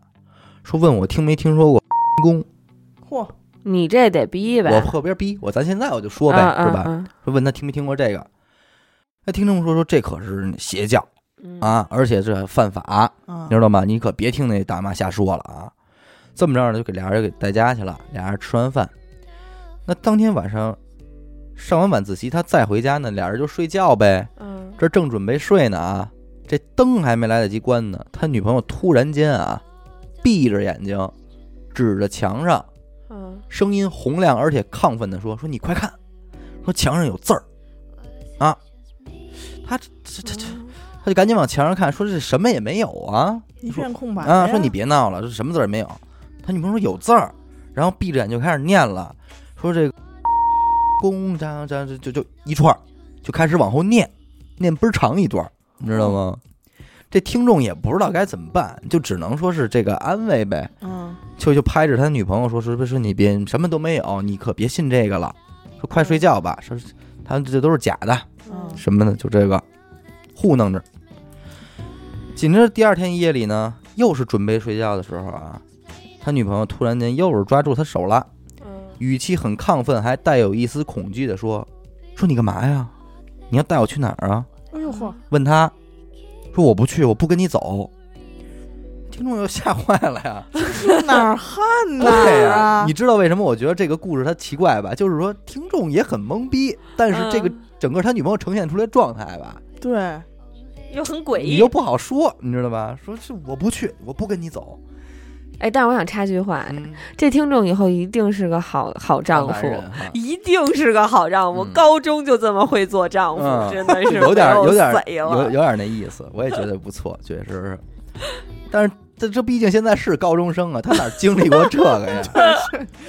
S3: 说问我听没听说过公，
S2: 嚯，
S1: 你这得逼呗，
S3: 我后边逼我咱现在我就说
S1: 嗯
S3: 呗，
S1: 嗯
S3: 是吧？
S1: 嗯
S3: 说问他听没听过这个，那听众说说这可是邪教
S1: 嗯
S3: 啊，而且这犯法，
S2: 嗯
S3: 你知道吗？你可别听那大妈瞎说了啊！这么着呢，就给俩人给带家去了，俩人吃完饭，那当天晚上上完晚自习，他再回家呢，俩人就睡觉呗。
S1: 嗯
S3: 这正准备睡呢啊，这灯还没来得及关呢，他女朋友突然间啊，闭着眼睛，指着墙上，
S1: 嗯
S3: 声音洪亮而且亢奋地说：“说你快看，说墙上有字儿。”啊，他这这这这，他就赶紧往墙上看，说这什么也没有啊
S2: 一片空白
S3: 啊！说你别闹了，这什么字儿也没有。他女朋友说有字儿，然后闭着眼就开始念了，说这个公章章就就就一串儿，就开始往后念，念倍儿长一段儿，你知道吗？这听众也不知道该怎么办，就只能说是这个安慰呗，
S2: 嗯，
S3: 就就拍着他女朋友说：“说说你别什么都没有，你可别信这个了，说快睡觉吧。”说他这都是假的
S1: 嗯
S3: 什么的，就这个糊弄着。紧接着第二天夜里呢，又是准备睡觉的时候啊，他女朋友突然间又是抓住他手了，
S1: 嗯
S3: 语气很亢奋，还带有一丝恐惧的说：“说你干嘛呀？你要带我去哪儿啊
S2: 哎呦嚯，？”
S3: 问他，说：“我不去，我不跟你走。”听众又吓坏了呀。
S2: 哪儿汗
S3: 对
S2: 哪儿
S3: 呀、
S2: 啊
S3: 你？知道为什么我觉得这个故事它奇怪吧？就是说听众也很懵逼，但是这个
S1: 嗯
S3: 整个他女朋友呈现出来状态吧，
S2: 对，
S1: 又很诡
S3: 你
S1: 异
S3: 又。不好说，你知道吧？说是我不去，我不跟你走。
S1: 哎，但是我想插句话，
S3: 嗯，
S1: 这听众以后一定是个好好丈
S3: 当男
S1: 夫。
S3: 人哈
S1: 一定是个好丈夫，
S3: 嗯
S1: 高中就这么会做丈夫，
S3: 嗯
S1: 真的是
S3: 有点
S1: 没
S3: 有点
S1: 水
S3: 有
S1: 了
S3: 有点那意思，我也觉得不错，确实是。但是这这毕竟现在是高中生啊，他哪经历过这 个呀？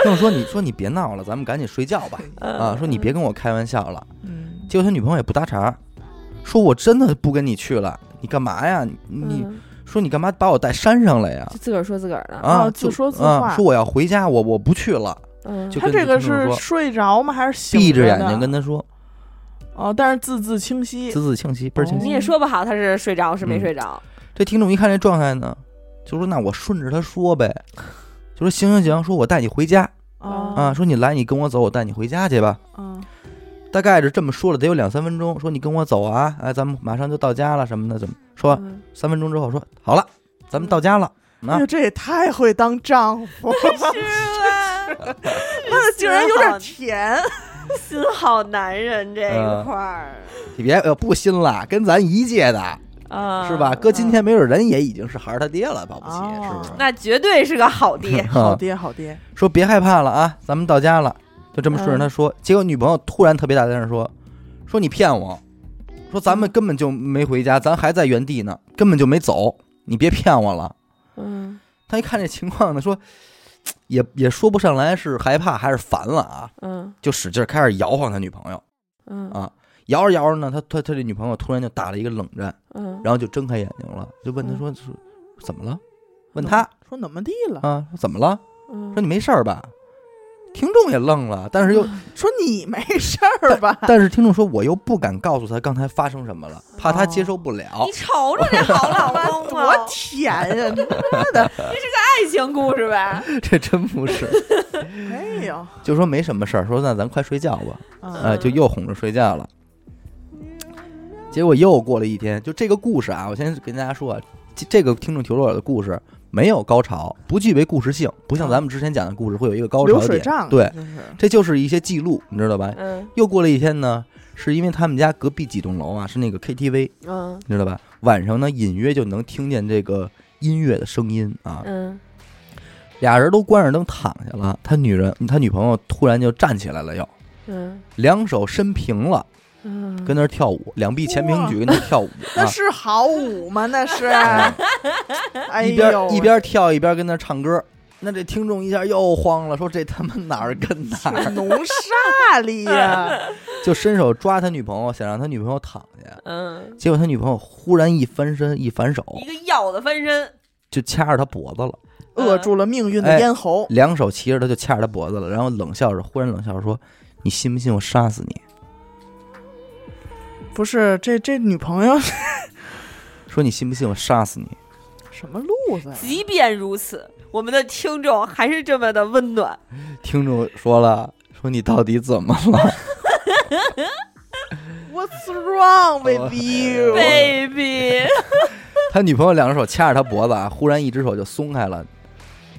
S3: 跟我说，你说你别闹了，咱们赶紧睡觉吧。
S1: 嗯
S3: 啊，说你别跟我开玩笑了。
S2: 嗯，
S3: 结果他女朋友也不搭茬儿，说我真的不跟你去了，你干嘛呀？你你
S1: 嗯
S3: 说你干嘛把我带山上来呀？
S1: 就自个儿说自个儿的，
S2: 哦
S3: 啊，就
S2: 自说自
S3: 啊
S2: 话
S3: 说我要回家，我我不去了，
S1: 嗯，
S3: 就
S2: 他
S3: 跟
S2: 这个
S3: 听众
S2: 是
S3: 说
S2: 睡着吗？还是醒
S3: 闭着
S2: 的
S3: 眼睛跟他说，
S2: 哦，但是字字清晰
S3: 字。字清晰，倍儿清晰。
S2: 哦
S1: 你也说不好他是睡着
S3: 嗯
S1: 是没睡着，
S3: 这听众一看这状态呢，就说那我顺着他说呗，就说行行行，说我带你回家
S2: 哦
S3: 啊，说你啊来你跟我走，我带你回家去吧。
S2: 嗯
S3: 大概是这么说了，得有两三分钟，说你跟我走啊，哎，咱们马上就到家了什么的，怎么说？
S2: 嗯
S3: 三分钟之后说好了，咱们到家了。
S2: 哎
S3: 啊
S2: 呦，，这也太会当丈 夫了，
S1: 是吧？
S2: 那竟然有点甜。
S1: 心好男人这
S3: 嗯
S1: 一块儿
S3: 你别呃不新了，跟咱一届的
S1: 啊，
S3: 是吧？哥今天没准人也已经是孩儿他爹了，保不齐
S2: 哦
S3: 是不是？，
S1: 那绝对是个好爹
S2: 好
S3: 啊
S2: 爹，好爹，
S3: 说别害怕了啊，咱们到家了，就这么顺着他说。结果女朋友突然特别大声地说：“说你骗我，说咱们根本就没回家，咱还在原地呢，根本就没走，你别骗我了。
S1: 嗯”
S3: 他一看这情况呢，说也也说不上来是害怕还是烦了啊，
S1: 嗯
S3: 就使劲儿开始摇晃他女朋友。
S1: 嗯
S3: 啊，摇着摇着呢，他他他这女朋友突然就打了一个冷战，
S1: 嗯，
S3: 然后就睁开眼睛了，就问他说：“是怎么了？”问他
S2: 说嗯怎么地了？
S3: 啊，说怎么了？
S1: 嗯
S3: 说你没事儿吧？听众也愣了，但是又
S2: 说你没事儿吧？
S3: 但是听众说我又不敢告诉他刚才发生什么了，怕他
S2: 哦
S3: 接受不了
S1: 你。瞅瞅这好 老公啊，
S2: 多甜呀！你妈的，
S1: 爱情故事呗。
S3: 这真不是，
S2: 没有
S3: 就说没什么事儿，说那咱快睡觉吧，
S2: 啊，
S3: 哎，就又哄着睡觉了。结果又过了一天，就这个故事啊，我先跟大家说啊，这这个听众求罗的故事没有高潮，不具备故事性，不像咱们之前讲的故事会有一个高潮
S2: 哦流
S3: 点。
S2: 水账，
S3: 对，
S2: 就是
S3: 这就是一些记录，你知道吧？
S1: 嗯
S3: 又过了一天呢，是因为他们家隔壁几栋楼啊是那个 KTV，
S1: 嗯
S3: 你知道吧？晚上呢隐约就能听见这个音乐的声音啊。
S1: 嗯
S3: 俩人都关着灯躺下了，他女人他女朋友突然就站起来了又，
S1: 嗯
S3: 两手伸平了，
S1: 嗯，
S3: 跟那儿跳舞，两臂前平举跟那儿跳舞
S2: 那
S3: 啊。
S2: 是好舞吗？那 是，
S3: 嗯
S2: 哎
S3: 啊一边
S2: 呦，
S3: 一边跳一边跟那儿唱歌。那这听众一下又慌了，说这他妈哪儿跟哪儿？
S2: 浓煞力 呀！
S3: 就伸手抓他女朋友，想让他女朋友躺下。
S1: 嗯
S3: 结果他女朋友忽然一翻身，一反手
S1: 一个药的翻身，
S3: 就掐着他脖子了，
S2: 扼住了命运的咽喉，
S3: 两手骑着他就掐着他脖子了，然后冷笑着，忽然冷笑着说：“你信不信我杀死你
S2: 不是这这女朋友？”
S3: 说：“你信不信我杀死你
S2: 什么路子呀？
S1: 即便如此，我们的听众还是这么的温暖。？”
S3: 听众说了：“说你到底怎么了
S2: What's wrong with you？
S1: baby，？”
S3: 他女朋友两只手掐着他脖子啊，忽然一只手就松开了，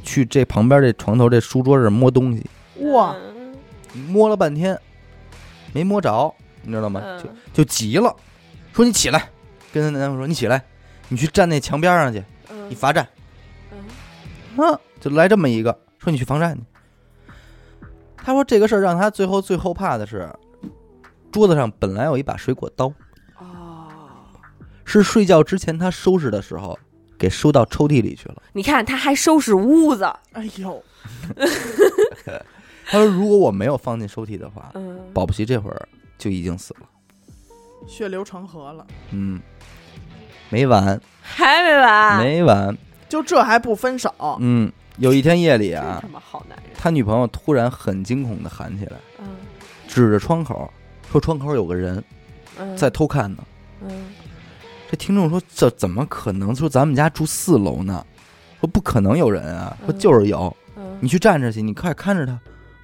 S3: 去这旁边这床头这书桌这摸东西，
S2: 哇，
S1: 嗯，
S3: 摸了半天没摸着，你知道吗？就
S1: 嗯
S3: 就急了，说：“你起来！”跟他男朋友说：“你起来，你去站那墙边上去，
S1: 嗯
S3: 你罚站。”
S1: 嗯
S3: 啊，就来这么一个，说你去防晒去。他说这个事儿让他最后最后怕的是，桌子上本来有一把水果刀，
S1: 哦，
S3: 是睡觉之前他收拾的时候给收到抽屉里去了。
S1: 你看他还收拾屋子，
S2: 哎呦，
S3: 他说如果我没有放进抽屉的话，
S1: 嗯，
S3: 保不齐这会儿就已经死了。
S2: 血流成河了，
S3: 嗯，没完，
S1: 还没完，
S3: 没完。
S2: 就这还不分手？
S3: 嗯，有一天夜里
S1: 真
S3: 啊
S1: 他，妈好男人，
S3: 他女朋友突然很惊恐的喊起来，
S1: 嗯
S3: 指着窗口说窗口有个人
S1: 嗯，
S3: 在偷看呢。
S1: 嗯
S3: 这听众说：“这怎么可能？说咱们家住四楼呢，说不可能有人啊！说
S1: 嗯
S3: 就是有，
S1: 嗯
S3: 你去站着去，你快看着他，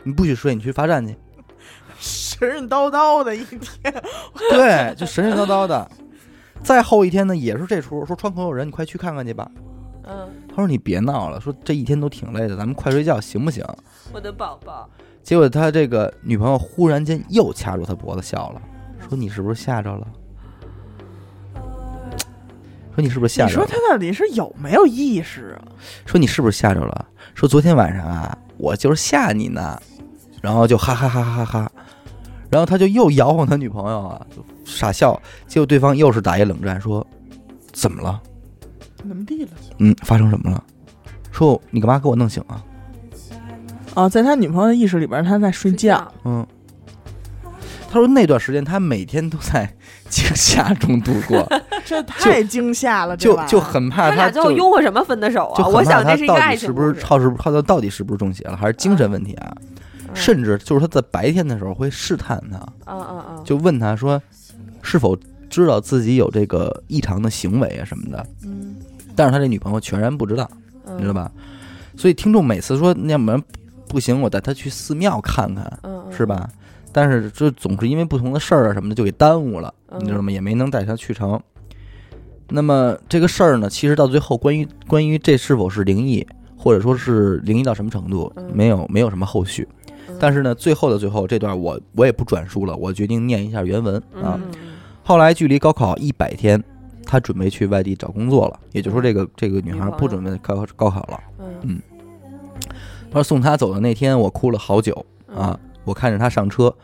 S3: 你不许睡，你去罚 站去。
S2: 神神叨叨的一天，
S3: 对，就神神叨叨的。再后一天呢，也是这出，说窗口有人，你快去看看去吧。
S1: 嗯，
S3: 他说你别闹了，说这一天都挺累的，咱们快睡觉行不行？
S1: 我的宝宝，
S3: 结果他这个女朋友忽然间又掐住他脖子笑了，说你是不是吓着了？说你是不是吓
S2: 你
S3: 着
S2: 说
S3: 了？
S2: 他到底是有没有意识啊？
S3: 说你是不是吓着了？说昨天晚上啊，我就是吓你呢，然后就哈哈哈哈哈哈，然后他就又摇晃他女朋友啊，就傻笑，结果对方又是打一冷战，说怎么了？
S2: 怎么地了？
S3: 嗯，发生什么了？说你干嘛给我弄醒啊？
S2: 啊，在他女朋友的意识里边，他在睡觉。
S3: 嗯，他说那段时间他每天都在 惊吓中度过，
S2: 这太惊吓了，
S3: 就
S2: 这玩意儿
S3: 就很怕
S1: 他俩
S3: 他
S1: 最
S3: 就
S1: 后拥护什么分的手
S3: 就
S1: 啊？
S3: 很
S1: 我
S3: 怕
S1: 想
S3: 他
S1: 这是一个
S3: 到
S1: 爱
S3: 底
S1: 情
S3: 是不是
S1: 故事
S3: 超时他到底是不是中邪了，还是精神问题啊？甚至就是他在白天的时候会试探他，
S1: 嗯嗯嗯，
S3: 就问他说是否知道自己有这个异常的行为啊什么的，
S2: 嗯
S3: 但是他这女朋友全然不知道。
S1: 嗯
S3: 你知道？吧？所以听众每次说，要不然不行，我带他去寺庙看看，
S1: 嗯，嗯
S3: 是？吧？但是这总是因为不同的事儿啊什么的，就给耽误了，
S1: 嗯
S3: 你知道吗？也没能带他去成。那么这个事儿呢，其实到最后，关于关于这是否是灵异，或者说是灵异到什么程度，
S1: 嗯
S3: 没有没有什么后续
S1: 嗯。
S3: 但是呢，最后的最后这段我我也不转述了，我决定念一下原文
S1: 嗯
S3: 啊。
S1: 嗯嗯
S3: 后来距离高考一百天，她准备去外地找工作了，也就是说，这个这个
S1: 女
S3: 女孩
S1: 朋
S3: 不
S1: 友
S3: 准备高高考了。
S1: 嗯
S3: 他说送他走的那天，我哭了好久
S1: 嗯
S3: 啊！我看着他上车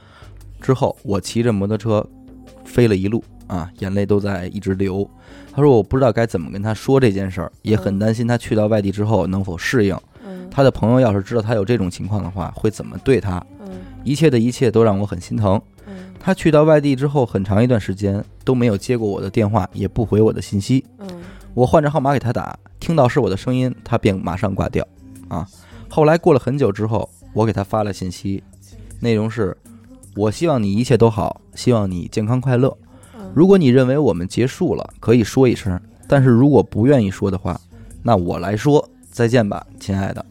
S3: 之后，我骑着摩托车飞了一路啊，眼泪都在一直流。他说我不知道该怎么跟他说这件事儿，也很担心他去到外地之后能否适应。
S1: 嗯
S3: 他的朋友要是知道他有这种情况的话，会怎么对他？
S1: 嗯
S3: 一切的一切都让我很心疼。
S1: 嗯
S3: 他去到外地之后，很长一段时间都没有接过我的电话，也不回我的信息。
S1: 嗯
S3: 我换着号码给他打，听到是我的声音，他便马上挂掉。啊，后来过了很久之后，我给他发了信息，内容是：我希望你一切都好，希望你健康快乐。
S1: 嗯，
S3: 如果你认为我们结束了，可以说一声；但是如果不愿意说的话，那我来说再见吧，亲爱的，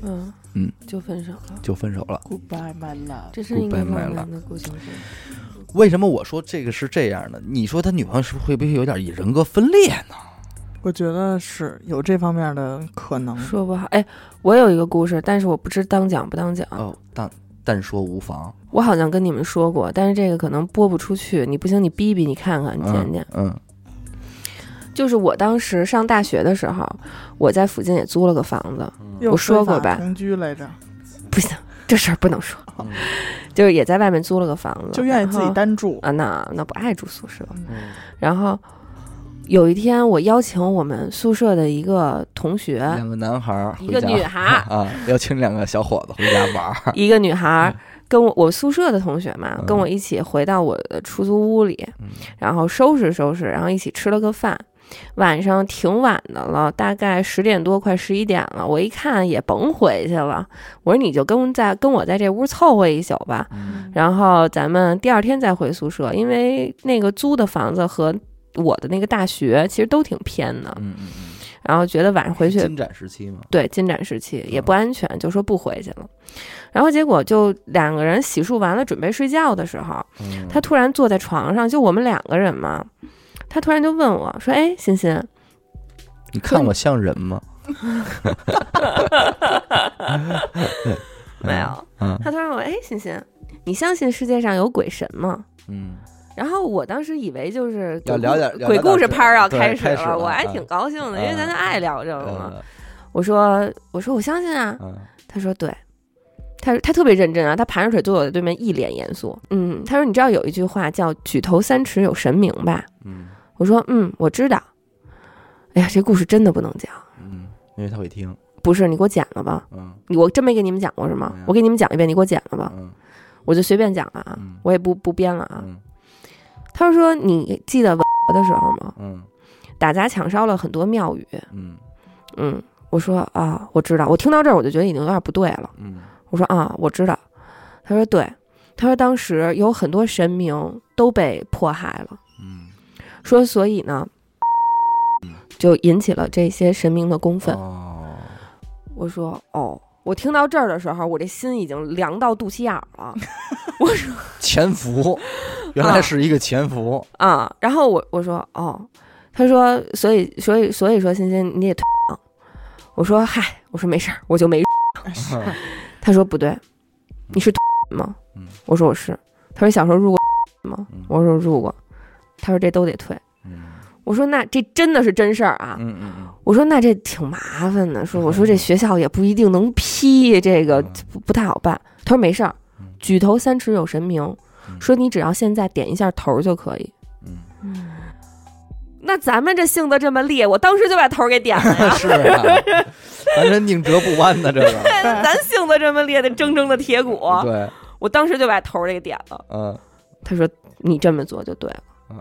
S1: 嗯
S3: 嗯
S1: 就分手了。
S3: 就分手了。
S2: ，Goodbye my love。
S1: 这是一个
S3: Goodbye, my
S1: 浪漫的故事。
S3: 为什么我说这个是这样的？你说他女朋友是不是会不会有点人格分裂呢？
S2: 我觉得是有这方面的可能。
S1: 说不好，哎，我有一个故事，但是我不知当讲不当讲。
S3: 哦，但但说无妨，
S1: 我好像跟你们说过，但是这个可能播不出去。你不行，你逼逼，你看看，你捡捡。
S3: 嗯，
S1: 就是我当时上大学的时候，我在附近也租了个房子，
S2: 又
S1: 我说过
S2: 非法
S1: 吧
S2: 同居来着，
S1: 不行，这事儿不能说。
S3: 嗯
S1: 就是也在外面租了个房子，
S2: 就愿意自己
S1: 然后
S2: 单住。
S1: 啊，那那不爱住宿舍。
S3: 嗯
S1: 然后有一天，我邀请我们宿舍的一个同学，
S3: 两个男孩儿回
S1: 一
S3: 家，
S1: 个女孩 儿
S3: 啊，邀请两个小伙子回家 玩儿。
S1: 一个女孩儿，跟我我宿舍的同学嘛，跟我一起回到我的出租屋里，
S3: 嗯
S1: 然后收拾收拾，然后一起吃了个饭。晚上挺晚的了，大概十点多，快十一点了。我一看也甭回去了，我说你就跟在跟我在这屋凑合一宿吧，
S3: 嗯
S1: 然后咱们第二天再回宿舍，因为那个租的房子和我的那个大学其实都挺偏的，
S3: 嗯嗯
S1: 然后觉得晚上回
S3: 嗯，
S1: 去
S3: 金展时期嘛，
S1: 对进展时期也不安全，就说不回去了。然后结果就两个人洗漱完了准备睡觉的时候，
S3: 嗯
S1: 他突然坐在床上，就我们两个人嘛，他突然就问我说：“哎，欣欣，
S3: 你看我像人吗？
S1: 没有？”
S3: 嗯
S1: 他突然问我：“哎，欣欣，你相信世界上有鬼神吗
S3: 嗯，？”
S1: 然后我当时以为就是
S3: 要聊点
S1: 鬼故事拍儿要开始
S3: 了，对开始
S1: 我还挺
S3: 嗯
S1: 高兴的，因为咱就爱聊这个嘛。
S3: 嗯
S1: 我说我说我相信啊，
S3: 嗯
S1: 他说对，他他特别认真啊，他盘着腿坐我的对面，一脸严肃。嗯，他说你知道有一句话叫“举头三尺有神明”吧？
S3: 嗯
S1: 我说嗯，我知道。哎呀，这故事真的不能讲，
S3: 嗯，因为他会听，
S1: 不是你给我讲了吧？
S3: 嗯
S1: 你我真没给你们讲过是吗
S3: 没有？
S1: 我给你们讲一遍，你给我讲了吧？
S3: 啊嗯
S1: 我就随便讲了啊
S3: 嗯，
S1: 我也不不编了啊。
S3: 嗯
S1: 他说你记得 文革的时候吗？
S3: 嗯
S1: 打砸抢烧了很多庙宇。
S3: 嗯
S1: 嗯，我说啊，我知道。我听到这儿我就觉得已经有点不对了。
S3: 嗯
S1: 我说啊，我知道。他说对，他说当时有很多神明都被迫害了，
S3: 嗯，
S1: 说所以呢，就引起了这些神明的公愤。
S3: 哦，
S1: 我说哦，我听到这儿的时候，我这心已经凉到肚脐眼儿了
S3: 潜伏，原来是一个潜伏，
S1: 啊。然后我我说哦，他说所以所以所以说欣欣你也退让。我说嗨，我说没事儿，我就没
S2: 哎
S1: 他说不对，你是 吗？
S3: 嗯
S1: 我说我是。他说小时候入过 吗
S3: 嗯？
S1: 我说入过。他说这都得退。
S3: 嗯
S1: 我说那这真的是真事儿啊。
S3: 嗯嗯
S1: 我说那这挺麻烦的。说我说这学校也不一定能批，这个
S3: 嗯
S1: 不不太好办。他说没事儿
S3: 嗯，
S1: 举头三尺有神明
S3: 嗯，
S1: 说你只要现在点一下头就可以。
S3: 嗯
S1: 那那咱们这性子这么烈，我当时就把头给点了 呀。
S3: 是啊，咱这拧折不弯的这 个，
S1: 咱性子这么烈的铮铮的铁骨，
S3: 对，
S1: 我当时就把头给点了。
S3: 嗯
S1: 他说你这么做就对了。
S3: 嗯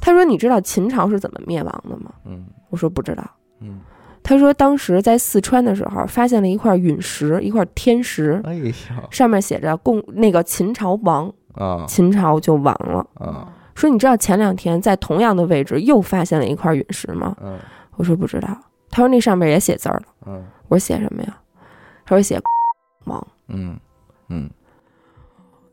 S1: 他说你知道秦朝是怎么灭亡的吗？
S3: 嗯
S1: 我说不知道。
S3: 嗯，
S1: 他说当时在四川的时候发现了一块陨石，一块天石，
S3: 哎呀
S1: 上面写着共那个秦朝亡，
S3: 啊
S1: 秦朝就亡了。
S3: 啊
S1: 说你知道前两天在同样的位置又发现了一块陨石吗？
S3: 嗯
S1: 我说不知道。他说那上面也写字儿了。
S3: 嗯
S1: 我说写什么呀？他说写亡。
S3: 嗯嗯，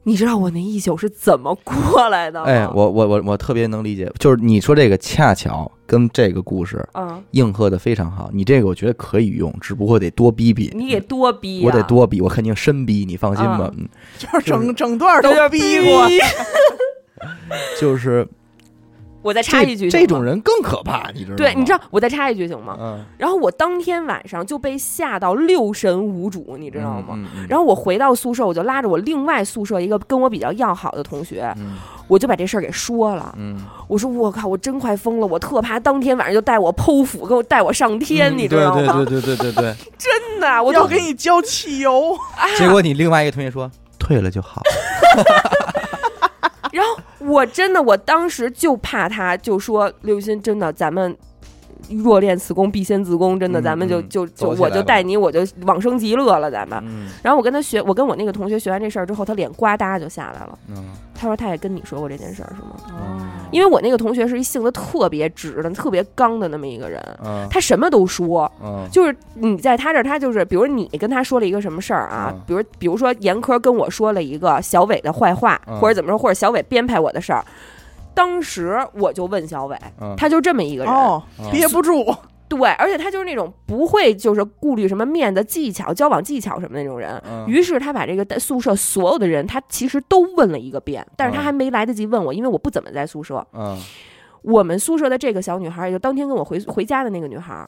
S1: 你知道我那一宿是怎么过来的吗？
S3: 哎，我我我我特别能理解，就是你说这个恰巧跟这个故事
S1: 嗯，
S3: 应和的非常好，你这个我觉得可以用，只不过得多逼逼，嗯
S1: 你给多逼、呀
S3: 我得多逼，我肯定深逼，你放心吧
S1: 啊，
S3: 嗯，
S2: 就是
S3: 就
S2: 整整段
S1: 都
S2: 都
S1: 要
S2: 逼过，。
S3: 就是
S1: 我再插
S3: 这
S1: 一句，
S3: 这
S1: 行吗
S3: 种人更可怕，你知道吗？
S1: 对，你知道我再插一句行吗？
S3: 嗯，
S1: 然后我当天晚上就被吓到六神无主，你
S3: 你
S1: 知道吗？？
S3: 嗯
S1: 然后我回到宿舍，我就拉着我另外宿舍一个跟我比较要好的同学，
S3: 嗯
S1: 我就把这事儿给说了。
S3: 嗯，
S1: 我说我靠，我真快疯了，我特怕当天晚上就带我剖腹，给我带我上天，
S3: 嗯
S1: 你知道吗？
S3: 对对对对对对。
S1: 真的，我
S2: 要
S1: 就
S2: 给你浇汽油，
S3: 结果你另外一个同学说退了 就好。
S1: 然后我真的，我当时就怕他，就说刘雨欣，真的，咱们若练此功，必先自宫，真的，
S3: 嗯
S1: 咱们就、
S3: 嗯
S1: 就就
S3: 走起来
S1: 我就
S3: 吧
S1: 带你，我就往生极乐了，咱们。
S3: 嗯
S1: 然后我跟他学，我跟我那个同学学完这事儿之后，他脸呱嗒就下来了。
S3: 嗯
S1: 他说他也跟你说过这件事儿是吗？
S3: 哦
S1: 因为我那个同学是一性子特别直的、特别刚的那么一个人，
S3: 嗯
S1: 他什么都说。
S3: 嗯
S1: 就是你在他这儿，他就是，比如你跟他说了一个什么事儿啊
S3: 嗯，
S1: 比如比如说严科跟我说了一个小伟的坏话，
S3: 嗯
S1: 或者怎么说，或者小伟编排我的事儿，当时我就问小伟，
S3: 嗯，
S1: 他就这么一个人，
S2: 哦，憋不住，
S1: 对，而且他就是那种不会就是顾虑什么面子技巧、交往技巧什么那种人。
S3: 嗯
S1: 于是他把这个宿舍所有的人，他其实都问了一个遍，但是他
S3: 嗯
S1: 还没来得及问我，因为我不怎么在宿舍。
S3: 嗯
S1: 我们宿舍的这个小女孩，也就当天跟我回回家的那个女孩，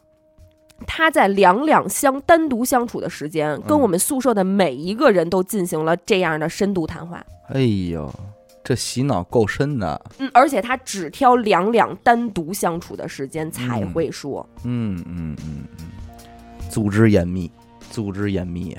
S1: 她在两两相单独相处的时间，跟
S3: 嗯
S1: 我们宿舍的每一个人都进行了这样的深度谈话。
S3: 哎呦，这洗脑够深的。
S1: 嗯，而且她只挑两两单独相处的时间才会说。
S3: 嗯嗯嗯嗯，组织严密，组织严密。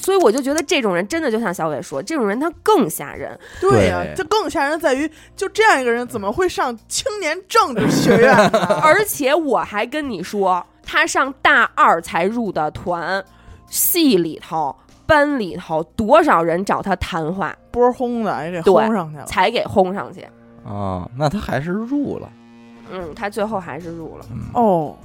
S1: 所以我就觉得这种人真的就像小伟说，这种人他更吓人。
S2: 对呀、
S3: 对
S2: 这更吓人在于，就这样一个人怎么会上青年政治学院 呢？
S1: 而且我还跟你说，他上大二才入的团，系里头、班里头多少人找他谈话，
S2: 波轰的也给
S1: 对
S2: 轰上去了，
S1: 才给轰上去。
S3: 哦，那他还是入了，
S1: 嗯，他最后还是入了。
S2: 哦，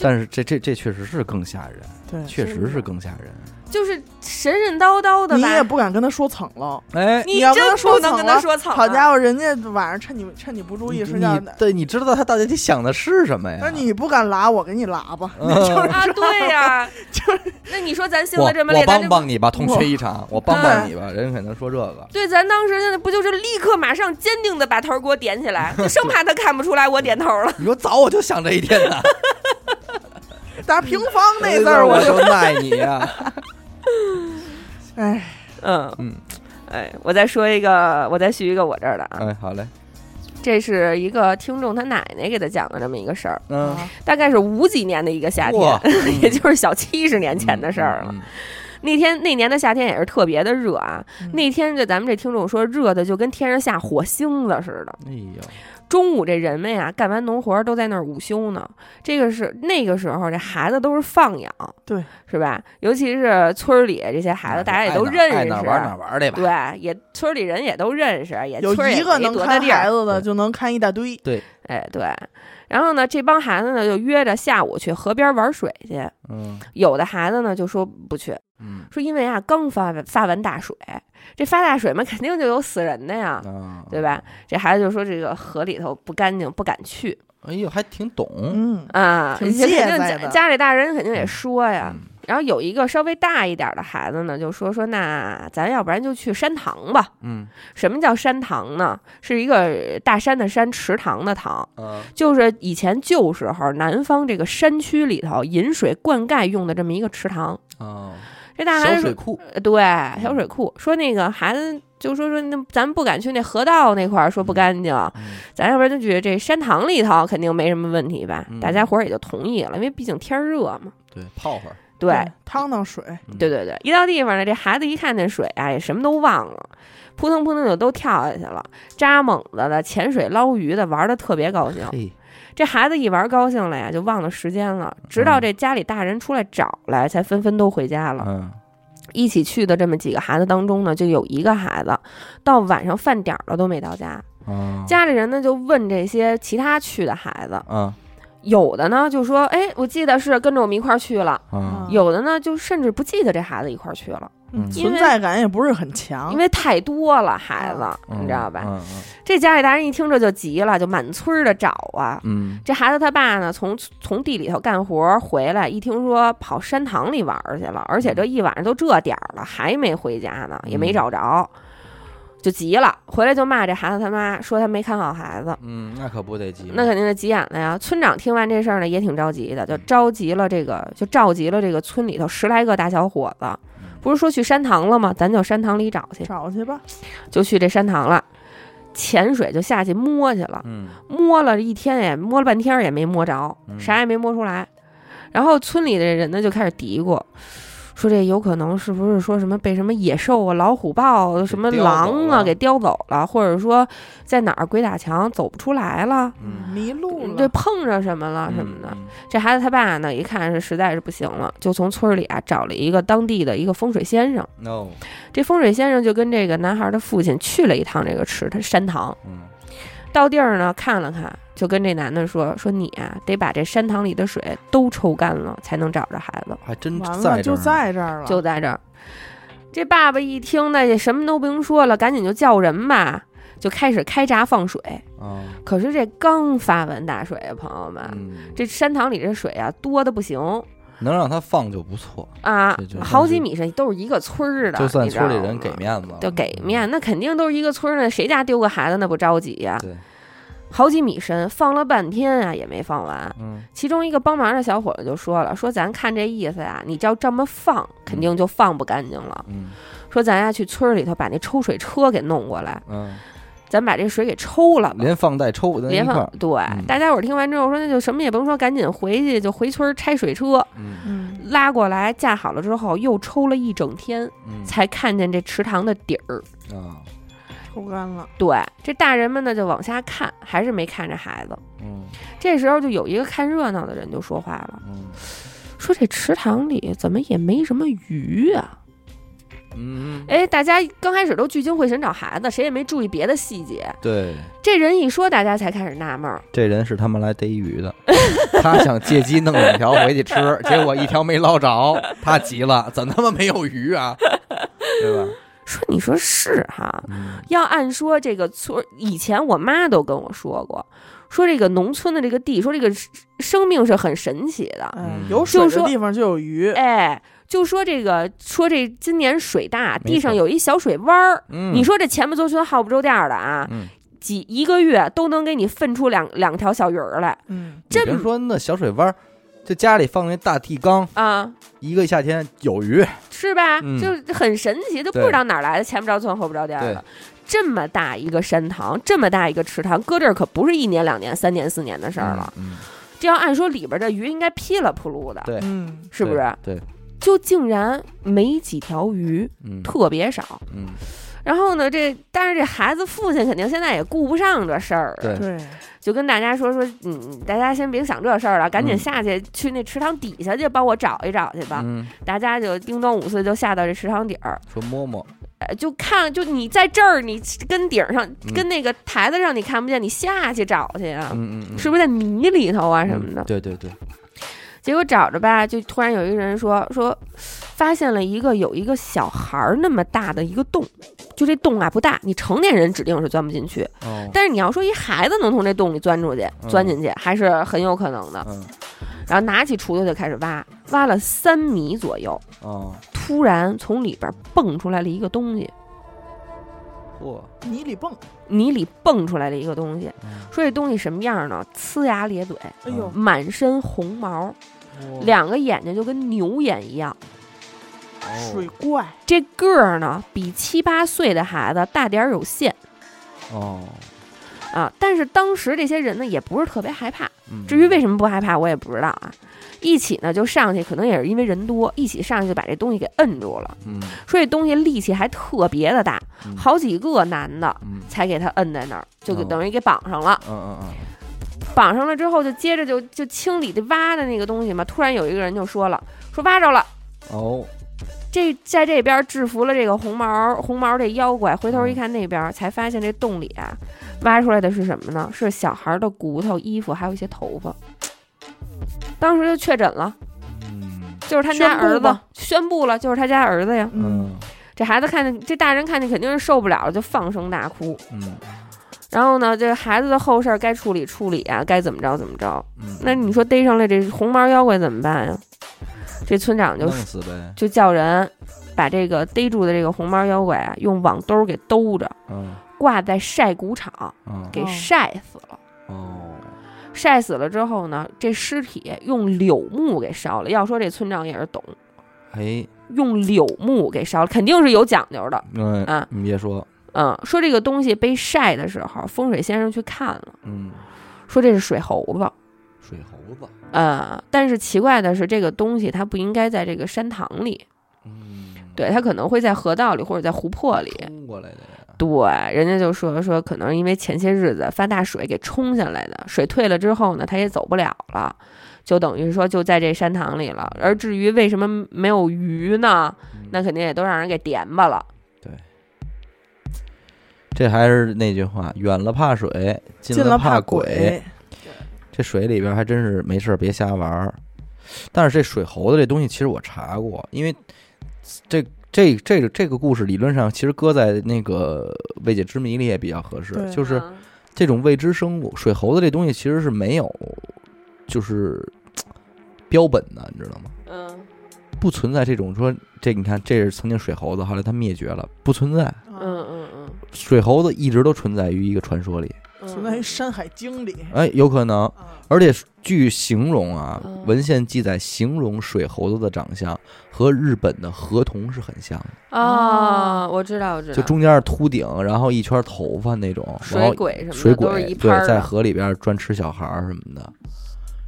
S3: 但是这这这确实是更吓人，
S1: 哎
S2: 对，
S3: 确实是更吓人。
S1: 就是神神叨叨的
S2: 你也
S1: 吧，
S2: 不敢跟他说蹭了。
S3: 哎，
S1: 你
S2: 你要跟
S1: 真
S2: 他说
S1: 不能
S2: 惨
S1: 跟他
S2: 了
S1: 说草，啊
S2: 好家伙，人家晚上趁你趁你不注意睡觉
S3: 你，对，你知道他到底想的是什么呀？
S2: 那你不敢拉我，给你拉吧。
S3: 嗯
S1: 啊！对 呀，那你说咱性
S3: 我
S1: 子这么烈，
S3: 我
S1: 咱
S3: 帮
S1: 这
S3: 帮你吧，同学一场，我帮帮你吧。人可能说这个，
S1: 对咱当时那不就是立刻马上坚定的把头给我点起 来，就生怕他看不出来我点头了。
S3: 你说早我就想这一天 呢。
S2: 打平方那字儿，
S3: 我
S2: 我就
S3: 就卖你呀。
S2: 哎，
S1: 嗯
S3: 嗯，
S1: 哎，我再说一个，我再续一个我这儿的啊，
S3: 哎，好嘞，
S1: 这是一个听众他奶奶给他讲的这么一个事儿，
S3: 嗯，
S2: 哎
S1: 大概是五几年的一个 夏天
S3: 哇，
S1: 也就是小七十年前的事儿了。
S3: 嗯。嗯
S1: 那天那年的夏天也是特别的热啊，
S2: 嗯
S1: 那天这咱们这听众说热的就跟天上下火星子似的。
S3: 哎呦，
S1: 中午这人们呀，干完农活儿都在那儿午休呢。这个是那个时候这孩子都是放养，
S2: 对，
S1: 是吧？尤其是村儿里这些孩子，大家也都认
S3: 爱
S1: 识
S3: 哪，玩哪玩去吧。
S1: 对，也村儿里人也都认识，也
S2: 有
S1: 村儿也
S2: 一个
S1: 没
S2: 能
S1: 多大
S2: 看
S1: 地儿
S2: 孩子的，
S3: 对
S2: 就能看一大堆。
S1: 哎，对。然后呢，这帮孩子呢就约着下午去河边玩水去，
S3: 嗯
S1: 有的孩子呢就说不去，
S3: 嗯
S1: 说因为啊刚发完发完大水，这发大水嘛肯定就有死人的呀，
S3: 啊，
S1: 对吧？这孩子就说这个河里头不干净，不敢去
S3: 哎呦，还挺懂。
S2: 嗯，
S1: 啊，
S2: 挺
S1: 这
S2: 戒
S1: 肯定
S2: 在
S1: 家
S2: 的
S1: 家里大人肯定也说呀。
S3: 嗯
S1: 然后有一个稍微大一点的孩子呢，就说说那咱要不然就去山塘吧。
S3: 嗯
S1: 什么叫山塘呢？是一个大山的山，池塘的塘，
S3: 啊
S1: 就是以前旧时候南方这个山区里头引水灌溉用的这么一个池塘。
S3: 哦，
S1: 这大
S3: 小
S1: 孩子
S3: 水
S1: 说，
S3: 库，嗯
S1: 呃对，小水库说那个孩子就说说那咱们不敢去那河道那块儿，说不干净，
S3: 嗯
S1: 咱要不然就觉得这山塘里头肯定没什么问题吧，
S3: 嗯
S1: 大家伙儿也就同意了，因为毕竟天儿热嘛。
S3: 对，泡会儿，
S1: 对，
S2: 趟趟水，
S3: 嗯
S1: 对，对对，一到地方呢，这孩子一看见水啊，也什么都忘了，扑腾扑腾就都跳下去了，扎猛子的、潜水捞鱼的，玩的特别高兴。
S3: 嘿，
S1: 这孩子一玩高兴了呀，就忘了时间了，
S3: 嗯
S1: 直到这家里大人出来找来，才纷纷都回家了。
S3: 嗯，
S1: 一起去的这么几个孩子当中呢，就有一个孩子到晚上饭点儿了都没到家，
S3: 啊，
S1: 家里人呢就问这些其他去的孩子，
S3: 啊
S1: 有的呢就说，哎，我记得是跟着我们一块儿去了，
S3: 啊，
S1: 有的呢就甚至不记得这孩子一块儿去了。
S3: 嗯
S1: 因
S2: 存
S1: 为
S2: 在感也不是很强
S1: 因。为太多了孩子，
S3: 嗯
S1: 你知道吧？
S3: 嗯
S1: 这家里大人一听这就急了，就满村儿的找啊。
S3: 嗯
S1: 这孩子他爸呢，从从地里头干活回来，一听说跑山塘里玩儿去了，而且这一晚上都这点儿了，还没回家呢，也没找着，就急了，回来就骂这孩子他妈，说他没看好孩子，
S3: 嗯，嗯，那可不得急，
S1: 那肯定是急眼了呀。村长听完这事儿呢，也挺着急的，就召集了这个，就召集了这个村里头十来个大小伙子，不是说去山塘了吗？咱就山塘里找去。
S2: 找去吧，
S1: 就去这山塘了，潜水就下去摸去了，
S3: 嗯，
S1: 摸了一天也摸了半天也没摸着，
S3: 嗯
S1: 啥也没摸出来。然后村里的人呢就开始嘀咕，说这有可能是不是说什么被什么野兽啊、老虎豹啊、什么
S3: 叼走
S1: 狼啊
S3: 了
S1: 给叼走了，或者说在哪儿鬼打墙走不出来了，
S3: 嗯
S2: 迷路了。
S1: 对，碰着什么了啊什么的。，这孩子他爸呢一看是实在是不行了，就从村里啊找了一个当地的一个风水先生。
S3: no，
S1: 这风水先生就跟这个男孩的父亲去了一趟这个池他山塘，
S3: 嗯
S1: 到地儿呢看了看，就跟这男的说说你啊得把这山塘里的水都抽干了，才能找着孩子，
S3: 还真
S2: 完
S3: 嗯在
S2: 了就在这
S3: 啊
S2: 儿了，
S1: 就在这儿。这爸爸一听呢，也什么都不用说了，赶紧就叫人吧，就开始开闸放水。
S3: 啊，
S1: 可是这刚发完大水啊，朋友们，
S3: 嗯，
S1: 这山塘里这水啊多的不行
S3: 能让他放就不错，
S1: 啊
S3: 这就，算
S1: 好几
S3: 是
S1: 米深都是一个村儿的，
S3: 就算
S1: 你知
S3: 村里
S1: 道
S3: 人
S1: 吗
S3: 给面子了，嗯
S1: 就给面，那肯定都是一个村儿的，谁家丢个孩子那不着急呀、
S3: 对，
S1: 好几米深，放了半天啊也没放完。
S3: 嗯
S1: 其中一个帮忙的小伙子就说了，说咱看这意思呀、你要这么放，肯定就放不干净了。
S3: 嗯
S1: 说咱呀去村儿里头把那抽水车给弄过来，
S3: 嗯，
S1: 咱把这水给抽了吧。
S3: 连放带抽的那
S1: 别
S3: 一块
S1: 放
S3: 儿，，
S1: 对，
S3: 嗯
S1: 大家伙儿听完之后说，那就什么也甭说，赶紧回去就回村儿拆水车，
S3: 嗯
S2: 嗯，
S1: 拉过来架好了之后，又抽了一整天，
S3: 嗯
S1: 才看见这池塘的底儿。
S3: 啊，
S2: 抽干了，
S1: 对，这大人们呢就往下看，还是没看着孩子。
S3: 嗯
S1: 这时候就有一个看热闹的人就说话了，
S3: 嗯
S1: 说这池塘里怎么也没什么鱼啊？
S3: 嗯，
S1: 哎，大家刚开始都聚精会神找孩子，谁也没注意别的细节。
S3: 对，
S1: 这人一说，大家才开始纳闷儿。
S3: 这人是他们来逮鱼的， 他想借机弄两条回 去吃，结果一条没捞着，他急了，怎么他妈没有鱼 啊？对吧？
S1: 说你说是哈？
S3: 嗯
S1: 要按说这个村儿，以前我妈都跟我说过，说这个农村的这个地，说这个生生命是很神奇的。
S2: 嗯
S3: 嗯，
S2: 有水
S1: 就
S2: 的
S1: 说
S2: 地方就有鱼，
S1: 哎，就说这个，说这今年水大，
S3: 没
S1: 地上
S3: 错
S1: 有一小水湾儿。
S3: 嗯
S1: 你说这前不着村后不着店儿的啊，
S3: 嗯
S1: 几一个月都能给你分出两两条小鱼儿来
S2: 嗯，
S3: 你
S1: 这
S3: 别说那小水湾儿，就家里放那大地缸，
S1: 啊，
S3: 一个夏天有鱼，
S1: 是吧？
S3: 嗯
S1: 就很神奇，都不
S3: 对
S1: 知道哪儿来的前不着村后不着店儿
S3: 对
S1: 的。这么大一个山塘，这么大一个池塘，搁这儿可不是一年、两年、三年、四年的事儿了。
S3: 嗯，
S1: 这要按说里边的鱼应该噼里扑噜的，
S3: 对
S2: 嗯，
S1: 是不是？
S3: 对，对
S1: 就竟然没几条鱼，
S3: 嗯
S1: 特别少。
S3: 嗯，
S1: 然后呢，这但是这孩子父亲肯定现在也顾不上这事儿啊，
S3: 对，
S2: 对，
S1: 就跟大家说说，嗯，大家先别想这事儿了，赶紧
S3: 嗯
S1: 下去、去那池塘底下去帮我找一找去吧。
S3: 嗯，
S1: 大家就叮咚五四就下到这池塘底儿，
S3: 说摸摸，
S1: 呃，就看就你在这儿，你跟顶上、
S3: 嗯
S1: 跟那个台子上你看不见，你下去找去啊，
S3: 嗯嗯嗯，
S1: 是不是在泥里头啊什么的？
S3: 嗯对对对，
S1: 结果找着吧，就突然有一个人说说，发现了一个有一个小孩儿那么大的一个洞，就这洞啊不大，你成年人指定是钻不进去，
S3: 哦，
S1: 但是你要说一孩子能从这洞里钻出去、
S3: 嗯
S1: 钻进去，还是很有可能的。
S3: 嗯
S1: 然后拿起锄头就开始挖，挖了三米左右，
S3: 哦，
S1: 突然从里边蹦出来了一个东西，
S3: 嚯，
S2: 泥里蹦，
S1: 泥里蹦出来了一个东西。
S3: 嗯
S1: 说这东西什么样呢？呲牙咧嘴，
S2: 哎呦，
S1: 满身红毛，
S3: 哇
S1: 两个眼睛就跟牛眼一样，
S3: 哦
S2: 水怪，
S1: 这个儿呢，比七八岁的孩子大点儿有限
S3: 哦，
S1: 啊。但是当时这些人呢，也不是特别害怕。
S3: 嗯
S1: 至于为什么不害怕，我也不知道啊。一起呢就上去，可能也是因为人多，一起上去就把这东西给摁住了。
S3: 嗯
S1: 说这东西力气还特别的大，
S3: 嗯
S1: 好几个男的
S3: 嗯
S1: 才给他摁在那儿，就给
S3: 哦
S1: 等于给绑上了。
S3: 嗯嗯
S1: 绑上了之后，就接着就就清理这挖的那个东西嘛。突然有一个人就说了，说挖着了。
S3: 嗯哦，
S1: 这在这边制服了这个红毛红毛这妖怪，回头一看那边，才发现这洞里啊，挖出来的是什么呢？是小孩的骨头、衣服，还有一些头发。当时就确诊了，
S3: 嗯
S1: 就是他家
S2: 宣布
S1: 儿子
S2: 吗
S1: 宣布了，就是他家儿子呀。
S3: 嗯
S1: 这孩子看见这大人看见肯定是受不了了，就放声大哭。
S3: 嗯
S1: 然后呢，这孩子的后事儿该处理处理啊，该怎么着怎么着。
S3: 嗯，
S1: 那你说逮上来这红毛妖怪怎么办呀？这村长就
S3: 弄死呗，
S1: 就叫人把这个逮住的这个红毛妖怪啊，用网兜给兜着，
S3: 嗯
S1: 挂在晒谷场
S3: 嗯
S1: 给
S2: 哦
S1: 晒死了。
S3: 哦，
S1: 晒死了之后呢，这尸体用柳木给烧了。要说这村长也是懂，
S3: 哎，
S1: 用柳木给烧了，肯定是有讲究的。
S3: 嗯
S1: 啊
S3: 你别说，
S1: 嗯，说这个东西被晒的时候，风水先生去看了，
S3: 嗯，
S1: 说这是水猴子。
S3: 水猴子，
S1: 呃，但是奇怪的是，这个东西它不应该在这个山塘里，
S3: 嗯，
S1: 对，它可能会在河道里或者在湖泊里。
S3: 冲过来的呀，
S1: 对，人家就说说，可能是因为前些日子发大水给冲下来的，水退了之后呢，他也走不了了，就等于说就在这山塘里了。而至于为什么没有鱼呢，
S3: 嗯
S1: 那肯定也都让人给点吧了。
S3: 这还是那句话，远了怕水，近
S2: 进了
S3: 怕
S2: 怕鬼，
S3: 这水里边还真是没事儿别瞎玩儿。但是这水猴子这东西，其实我查过，因为这这这个这个故事理论上其实搁在那个未解之谜里也比较合适，
S2: 对
S1: 啊
S3: 就是这种未知生物，水猴子这东西其实是没有就是嘖标本的，你知道吗？
S1: 嗯
S3: 不存在这种说这你看这是曾经水猴子，后来它灭绝了，不存在。
S1: 嗯嗯嗯
S3: 水猴子一直都存在于一个传说里，
S1: 嗯，
S2: 存在于《山海经》里。
S3: 哎，有可能。
S2: 啊，
S3: 而且据形容啊
S1: 嗯，
S3: 文献记载形容水猴子的长相和日本的河童是很像的，
S1: 啊、我知道，我知道，
S3: 就中间是秃顶，然后一圈头发那种，然
S1: 水
S3: 后
S1: 鬼什么的
S3: 水
S1: 都是
S3: 鬼
S1: 一拍
S3: 对，
S1: 儿
S3: 在
S1: 的。
S3: 河里边专吃小孩儿什么的，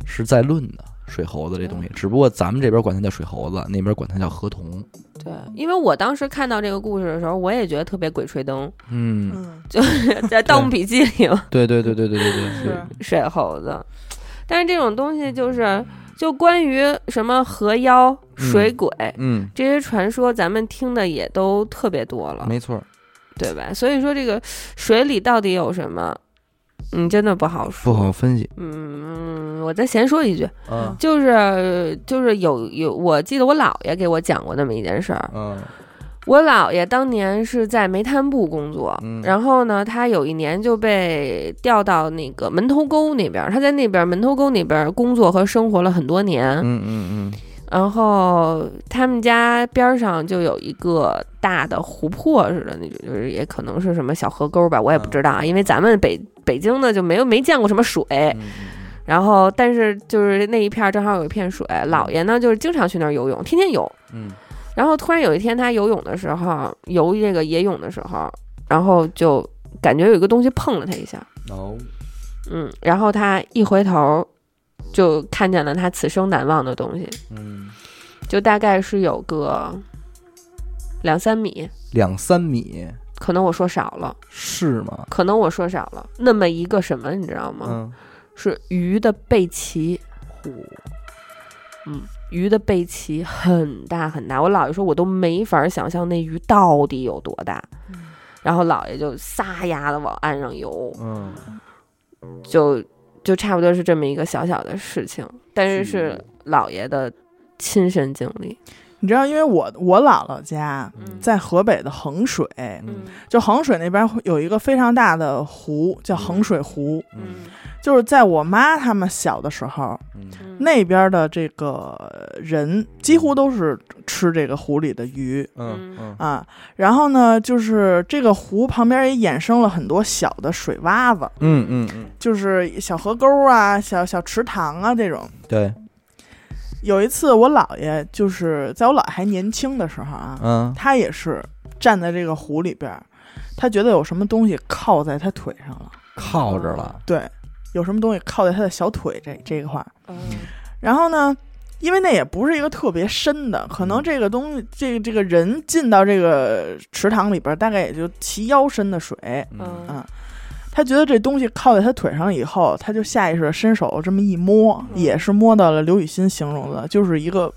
S3: 是在论的水猴子这东西，只不过咱们这边管它叫水猴子，那边管它叫河童。
S1: 对，因为我当时看到这个故事的时候，我也觉得特别鬼吹灯，
S3: 嗯，
S2: 嗯，
S1: 在《盗墓笔记》 里嘛。
S3: 对对对对对对对，
S2: 是
S1: 水猴子。但是这种东西就是，就关于什么河妖、水鬼、
S3: 嗯，
S1: 这些传说，咱们听的也都特别多了，
S3: 没错儿，
S1: 对吧？所以说这个水里到底有什么，嗯，真的不好
S3: 不
S1: 说。
S3: 好分析。
S1: 嗯，我再闲说一句，
S3: 嗯
S1: 就是就是有有，我记得我姥爷给我讲过那么一件事儿。
S3: 嗯
S1: 我姥爷当年是在煤炭部工作，
S3: 嗯
S1: 然后呢，他有一年就被调到那个门头沟那边儿，他在那边儿门头沟那边儿工作和生活了很多年。
S3: 嗯嗯嗯，
S1: 然后他们家边儿上就有一个大的湖泊似的那种，就是也可能是什么小河沟吧，我也不知道啊，因为咱们北北京呢就没有没见过什么水。
S3: 嗯嗯
S1: 然后，但是就是那一片儿正好有一片水，姥爷呢就是经常去那儿游泳，天天游。
S3: 嗯
S1: 然后突然有一天，他游泳的时候，游这个野泳的时候，然后就感觉有一个东西碰了他一下，
S3: 嗯，哦，
S1: 嗯，然后他一回头，就看见了他此生难忘的东西，
S3: 嗯，
S1: 就大概是有个两三米，
S3: 两三米
S1: 可能我说少了，
S3: 是吗？
S1: 可能我说少了，那么一个什么，你知道吗？
S3: 嗯，
S1: 是鱼的背鳍，嗯，鱼的背鳍很大很大。我姥爷说，我都没法想象那鱼到底有多大。
S2: 嗯
S1: 然后姥爷就撒丫子往岸上游，
S3: 嗯，
S1: 就就差不多是这么一个小小的事情，但是是
S3: 嗯
S1: 姥爷的亲身经历。
S2: 你知道，因为我我姥姥家
S1: 嗯
S2: 在河北的衡水，
S3: 嗯
S2: 就衡水那边会有一个非常大的湖，叫衡水湖。
S3: 嗯
S2: 就是在我妈他们小的时候，
S3: 嗯
S1: 嗯
S2: 那边的这个人几乎都是吃这个湖里的鱼
S3: 嗯嗯
S2: 啊。然后呢，就是这个湖旁边也衍生了很多小的水洼子，
S3: 嗯嗯嗯，嗯
S2: 就是小河沟啊、小小池塘啊这种。
S3: 对，
S2: 有一次我姥爷就是在我姥爷还年轻的时候啊，
S3: 嗯
S2: 他也是站在这个湖里边儿，他觉得有什么东西靠在他腿上了，
S3: 靠着了，
S2: 对，有什么东西靠在他的小腿这这一块儿。
S1: 嗯
S2: 然后呢，因为那也不是一个特别深的，可能这个东西，这个这个人进到这个池塘里边儿，大概也就齐腰深的水。
S1: 嗯
S2: 嗯他觉得这东西靠在他腿上以后，他就下意识地伸手这么一摸，
S1: 嗯
S2: 也是摸到了刘雨欣形容的，就是一个，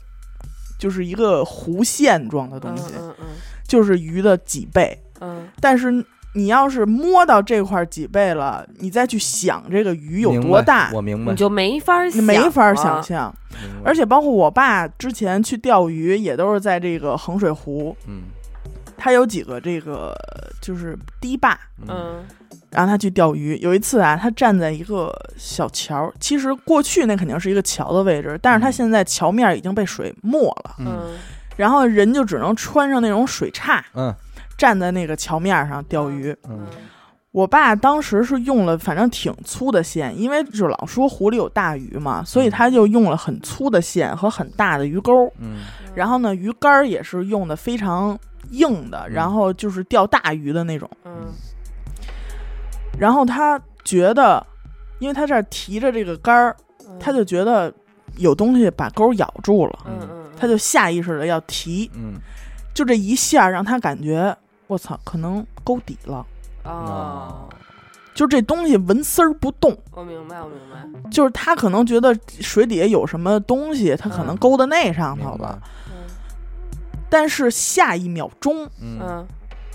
S2: 就是一个弧线状的东西，
S1: 嗯嗯
S2: 就是鱼的几倍。
S1: 嗯
S2: 但是你要是摸到这块儿几倍了，你再去想这个鱼有
S3: 明白
S2: 多大，
S3: 我啊明
S1: 嗯，
S3: 白
S1: 你，就没法
S2: 你
S1: 想，
S2: 没法儿想。象。
S3: 明白
S2: 而且包括我爸之前去钓鱼，也都是在这个衡水湖，
S3: 嗯
S2: 他有几个这个就是堤坝，
S1: 嗯
S2: 然后他去钓鱼。有一次啊，他站在一个小桥，其实过去那肯定是一个桥的位置，但是他
S3: 嗯
S2: 现在桥面已经被水没了，
S3: 嗯
S1: 嗯
S2: 然后人就只能穿上那种水叉，
S3: 嗯
S2: 站在那个桥面上钓鱼。
S3: 嗯
S2: 我爸当时是用了反正挺粗的线，因为就是老说湖里有大鱼嘛，所以
S1: 嗯
S2: 他就用了很粗的线和很大的鱼钩。
S3: 嗯
S2: 然后呢，鱼竿儿也是用的非常硬的，
S3: 嗯
S2: 然后就是钓大鱼的那种。
S1: 嗯
S2: 然后他觉得，因为他这儿提着这个竿儿，
S1: 嗯，
S2: 他就觉得有东西把钩咬住了，
S1: 嗯嗯，
S2: 他就下意识的要提，
S3: 嗯
S2: 就这一下让他感觉，我操，可能勾底了。
S1: 哦，
S3: 啊
S2: 就这东西纹丝儿不动，
S1: 我明白，我明白。
S2: 就是他可能觉得水底下有什么东西，他可能
S1: 嗯
S2: 勾到那上头
S3: 明白
S2: 了。但是下一秒钟，
S3: 嗯
S1: 嗯，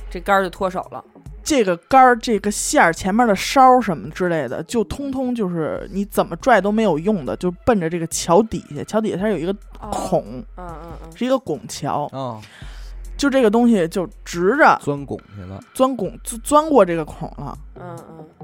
S1: 这杆儿就脱手了。
S2: 这个杆儿、这个线儿、前面的梢什么之类的，就通通就是你怎么拽都没有用的，就奔着这个桥底下。桥底下它有一个
S1: 哦，
S2: 孔，
S1: 嗯嗯嗯，
S2: 是一个拱桥，
S3: 哦，
S2: 就这个东西就直着
S3: 钻拱去了，
S2: 钻拱钻钻过这个孔
S3: 哦
S2: 了，
S1: 嗯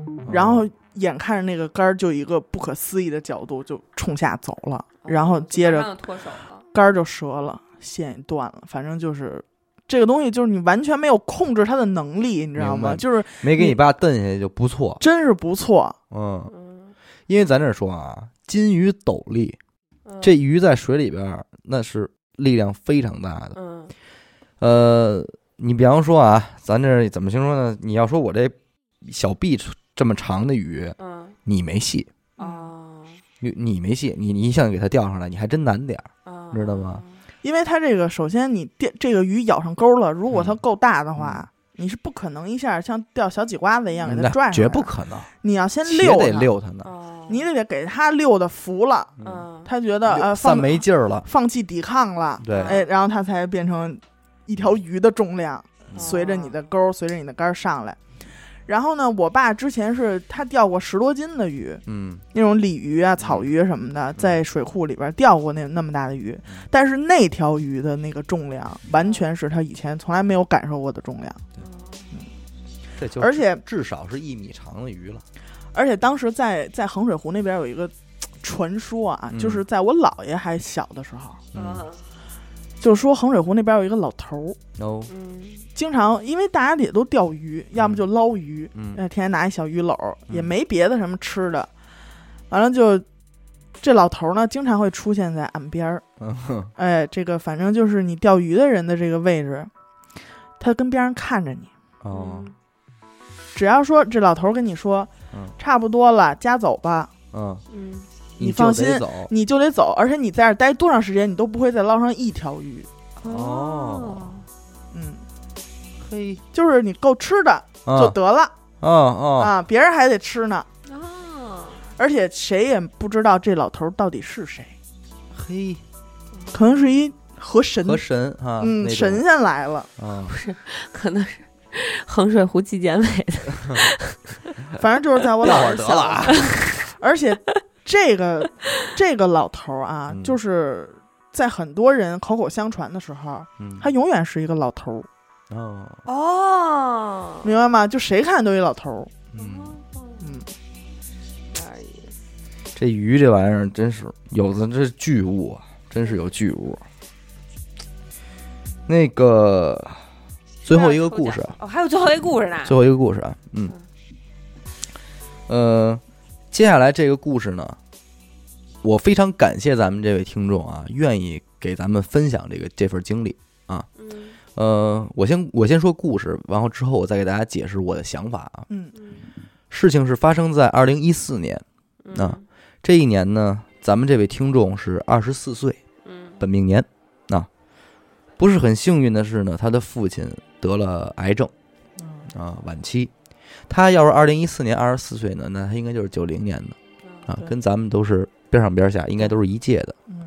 S1: 嗯，
S2: 然后眼看着那个杆儿就一个不可思议的角度就冲下走了，然后接
S1: 马
S2: 着
S1: 上就脱手了。
S2: 杆儿就折了，线也断了，反正就是这个东西就是你完全没有控制它的能力，你知道
S3: 明白
S2: 吗？就是
S3: 没给你爸蹬下去就不错，
S2: 真是不错，
S3: 嗯，
S1: 嗯，
S3: 因为咱这说啊，金鱼斗笠，
S1: 嗯
S3: 这鱼在水里边儿那是力量非常大的，
S1: 嗯
S3: 呃，你比方说啊，咱这怎么形容呢？你要说我这小臂这么长的鱼，
S1: 嗯
S3: 你没戏，
S1: 哦
S3: 你你没戏，你你想给它钓上来，你还真难点儿。
S1: 哦，
S3: 知道吗
S2: 因为它这个首先你电这个鱼咬上钩了，如果它
S3: 嗯
S2: 够大的话。你是不可能一下像钓小几瓜子一样给它
S3: 嗯那
S2: 拽上来，
S3: 绝不。可能，
S2: 你要先
S3: 且
S2: 溜
S3: 得
S2: 它，
S3: 溜它呢。
S1: 哦，
S2: 你得给它溜的服了，
S1: 嗯，
S2: 他觉得
S3: 溜
S2: 呃
S3: 散嗯
S2: 放
S3: 没劲儿了，
S2: 放弃抵抗了，
S3: 对，
S2: 哎，然后他才变成一条鱼的重量，
S3: 嗯
S2: 随着你
S1: 哦
S2: 的钩儿，随着你的杆儿上来。然后呢，我爸之前是他钓过十多斤的鱼，
S3: 嗯，
S2: 那种鲤鱼啊、草鱼什么的，在水库里边钓过那那么大的鱼
S3: 嗯，
S2: 但是那条鱼的那个重量，完全是他以前从来没有感受过的重量。
S3: 这就
S2: 而且
S3: 至少是一米长的鱼了。
S2: 而且当时在在衡水湖那边有一个嘖传说啊，
S3: 嗯
S2: 就是在我姥爷还小的时候，
S3: 嗯
S1: 嗯
S2: 就说衡水湖那边有一个老头儿，
S3: ，no，
S1: 嗯
S2: 经常因为大家也都钓鱼，要么就捞鱼，
S3: 嗯
S2: 呃，天天拿一小鱼篓儿，
S3: 嗯
S2: 也没别的什么吃的，完了就这老头儿呢，经常会出现在岸边儿，
S3: 嗯哼
S2: 哎，这个反正就是你钓鱼的人的这个位置，他跟边上看着你，
S1: 嗯
S3: 哦，
S2: 只要说这老头儿跟你说，
S3: 嗯
S2: 差不多了，家走吧，
S3: 嗯，
S1: 嗯
S2: 你
S3: 就
S2: 放
S3: 得
S2: 心
S3: 走，
S2: 你就得走，而且你在这儿待多长时间，你都不会再捞上一条鱼，
S3: 哦，
S2: 嗯，
S3: 嘿，
S2: 就是你够吃的就
S3: 啊
S2: 得了、
S3: 啊啊，
S2: 啊，别人还得吃呢。
S1: 哦，
S2: 而且谁也不知道这老头儿到底是谁，
S3: 嘿，
S2: 可能是一河神，
S3: 和神啊，
S2: 嗯，
S3: 那种
S2: 神仙来 了。
S3: 啊，
S1: 可能是 衡水湖纪检委的。
S2: 反正就是在我
S3: 撂会
S2: 姥
S3: 儿
S2: 爷
S3: 得
S2: 小
S3: 了啊，
S2: 而且这个这个老头儿啊，
S3: 嗯
S2: 就是在很多人口口相传的时候，
S3: 嗯
S2: 他永远是一个老头儿，
S3: 哦，
S1: 哦，
S2: 明白吗？就谁看都一老头儿，
S3: 嗯，
S2: 嗯，
S1: 有点意思。
S3: 这鱼这玩意儿真是有的，这是巨物啊，真是有巨物。那个最后一个故事啊，
S1: 哦，还有最后一个故事呢。
S3: 最后一个故事啊，嗯，呃，接下来这个故事呢，我非常感谢咱们这位听众啊，愿意给咱们分享这个这份经历。
S1: 嗯
S3: 呃，我先我先说故事，然后之后我再给大家解释我的想法啊。
S2: 嗯
S3: 事情是发生在二零一四年，
S1: 嗯
S3: 啊这一年呢，咱们这位听众是二十四岁，
S1: 嗯
S3: 本命年。啊，不是很幸运的是呢，他的父亲得了癌症啊，晚期。他要是二零一四年二十四岁呢，那他应该就是九零年的
S1: 嗯
S3: 啊，
S2: 对
S3: 跟咱们都是边上边下，应该都是一届的，
S2: 嗯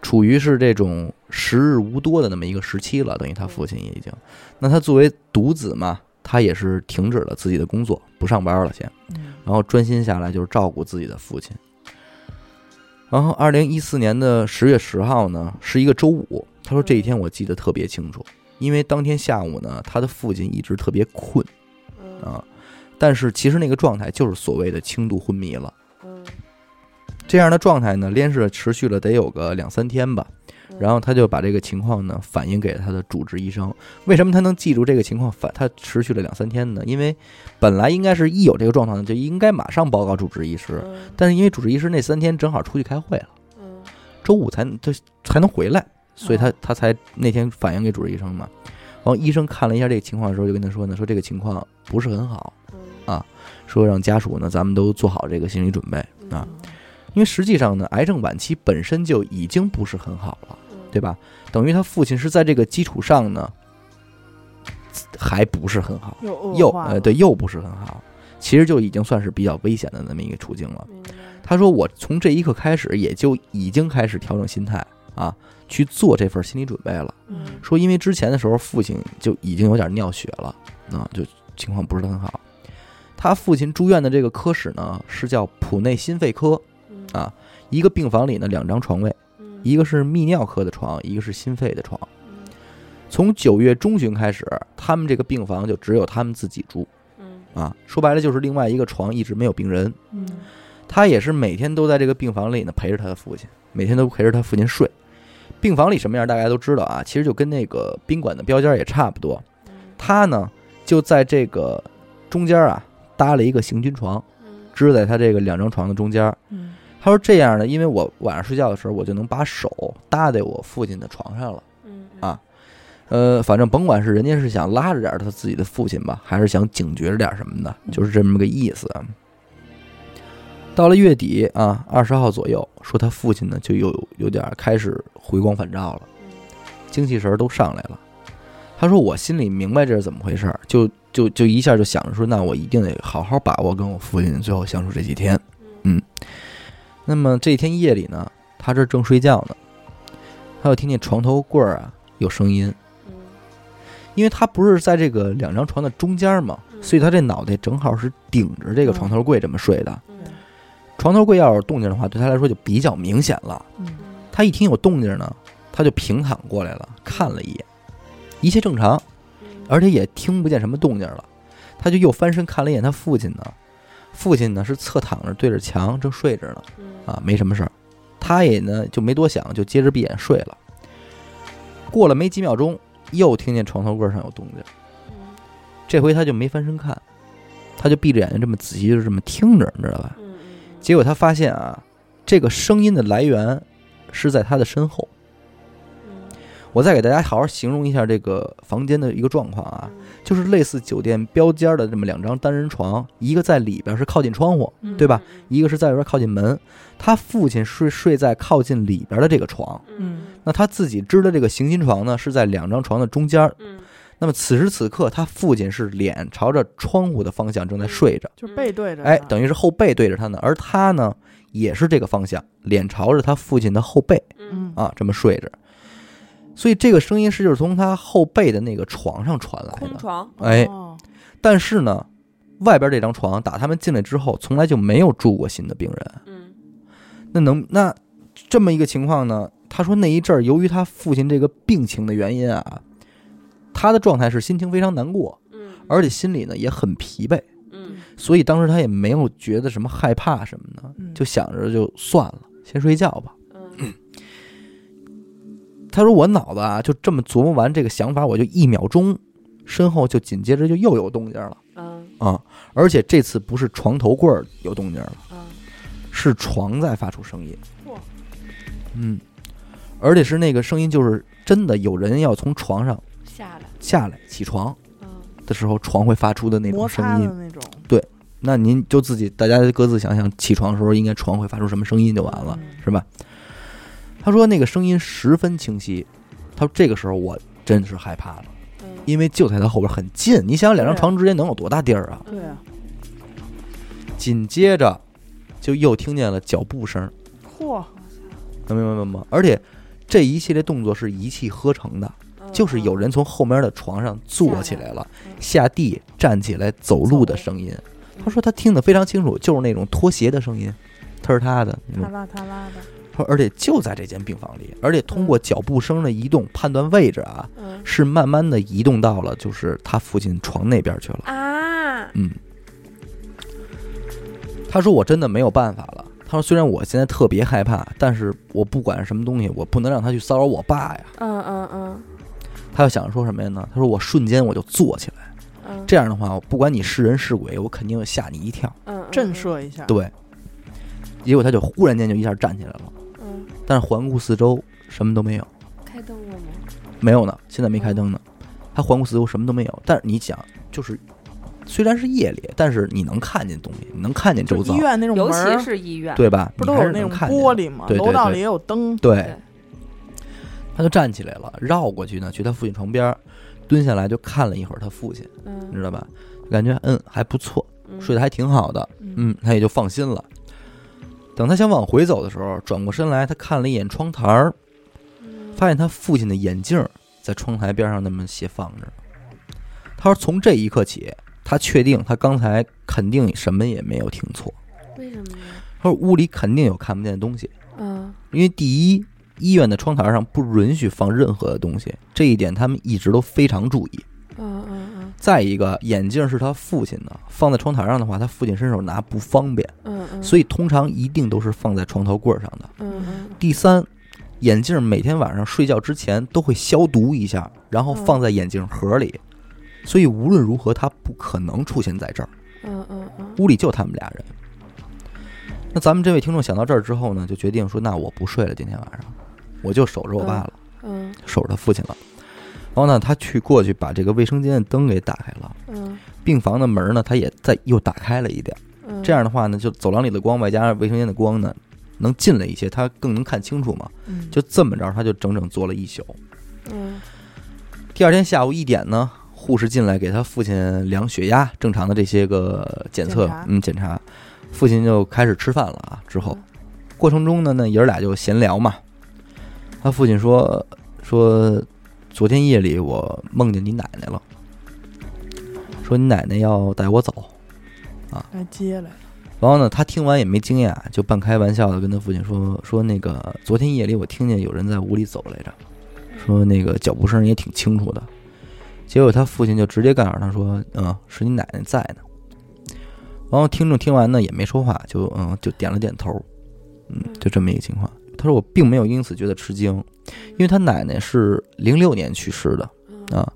S3: 处于是这种时日无多的那么一个时期了。等于他父亲也已经，那他作为独子嘛，他也是停止了自己的工作，不上班了先。
S2: 嗯
S3: 然后专心下来就是照顾自己的父亲。然后，二零一四年的十月十号呢，是一个周五。他说这一天我记得特别清楚，因为当天下午呢，他的父亲一直特别困
S1: 嗯
S3: 啊，但是其实那个状态就是所谓的轻度昏迷了。
S1: 嗯
S3: 这样的状态呢，连着持续了得有个两三天吧。
S1: 嗯
S3: 然后他就把这个情况呢反映给他的主治医生。为什么他能记住这个情况反？他持续了两三天呢？因为本来应该是一有这个状况就应该马上报告主治医师，
S1: 嗯
S3: 但是因为主治医师那三天正好出去开会了，
S1: 嗯
S3: 周五才他才能回来，所以他
S2: 哦
S3: 他才那天反映给主治医生嘛。然后医生看了一下这个情况的时候，就跟他说呢，说这个情况不是很好，
S1: 嗯
S3: 说让家属呢咱们都做好这个心理准备
S1: 嗯
S3: 啊，因为实际上呢，癌症晚期本身就已经不是很好了，
S1: 嗯
S3: 对吧？等于他父亲是在这个基础上呢，还不是很好，
S2: 又恶
S3: 又
S2: 化
S3: 呃
S2: 了
S3: 对又不是很好，其实就已经算是比较危险的那么一个处境了。
S1: 明白
S3: 他说：“我从这一刻开始，也就已经开始调整心态啊，去做这份心理准备了。
S1: 嗯
S3: 说因为之前的时候，父亲就已经有点尿血了，啊，就情况不是很好。他父亲住院的这个科室呢，是叫普内心肺科，
S1: 嗯
S3: 啊一个病房里呢两张床位，
S1: 嗯
S3: 一个是泌尿科的床，一个是心肺的床。
S1: 嗯
S3: 从九月中旬开始，他们这个病房就只有他们自己住
S1: 嗯
S3: 啊，说白了就是另外一个床一直没有病人。
S2: 嗯
S3: 他也是每天都在这个病房里呢陪着他的父亲，每天都陪着他父亲睡。病房里什么样大家都知道啊，其实就跟那个宾馆的标间也差不多。他呢就在这个中间啊搭了一个行军床，
S1: 嗯
S3: 支在他这个两张床的中间。
S2: 嗯
S3: 他说这样呢，因为我晚上睡觉的时候，我就能把手搭在我父亲的床上了。
S1: 嗯
S3: 啊呃，反正甭管是人家是想拉着点儿他自己的父亲吧，还是想警觉着点儿什么的，就是这么个意思。啊到了月底啊，二十号左右，说他父亲呢就有有点儿开始回光返照了，精气神儿都上来了。他说我心里明白这是怎么回事儿，就就就一下就想着说，那我一定得好好把握跟我父亲最后相处这几天。
S1: 嗯
S3: 那么这天夜里呢，他这正睡觉呢，他就听见床头柜儿啊有声音，
S1: 嗯
S3: 因为他不是在这个两张床的中间嘛，
S1: 嗯
S3: 所以他这脑袋正好是顶着这个床头柜这么睡的。
S1: 嗯
S3: 床头柜要有动静的话，对他来说就比较明显了。
S2: 嗯
S1: 嗯
S3: 他一听有动静呢，他就平躺过来了，看了一眼，一切正常，
S1: 嗯
S3: 而且也听不见什么动静了。他就又翻身看了一眼他父亲呢，父亲呢是侧躺着对着墙正睡着呢。
S1: 嗯
S3: 啊，没什么事儿。他也呢就没多想，就接着闭眼睡了。过了没几秒钟，又听见床头柜上有动静，
S1: 嗯
S3: 这回他就没翻身看，他就闭着眼睛这么仔细就这么听着，你知道吧？
S1: 嗯嗯
S3: 结果他发现啊，这个声音的来源是在他的身后。
S1: 嗯
S3: 我再给大家好好形容一下这个房间的一个状况啊，就是类似酒店标间的这么两张单人床，一个在里边是靠近窗户，
S1: 嗯
S3: 对吧？一个是在外边靠近门。他父亲睡睡在靠近里边的这个床，
S1: 嗯
S3: 那他自己支的这个行军床呢，是在两张床的中间儿。
S1: 嗯
S3: 那么此时此刻，他父亲是脸朝着窗户的方向正在睡着，
S2: 就是背对着
S3: 哎，
S2: 他
S3: 等于是后背对着他呢，而他呢也是这个方向，脸朝着他父亲的后背
S1: 嗯
S3: 啊，这么睡着。所以这个声音是就是从他后背的那个床上传来
S1: 空
S3: 的，
S1: 床
S3: 哎，
S2: 哦
S3: 但是呢，外边这张床打他们进来之后，从来就没有住过新的病人。
S1: 嗯
S3: 那能那这么一个情况呢？他说那一阵儿，由于他父亲这个病情的原因啊，他的状态是心情非常难过，
S1: 嗯
S3: 而且心里呢也很疲惫，
S1: 嗯
S3: 所以当时他也没有觉得什么害怕什么的，
S2: 嗯
S3: 就想着就算了，先睡觉吧。
S1: 嗯
S3: 他说我脑子啊就这么琢磨完这个想法，我就一秒钟，身后就紧接着就又有动静了
S1: 嗯
S3: 啊！而且这次不是床头柜儿有动静了，
S1: 嗯
S3: 是床在发出声音
S2: 哇。
S3: 嗯，而且是那个声音，就是真的有人要从床上
S1: 下来，
S3: 下来起床
S1: 嗯，
S3: 的时候，床会发出的那
S2: 摩
S3: 种
S2: 擦
S3: 声
S2: 的那
S3: 音。
S2: 种，
S3: 那您就自己大家各自想想，起床的时候应该床会发出什么声音就完了，
S2: 嗯
S3: 是吧？他说那个声音十分清晰，他说这个时候我真是害怕了，
S1: 嗯
S3: 因为就在他后边很近，你想想两张床之间能有多大地儿啊？
S2: 对啊，
S3: 紧接着就又听见了脚步声，
S2: 嚯，
S3: 能明白吗？而且这一系列动作是一气呵成的，
S1: 嗯
S3: 就是有人从后面的床上坐起来了，下地站起来走路的声音。他说他听得非常清楚，就是那种拖鞋的声音，他是他的那种
S2: 他拉他拉的，
S3: 说而且就在这间病房里，而且通过脚步声的移动判断位置啊，
S1: 嗯
S3: 是慢慢的移动到了就是他父亲床那边去了。
S1: 啊，
S3: 嗯，他说我真的没有办法了。他说虽然我现在特别害怕，但是我不管是什么东西，我不能让他去骚扰我爸呀。
S1: 嗯嗯嗯
S3: 他又想说什么呀呢？他说我瞬间我就坐起来，
S1: 嗯，
S3: 这样的话，我不管你是人是鬼，我肯定会吓你一跳。
S1: 嗯嗯
S2: 震，慑一下，
S3: 对，结果他就忽然间就一下站起来了，
S1: 嗯，
S3: 但是环顾四周什么都没有。
S1: 嗯开灯了吗？
S3: 没有呢，现在没开灯呢。他环顾四周，什么都没有。但是你想，就是虽然是夜里，但是你能看见东西，你能看见周
S2: 就
S3: 遭
S2: 医，院那种
S1: 尤
S2: 门
S1: 其
S2: 儿，
S1: 是医院，
S3: 对吧？
S2: 不都
S3: 你还
S2: 有
S3: 是
S2: 那
S3: 能
S2: 种
S3: 看见
S2: 玻璃吗？
S3: 对对
S2: 楼道
S3: 对
S2: 里也有灯，
S3: 对
S1: 对，
S3: 他就站起来了，绕过去呢，去他父亲床边儿，蹲下来就看了一会儿他父亲，你知
S1: 嗯，
S3: 道吧？感觉嗯还不错，
S1: 嗯
S3: 睡得还挺好的，
S2: 嗯
S3: 嗯，他也就放心了。等他想往回走的时候，转过身来，他看了一眼窗台儿，
S1: 嗯
S3: 发现他父亲的眼镜儿在窗台边上那么斜放着。他说：“从这一刻起，他确定他刚才肯定什么也没有听错。
S1: 为什么呢？
S3: 他说屋里肯定有看不见的东西，
S1: 嗯
S3: 因为第一，医院的窗台上不允许放任何的东西，这一点他们一直都非常注意。
S1: 嗯嗯
S3: 再一个，眼镜是他父亲的，放在窗台上的话，他父亲伸手拿不方便，
S1: 嗯嗯，
S3: 所
S1: 以
S3: 以通常一定都是放在床头柜上的。
S1: 嗯嗯
S3: 第三，眼镜每天晚上睡觉之前都会消毒一下，然后放在眼镜盒里，所以无论如何它不可能出现在这儿。
S1: 嗯嗯嗯，
S3: 屋里就他们俩人。那咱们这位听众想到这儿之后呢，就决定说，那我不睡了，今天晚上我就守着我爸了，
S1: 嗯
S3: 守着他父亲了。然后呢，他去过去把这个卫生间的灯给打开了，
S1: 嗯
S3: 病房的门呢，他也在又打开了一点。
S1: 嗯，
S3: 这样的话呢，就走廊里的光外加上卫生间的光呢，能进来一些，他更能看清楚嘛。
S2: 嗯
S3: 就这么着，他就整整坐了一宿。
S1: 嗯
S3: 第二天下午一点呢，护士进来给他父亲量血压，正常的这些个检测，
S2: 检查
S3: 嗯，检查。父亲就开始吃饭了啊。之后
S2: 嗯
S3: 过程中呢，那爷儿俩就闲聊嘛。他父亲说说，昨天夜里我梦见你奶奶了，说你奶奶要带我走。
S2: 来接来，
S3: 然后呢，他听完也没惊讶，就半开玩笑的跟他父亲说说那个昨天夜里我听见有人在屋里走来着，说那个脚步声也挺清楚的。结果他父亲就直接告诉他说，嗯，是你奶奶在呢。然后听众听完呢也没说话，就嗯就点了点头，嗯，就这么一个情况。他说我并没有因此觉得吃惊，因为他奶奶是零六年去世的，
S1: 嗯
S3: 啊，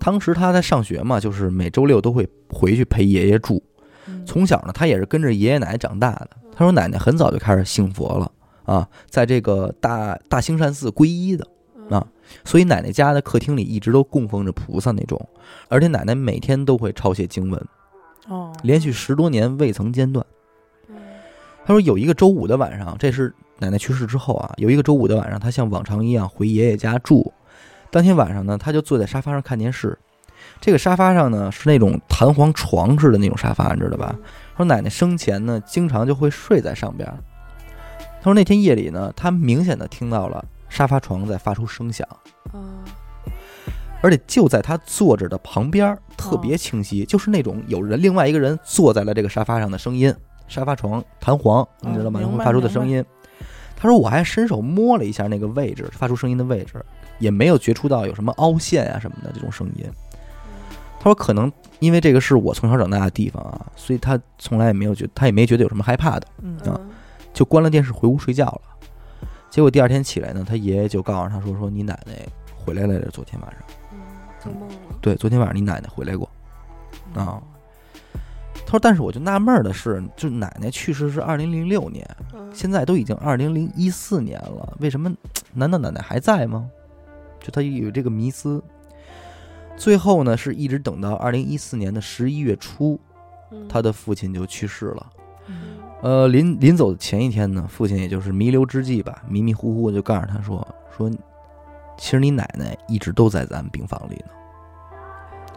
S3: 当时他在上学嘛，就是每周六都会回去陪爷爷住。
S2: 嗯
S3: 从小呢，他也是跟着爷爷奶奶长大的。他说奶奶很早就开始信佛了啊，在这个大大兴善寺皈依的，啊所以奶奶家的客厅里一直都供奉着菩萨那种，而且奶奶每天都会抄写经文，
S2: 哦，
S3: 连续十多年未曾间断。
S1: 嗯
S3: 他说有一个周五的晚上，这是奶奶去世之后啊，有一个周五的晚上，他像往常一样回爷爷家住。当天晚上呢，他就坐在沙发上看电视。这个沙发上呢是那种弹簧床似的那种沙发，你知道吧？他说奶奶生前呢，经常就会睡在上边儿。他说那天夜里呢，他明显的听到了沙发床在发出声响，
S1: 嗯
S3: 而且就在他坐着的旁边
S2: 哦
S3: 儿，特别清晰，就是那种有人另外一个人坐在了这个沙发上的声音，沙发床弹簧，你知道吗？
S2: 哦明白
S3: 会发出的声音。他说我还伸手摸了一下那个位置，发出声音的位置，也没有觉出到有什么凹陷啊什么的这种声音。他说可能因为这个是我从小长大的地方啊，所以他从来也没有觉，他也没觉得有什么害怕的，
S2: 嗯
S1: 嗯
S3: 就关了电视回屋睡觉了。结果第二天起来呢，他爷爷就告诉他说说你奶奶回来了，昨天晚上。
S1: 嗯，做梦了，
S3: 啊对，昨天晚上你奶奶回来过啊。他说，但是我就纳闷儿的是，就奶奶去世是二零零六年，现在都已经二零零一四年了，为什么？难道奶奶还在吗？就他有这个迷思。最后呢，是一直等到二零一四年的十一月初，他的父亲就去世了。
S2: 嗯
S3: 呃，临临走前一天呢，父亲也就是弥留之际吧，迷迷糊糊的就告诉他说：“说，其实你奶奶一直都在咱们病房里呢。”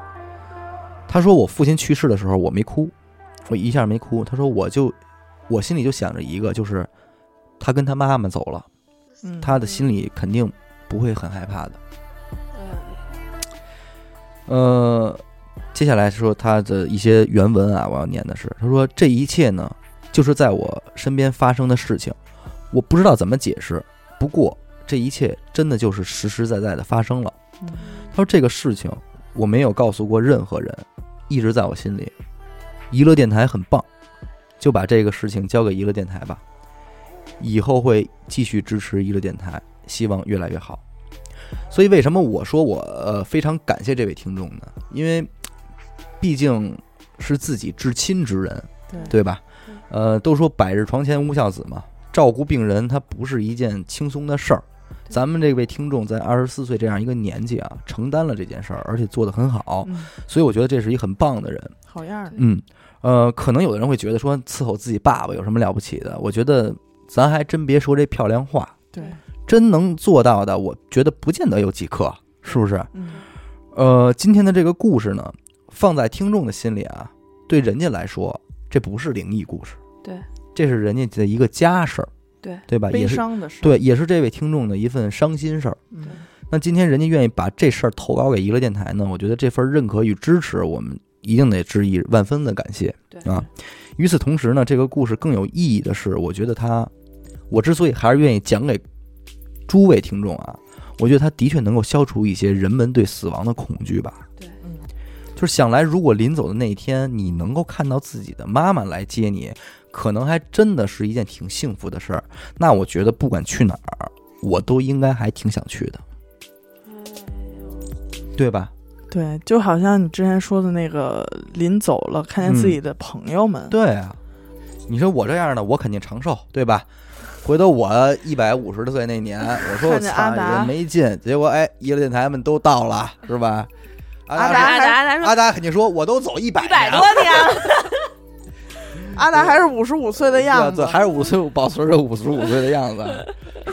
S3: 他说：“我父亲去世的时候，我没哭，我一下没哭。”他说：“我就，我心里就想着一个，就是他跟他妈妈走了，
S2: 嗯
S3: 他的心里肯定不会很害怕的。”呃，接下来说他的一些原文啊，我要念的是，他说这一切呢，就是在我身边发生的事情，我不知道怎么解释，不过这一切真的就是实实在在的发生了。
S2: 嗯
S3: 他说这个事情我没有告诉过任何人，一直在我心里。娱乐电台很棒，就把这个事情交给娱乐电台吧，以后会继续支持娱乐电台，希望越来越好。所以为什么我说我呃非常感谢这位听众呢？因为毕竟是自己至亲之人，
S2: 对
S3: 对吧？呃，都说百日床前无孝子嘛，照顾病人它不是一件轻松的事儿。咱们这位听众在二十四岁这样一个年纪啊，承担了这件事儿，而且做得很好，
S2: 嗯
S3: 所以我觉得这是一很棒的人。
S2: 好样儿的，
S3: 嗯，呃，可能有的人会觉得说伺候自己爸爸有什么了不起的？我觉得咱还真别说这漂亮话，
S2: 对，
S3: 真能做到的，我觉得不见得有几个，是不是？
S2: 嗯
S3: 呃，今天的这个故事呢，放在听众的心里啊，对人家来说，这不是灵异故事，
S1: 对，
S3: 这是人家的一个家事儿，
S1: 对
S3: 对吧？啊也
S2: 悲
S3: 是
S2: 伤的事，
S3: 对，也是这位听众的一份伤心事儿。
S2: 嗯，
S3: 那今天人家愿意把这事儿投稿给娱乐电台呢，我觉得这份认可与支持，我们一定得致以万分的感谢。
S1: 对
S3: 啊与此同时呢，这个故事更有意义的是，我觉得它，我之所以还是愿意讲给诸位听众啊，我觉得它的确能够消除一些人们对死亡的恐惧吧。
S1: 对，
S2: 嗯
S3: 就是想来，如果临走的那一天，你能够看到自己的妈妈来接你，可能还真的是一件挺幸福的事儿。那我觉得，不管去哪儿，我都应该还挺想去的，对吧？
S2: 对，就好像你之前说的那个，临走了看见自己的朋友们，
S3: 嗯对啊，你说我这样的，我肯定长寿，对吧？回头我一百五十岁 那年，我说我
S2: 看见阿
S3: 操
S2: 达
S3: 也没劲，结果哎，娱乐电台们都到了，是吧？阿
S2: 阿
S3: 达
S2: 达
S1: 达达达说
S3: 阿达肯定说，我都走一百
S1: 一百多年了，
S2: 阿达还是五十五岁的样子，
S3: 还是五岁保持着五十五岁的样子。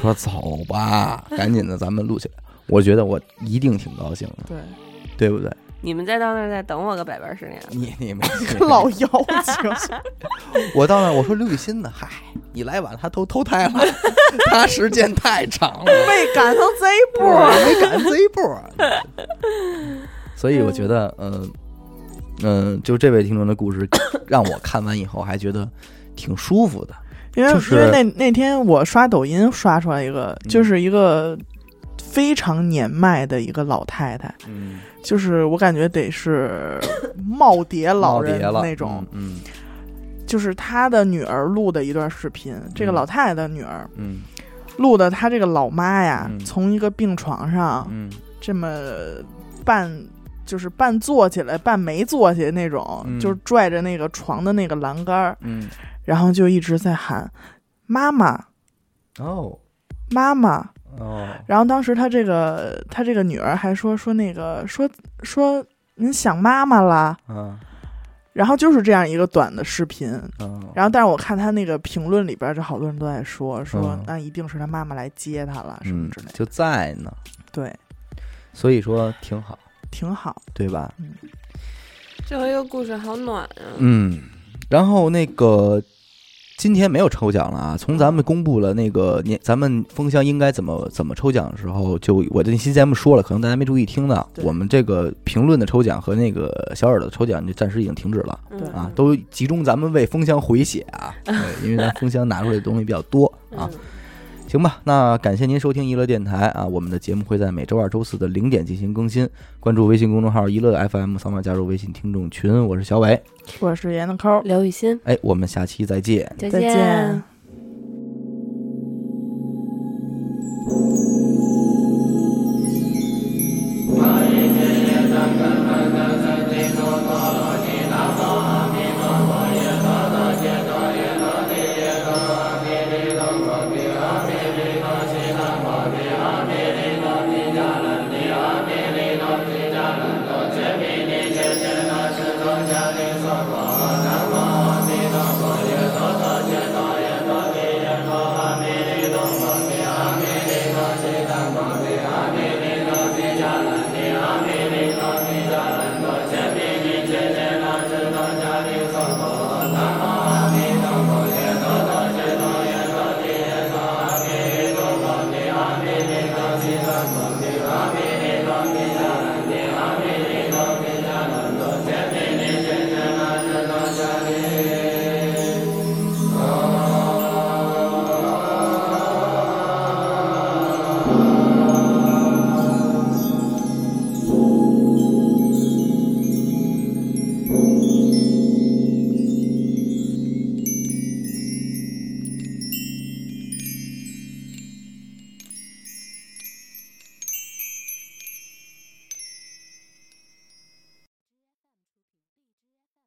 S3: 说走吧，赶紧的，咱们录起来。我觉得我一定挺高兴的，
S2: 对，
S3: 对不对？
S1: 你们再到那儿再等我个百八十年。
S3: 你你们
S2: 老妖精，
S3: 我到那儿我说刘雨欣呢？嗨，你来晚，他都投胎了， 他时间太长了。
S2: 被赶上这一步儿，
S3: 没赶这一步。啊所以我觉得，嗯、嗯、就这位听众的故 事，让我看完以后还觉得挺舒服的。
S2: 因为、
S3: 就是
S2: 因为那那天我刷抖音刷出来一个，
S3: 嗯
S2: 就是一个非常年迈的一个老太太，
S3: 嗯，
S2: 就是我感觉得是 耄耋老人
S3: 了
S2: 那种，，
S3: 嗯
S2: 就是她的女儿录的一段视频，这个
S3: 嗯
S2: 老太太的女儿
S3: 嗯
S2: 录的她这个老妈呀，
S3: 嗯
S2: 从一个病床上
S3: 嗯
S2: 这么半。就是半坐起来，半没坐起来那种，
S3: 嗯
S2: 就是拽着那个床的那个栏杆儿，
S3: 嗯，
S2: 然后就一直在喊“妈妈，
S3: 哦
S2: 妈妈”，
S3: 哦，
S2: 然后当时他这个他这个女儿还说说那个说说您想妈妈啦，
S3: 嗯
S2: 然后就是这样一个短的视频。
S3: 嗯，
S2: 然后，但是我看他那个评论里边，就好多人都在说说
S3: 嗯，
S2: 那一定是他妈妈来接他了，什么
S3: 嗯
S2: 之类的。
S3: 就在呢，
S2: 对，
S3: 所以说挺好，
S2: 挺好。
S3: 对吧？
S1: 最后一个故事好暖啊！
S3: 嗯，然后那个今天没有抽奖了啊，从咱们公布了那个年咱们封箱应该怎么怎么抽奖的时候，就我这期节目说了，可能大家没注意听呢，
S2: 对
S3: 我们这个评论的抽奖和那个小耳朵的抽奖就暂时已经停止了。
S1: 嗯
S2: 对
S3: 啊，都集中咱们为封箱回血啊，对，因为咱封箱拿出来的东西比较多啊，
S1: 嗯
S3: 行吧，那感谢您收听娱乐电台啊，我们的节目会在每周二、周四的零点进行更新，关注微信公众号“娱乐 FM”，扫码加入微信听众群，我是小伟，
S2: 我是闫德抠，
S1: 刘雨欣，
S3: 哎，我们下期再见。
S1: 再
S2: 再见。